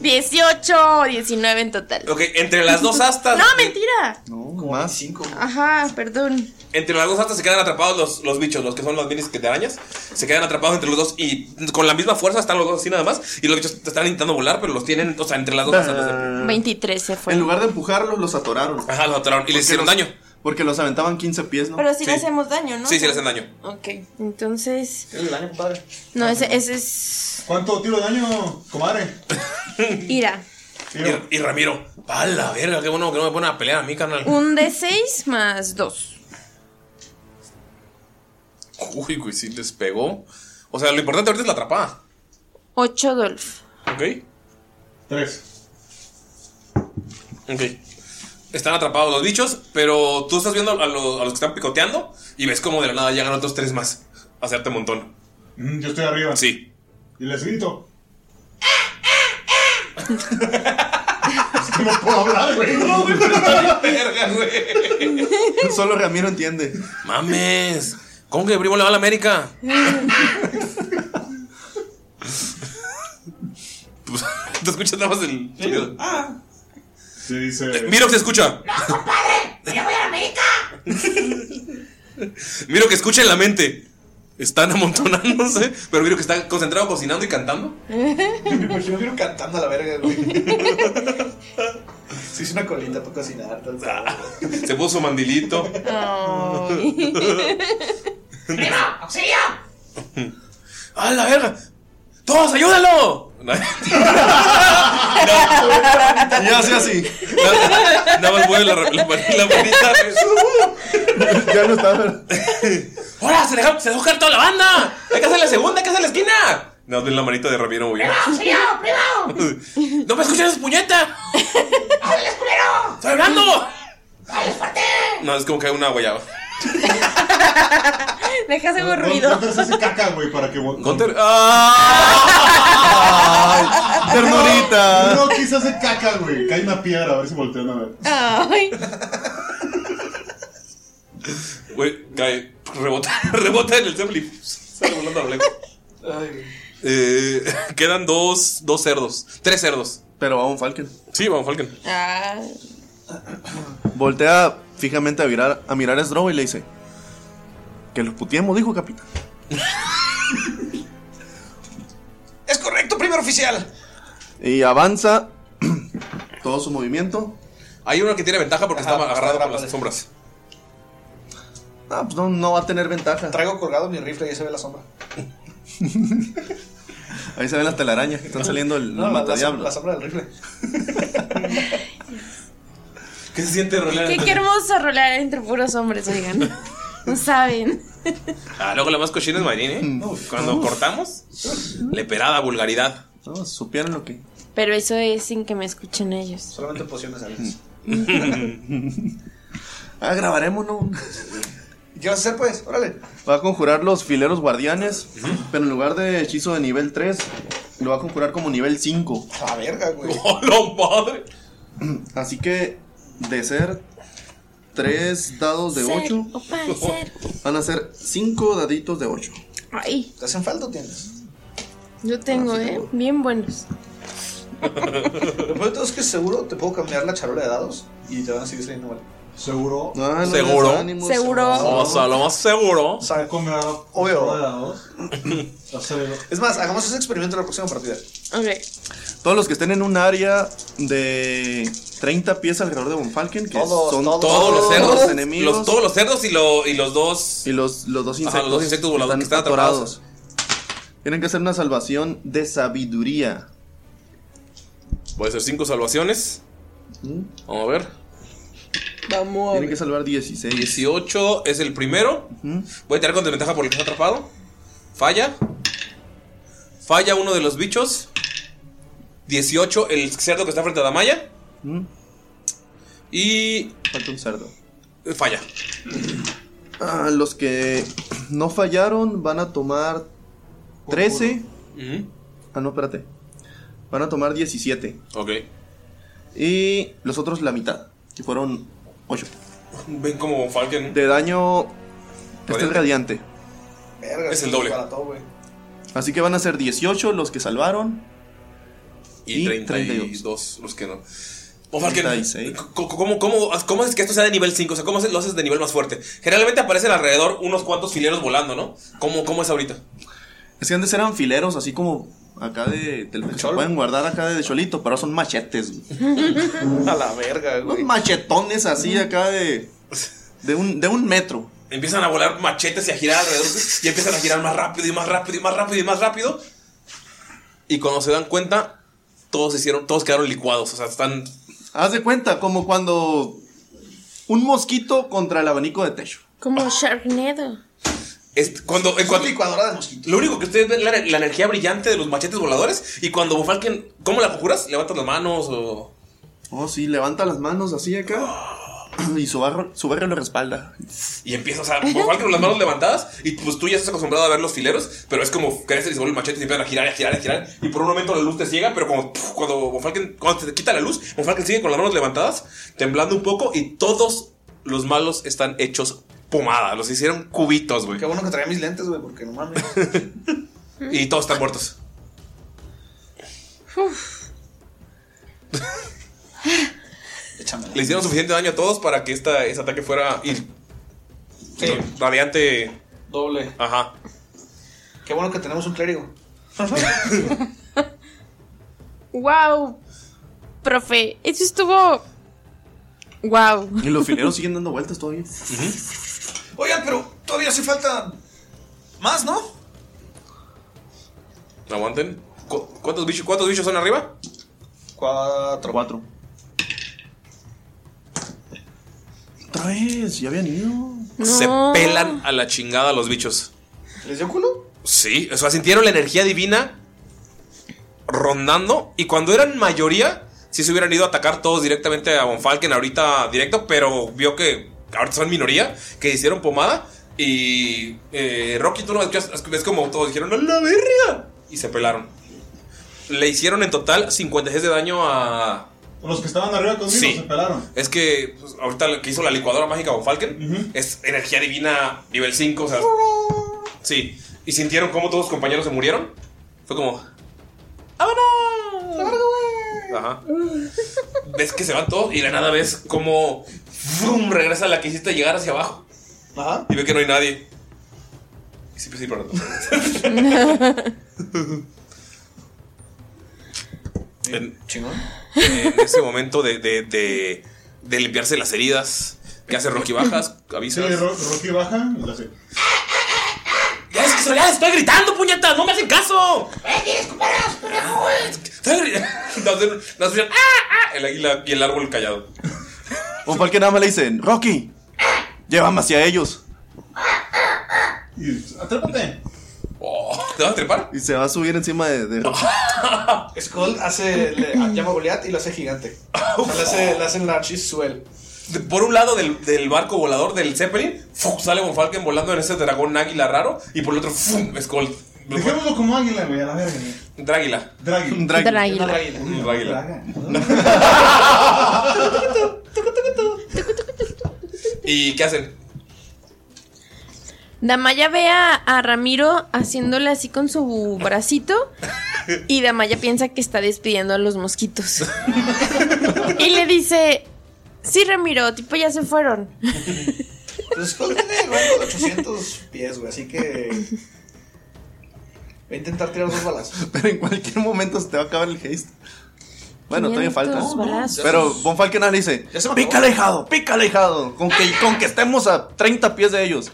18 o 19 en total.
Ok, entre las dos astas.
No, mentira.
No, más.
Cinco.
Ajá, perdón.
Entre las dos astas se quedan atrapados los, los bichos, los que son los minis que te arañas. Se quedan atrapados entre los dos y con la misma fuerza están los dos así nada más. Y los bichos te están intentando volar, pero los tienen, o sea, entre las dos astas. los de-
23 se fue.
Ah. En lugar de empujarlos, los atoraron.
Ajá, los atoraron y les hicieron
Porque
daño.
los- Porque los aventaban 15 pies, ¿no?
Pero sí, le
Sí.
hacemos daño, ¿no?
Sí, sí, le hacen daño.
Ok, entonces.
¿Qué daño, compadre?
No, ese, ese es.
¿Cuánto tiro de daño, comadre?
Ira.
Tiro.
Y, y Ramiro, a la verga, qué bueno que no me ponen a pelear a mí, canal.
Un D6 más 2.
Uy, güey, sí les pegó. O sea, lo importante ahorita es la atrapada.
8 Dolph.
Ok.
Tres.
Ok. Están atrapados los bichos, pero tú estás viendo a, lo- a los que están picoteando y ves como de la nada llegan otros tres más. a Hacerte un montón.
Mm, yo estoy arriba.
Sí.
Y les grito. Es que no puedo hablar, güey. No, güey, pero está bien
verga, güey.
Solo Ramiro entiende.
Mames. ¿Cómo que Brimo le va a la América? Pues, Te escuchas nada más el sonido.
Se dice.
Eh,
Miro que se escucha. Miro que escucha en la mente. Están amontonándose, pero miro que está concentrado cocinando y cantando.
Yo me imagino que cantando a la verga, güey. Se hizo una colita para cocinar. tal, tal.
Se puso su mandilito.
¡Primo! ¡Auxilio!
¡A la verga! ¡Todos, ayúdalo!
Y hace así.
Nada, nada más mueve la, la, mani- la manita.
Ya no está.
¡Hola! ¡Se dejó, se dejó caer toda la banda! ¡Hay que hacer la segunda! ¡Hay que hacer la esquina! No, ven la manita de Ramiro muy bien. ¡No me escuchas, puñeta! ¡Estoy hablando! No, es como que hay una guayaba.
Dejas algo ruido.
Gunter se hace caca, güey, para que.
Gunter. ¡Ah!
Ternurita.
No, quizás hace caca, güey. Cae una piedra, a ver si voltean a ver.
Ay.
Güey, cae. Rebota, rebota en el temple y sale volando a lo lejos. Eh, quedan dos, dos cerdos. Tres cerdos.
Pero a un Falcon.
Sí, vamos, Falcon.
Ah.
Voltea fijamente a mirar, a mirar a Strobo y le dice: Que los putiemos, dijo capitán.
¡Es correcto, primer oficial!
Y avanza todo su movimiento.
Hay uno que tiene ventaja porque
Ajá,
está agarrado
está
por las
atrapado.
sombras.
Ah, pues no, no va a tener ventaja.
Traigo colgado mi rifle y ahí se ve la sombra.
Ahí se ven las telarañas que están saliendo el,
No, la, la, som-
matadiablo.
la sombra del rifle.
¿Qué se siente rolar?
Qué, qué hermoso rolar entre puros hombres, oigan. No saben.
Ah, luego la más cochina es Mayrin, ¿eh? Cuando cortamos, leperada vulgaridad.
No, supieran lo que.
Pero eso es sin que me escuchen ellos.
Solamente pociones altas.
Ah, grabaremos, ¿no?
¿Y ¿Qué vas a hacer, pues? Órale.
Va a conjurar los fileros guardianes, pero en lugar de hechizo de nivel 3, lo va a conjurar como nivel 5.
A la verga, güey.
¡Oh, la madre!
Así que, de ser 3 dados de 8,
Ser o parecer.
van a ser 5 daditos de 8.
Ay,
¿Te hacen falta o tienes?
yo tengo, ¿eh? Bien buenos.
Lo peor de todo es que seguro te puedo cambiar la charola de dados y te van a seguir saliendo mal.
Seguro.
Seguro.
Seguro.
O sea, lo más seguro.
O sea,
Con la.
Obvio.
la dos. Hacerlo.
es más, hagamos ese experimento en la próxima partida.
Ok.
Todos los que estén en un área de 30 pies alrededor de Bonfalken, que
Todos,
son
todos.
Todos los cerdos.
Oh. los enemigos.
los- todos los cerdos y, lo- y los dos.
Y los, los dos insectos.
los dos insectos voladores que están atrapados.
Tienen que hacer una salvación de sabiduría.
Puede ser cinco salvaciones. ¿Mm? Vamos a ver.
Vamos.
Tienen que salvar ¿Mm? 16.
18 es el primero. Voy a tirar con desventaja por el que está atrapado. Falla. Falla uno de los bichos. 18 el cerdo que está frente a Damaya. Y
¿Mm? Falta un cerdo.
eh, falla.
Ah, los que no fallaron van a tomar 13.
Ujú.
Ah, no, espérate. Van a tomar 17.
Ok.
Y los otros la mitad. Que fueron 8.
Ven como Falcon.
De daño. Este es radiante.
Verga,
Es
sí,
el doble.
Para todo, güey.
Así que van a ser 18 los que salvaron.
Y
y
32 los que no. O Falcon,
36.
c- ¿cómo, cómo, cómo haces que esto sea de nivel 5? O sea, ¿cómo haces- lo haces de nivel más fuerte? Generalmente aparecen alrededor unos cuantos fileros volando, ¿no? ¿Cómo, cómo es ahorita?
Es que antes eran fileros, así como acá de. de los que se
Cholo.
pueden guardar acá de cholito, pero ahora son machetes. güey.
A la verga,
Unos
güey.
machetones así acá de. De un, de un metro.
Empiezan a volar machetes y a girar alrededor y empiezan a girar más rápido y más rápido y más rápido y más rápido. Y cuando se dan cuenta, todos se hicieron, todos quedaron licuados. O sea, están.
Haz de cuenta, como cuando. Un mosquito contra el abanico de techo.
Como Sharknado.
es- cuando, en
Es una
cuanto-
licuadora de mosquitos.
lo único que ustedes ven es la, la energía brillante de los machetes voladores. Y cuando Bofalken, ¿cómo la conjuras? ¿Levantas las manos o.?
Oh, sí, levanta las manos así acá. Y su barrio, su barrio lo respalda.
Y empieza, o sea, igual que con las manos levantadas, y pues tú ya estás acostumbrado a ver los fileros, pero es como crecen y se vuelven machetes y empiezan a girar, a girar, a girar, y por un momento la luz te ciega, pero como, puf, cuando, Von Falken- cuando se te quita la luz, Von Falken sigue con las manos levantadas, temblando un poco, y todos los malos están hechos pomada, los hicieron cubitos, güey.
Qué bueno que traía mis lentes, güey, porque no mames.
Y todos están muertos. Le hicieron suficiente daño a todos para que esta, ese ataque fuera ir. Radiante.
Doble.
Ajá.
Qué bueno que tenemos un clérigo.
¡Wow! Profe, eso estuvo. ¡Wow!
Y los fileros siguen dando vueltas todavía.
Oigan, pero todavía hace falta más, ¿no?
Aguanten. ¿Cu- ¿Cuántos bichos, ¿Cuántos bichos son arriba?
Cuatro.
Cuatro. Otra vez, ya habían ido.
Se pelan a la chingada los bichos.
¿Les dio culo?
Sí, o sea, sintieron la energía divina rondando. Y cuando eran mayoría, sí se hubieran ido a atacar todos directamente a Von Falken ahorita directo, pero vio que ahorita son minoría, que hicieron pomada. Y eh, Rocky, tú no escuchas, ves como todos dijeron, ¡A la verga! Y se pelaron. Le hicieron en total 56 de daño a...
Los que estaban arriba conmigo
Sí.
se pelaron.
Es que pues, ahorita lo que hizo la licuadora mágica Von Falken es energía divina nivel 5, o sea... Sí, y sintieron como todos los compañeros se murieron. Fue como... Ajá. ves que se van todos y de la nada ves como vroom, regresa la que hiciste llegar hacia abajo.
Ajá.
Y ve que no hay nadie. Y sí, pues, sí, pero no. en,
Chingón.
en ese momento de, de, de, de limpiarse las heridas que hace Rocky Bajas,
Sí,
avisas.
Ro- Rocky baja y le hace.
¡Ya es que ya estoy gritando, puñetas! ¡No me hacen caso! Estoy gritando. No, no, no, escuchan, ¡ah, ah! El águila y el árbol callado.
O cualquier nada más le dicen, Rocky, llévame hacia ellos.
Y, atrépate.
Oh, ¿Te vas a trepar?
Y se va a subir encima de, de Rocky.
Skull hace, le llama a Goliath y lo hace gigante. O sea, le hace, le hace enlarge suel.
De- Por un lado del, del barco volador del Zeppelin, ¡fuf! sale Von Falken volando en ese dragón águila raro. Y por el otro, ¡fum! Skull.
Dejémoslo como águila, güey, a la verga. güey.
Dráguila.
Draghi.
Draghi.
Dráguila.
Mm, Dráguila.
Draga.
¿Y qué hacen?
Damaya ve a, a Ramiro haciéndole así con su bracito y Damaya piensa que está despidiendo a los mosquitos. y le dice, sí Ramiro, tipo ya se fueron.
Pues Skull tiene rango de 800 pies, güey, así que. Voy a intentar tirar dos balas.
Pero en cualquier momento se te va a acabar el haste. Bueno, todavía
500
falta.
balazos.
Pero Von Falken le dice,
Ya se me acabó.
pica alejado, pica alejado. Con que, con que estemos a 30 pies de ellos.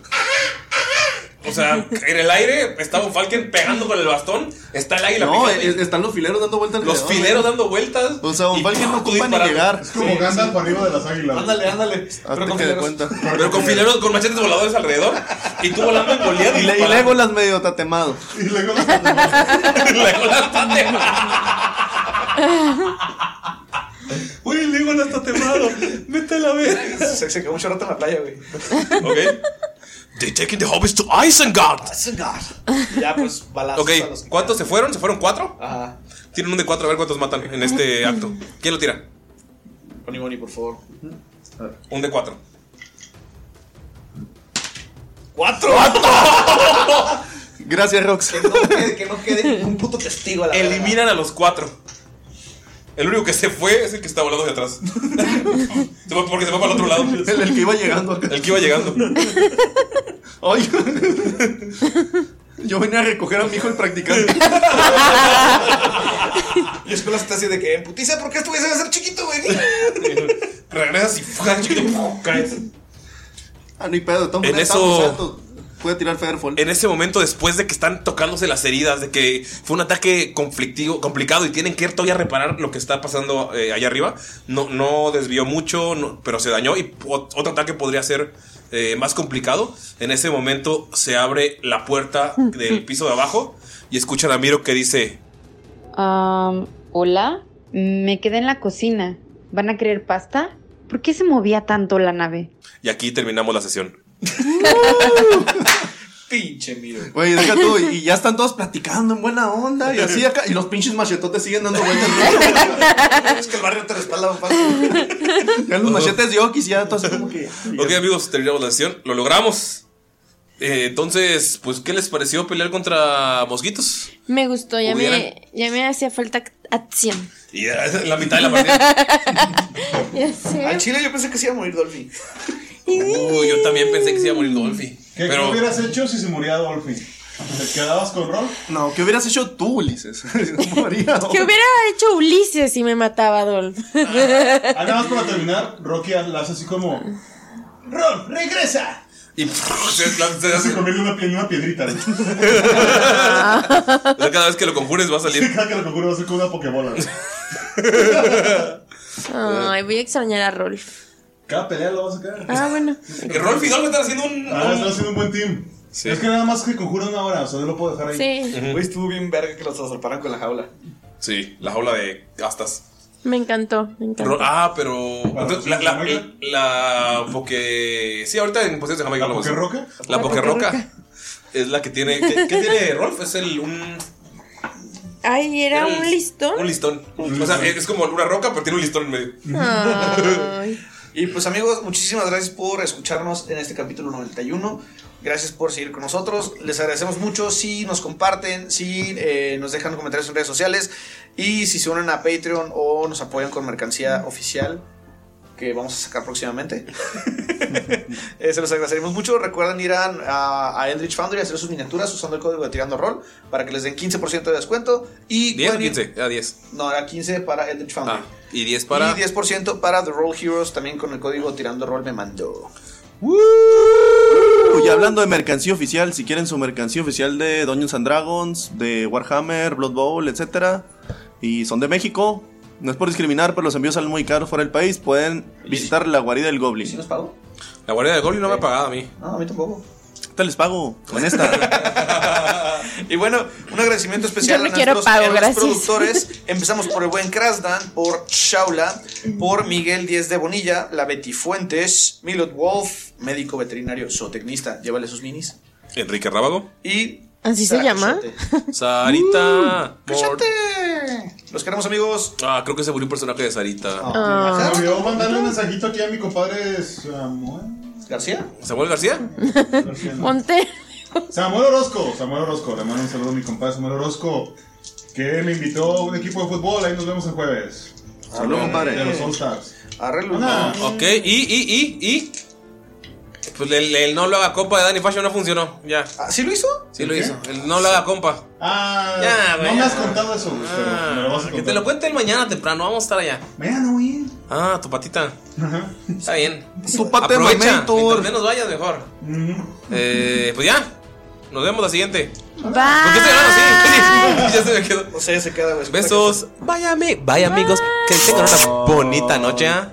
O sea, en el aire está Von Falken pegando con el bastón. Está el águila.
No,
picando y
es- están los fileros dando vueltas.
los
alrededor,
fileros dando vueltas.
O sea, Von
y
Falken no
tú
ocupa ni
disparando.
llegar.
Es como Gandalf arriba de las águilas.
Ándale, ándale.
Hazte que
fileros.
dé cuenta.
Pero con fileros, con machetes voladores alrededor. Y tú volando en Goliat.
Y, le, y
disparando.
Legolas medio tatemado.
Y luego las demás.
Legolas está temado.
Uy, Legolas está temado.
Vete a la vez.
Se, se quedó mucho rato en la playa, güey.
Ok. They're taking the hobbits to Isengard.
Ya, pues, balazos.
Ok,
a los que-
¿cuántos se fueron? ¿Se fueron cuatro?
Ajá.
Tienen un de cuatro, a ver cuántos matan en este acto. ¿Quién lo tira?
Bonnie, Bonnie, por favor.
Un de cuatro.
¡Cuatro!
Gracias, Rox.
Que no quede, que no quede ningún puto testigo a la verga.
Eliminan a los cuatro. El único que se fue es el que está volando de atrás. se fue porque se fue para el otro lado.
El, el que iba llegando acá.
El que iba llegando.
Ay. Yo venía a recoger a mi hijo el practicante.
Y Skull está así de que, putiza, ¿por qué este güey se va a hacer chiquito, güey?
Regresas y ¡fua! chiquito, ¡pum! caes.
Ah, no hay pedo, de todas
En
maneras,
eso-
estamos altos. Puede tirar Featherfall.
En e- ese momento, después de que están tocándose las heridas, de que fue un ataque conflictivo, complicado y tienen que ir todavía a reparar lo que está pasando eh, allá arriba, no, no desvió mucho, no- pero se dañó y o- otro ataque podría ser eh, más complicado. En ese momento se abre la puerta del piso de abajo y escuchan a Miro que dice,
Am, Hola, me quedé en la cocina. ¿Van a querer pasta? ¿Por qué se movía tanto la nave?
Y aquí terminamos la sesión.
Pinche miro.
Güey, deja tú, y y ya están todos platicando en buena onda y así acá. Y los pinches machetotes siguen dando vueltas. es que el barrio te respalda fácil. ya los machetes de Okis, ya todo así como que.
Ok, amigos, terminamos la sesión. Lo logramos. Eh, entonces, pues, ¿qué les pareció pelear contra mosquitos?
Me gustó, ya
Pudieran.
me, ya me hacía falta ac- acción.
Y ya, la mitad de la partida.
Ya sé.
Al chile yo pensé que se iba a morir Dolphy.
Uy, yo también pensé que se iba a morir Dolphy.
¿Qué, qué
Pero
hubieras hecho si se moría Dolphy? ¿Te quedabas con Rock?
No, ¿qué hubieras hecho tú, Ulises? ¿Cómo harías?
Que hubiera hecho Ulises si me mataba Adolf.
Ah, nada más para terminar, Rocky la hace así como. ¡Rolf, regresa!
Y se,
hace comer una, pie- una piedrita. ¿no?
cada vez que lo conjures va a salir.
Cada que lo conjuro va a ser como una pokebola. ¿no?
Ay, voy a extrañar a Rolf.
Cada pelea lo va a sacar.
Ah, bueno.
Que Rolf y Dolph están haciendo un.
Ah, están haciendo un buen team. Es que nada más que conjura una hora, o sea, no lo puedo dejar ahí.
Sí.
Ujú.
Güey, estuvo bien verga que los atraparan con la jaula.
Sí, la jaula de gastas.
Me encantó, me encantó.
Ro- Ah, pero. entonces, la, la, la, porque. Sí, ahorita en posiciones de Jamaica. ¿La
pokerroca?
La
La
pokerroca.
pokerroca.
Es la que tiene. ¿Qué, qué tiene Rolf? Es el. Un,
Ay, era un
un
listón.
listón. O sea, es como una roca, pero tiene un listón en medio.
Ay.
Y pues amigos, muchísimas gracias por escucharnos en este capítulo 91. Gracias por seguir con nosotros. Les agradecemos mucho si nos comparten, si eh, nos dejan comentarios en redes sociales y si se unen a Patreon o nos apoyan con mercancía oficial que vamos a sacar próximamente. Eh, se los agradeceremos mucho. Recuerden ir a, a, a Eldritch Foundry a hacer sus miniaturas usando el código de Tirando Roll para que les den 15% de descuento. Y
10 o
pueden ir-
15. Era 10.
No, era 15 para Eldritch Foundry.
Ah, y 10 para.
Y 10% para The Roll Heroes también con el código Tirando Roll me mandó.
Y hablando de mercancía oficial, si quieren su mercancía oficial de Dungeons and Dragons, de Warhammer, Blood Bowl, etcétera, y son de México, no es por discriminar, pero los envíos salen muy caros fuera del país, pueden visitar la guarida del
¿Sí
Goblin.
nos pagó?
La guardia de Goblin no me ha pagado a mí.
No, a mí tampoco.
Ahorita les pago con esta.
Y bueno, un agradecimiento especial
Yo no
a
quiero
nuestros
pago,
hermanos
gracias.
productores. Empezamos por el buen Krasdan, por Shaula,
Mm.
por Miguel Díez de Bonilla, la Betty Fuentes, Milot Wolf, médico veterinario zootecnista. Llévale sus minis.
Enrique Rábago.
Y.
¿Así se
Sara
llama?
Coyote.
Sarita.
Uh,
Mor-
Los queremos, amigos.
Ah, creo que se murió un personaje de Sarita.
Ah.
Ah,
Ah,
Se me olvidó mandarle un mensajito aquí a mi compadre Samuel.
García.
¿Samuel García?
Monte.
Samuel Orozco, Samuel Orozco, le mando un saludo a mi compadre Samuel Orozco, que me invitó a un equipo de fútbol, ahí nos vemos el jueves.
Saludos,
De los
compadre.
All Stars.
Arreglo.
Ana.
Ok, y, y, y, y. Pues el, el no lo haga compa de Danny Fashion no funcionó. Ya.
Ah, ¿Sí lo hizo?
Sí lo hizo. El no lo haga compa.
Ah,
Ya,
no
güey,
me
ya. Ah,
has contado eso, güey, pero me lo vas a
que te
contar.
lo cuente el mañana temprano. Vamos a estar allá.
Mañana, güey.
Ah, tu patita.
Ajá.
Está bien.
Su pate
Aprovecha.
Momentor.
Mientras menos vayas, mejor. Eh, pues ya. Nos vemos la siguiente. ¿Por qué se
Bye.
así? ya se me quedó.
O sea, se queda, güey.
Besos. Vaya, ami- vaya amigos. Que tengan una bonita noche. ¿ah?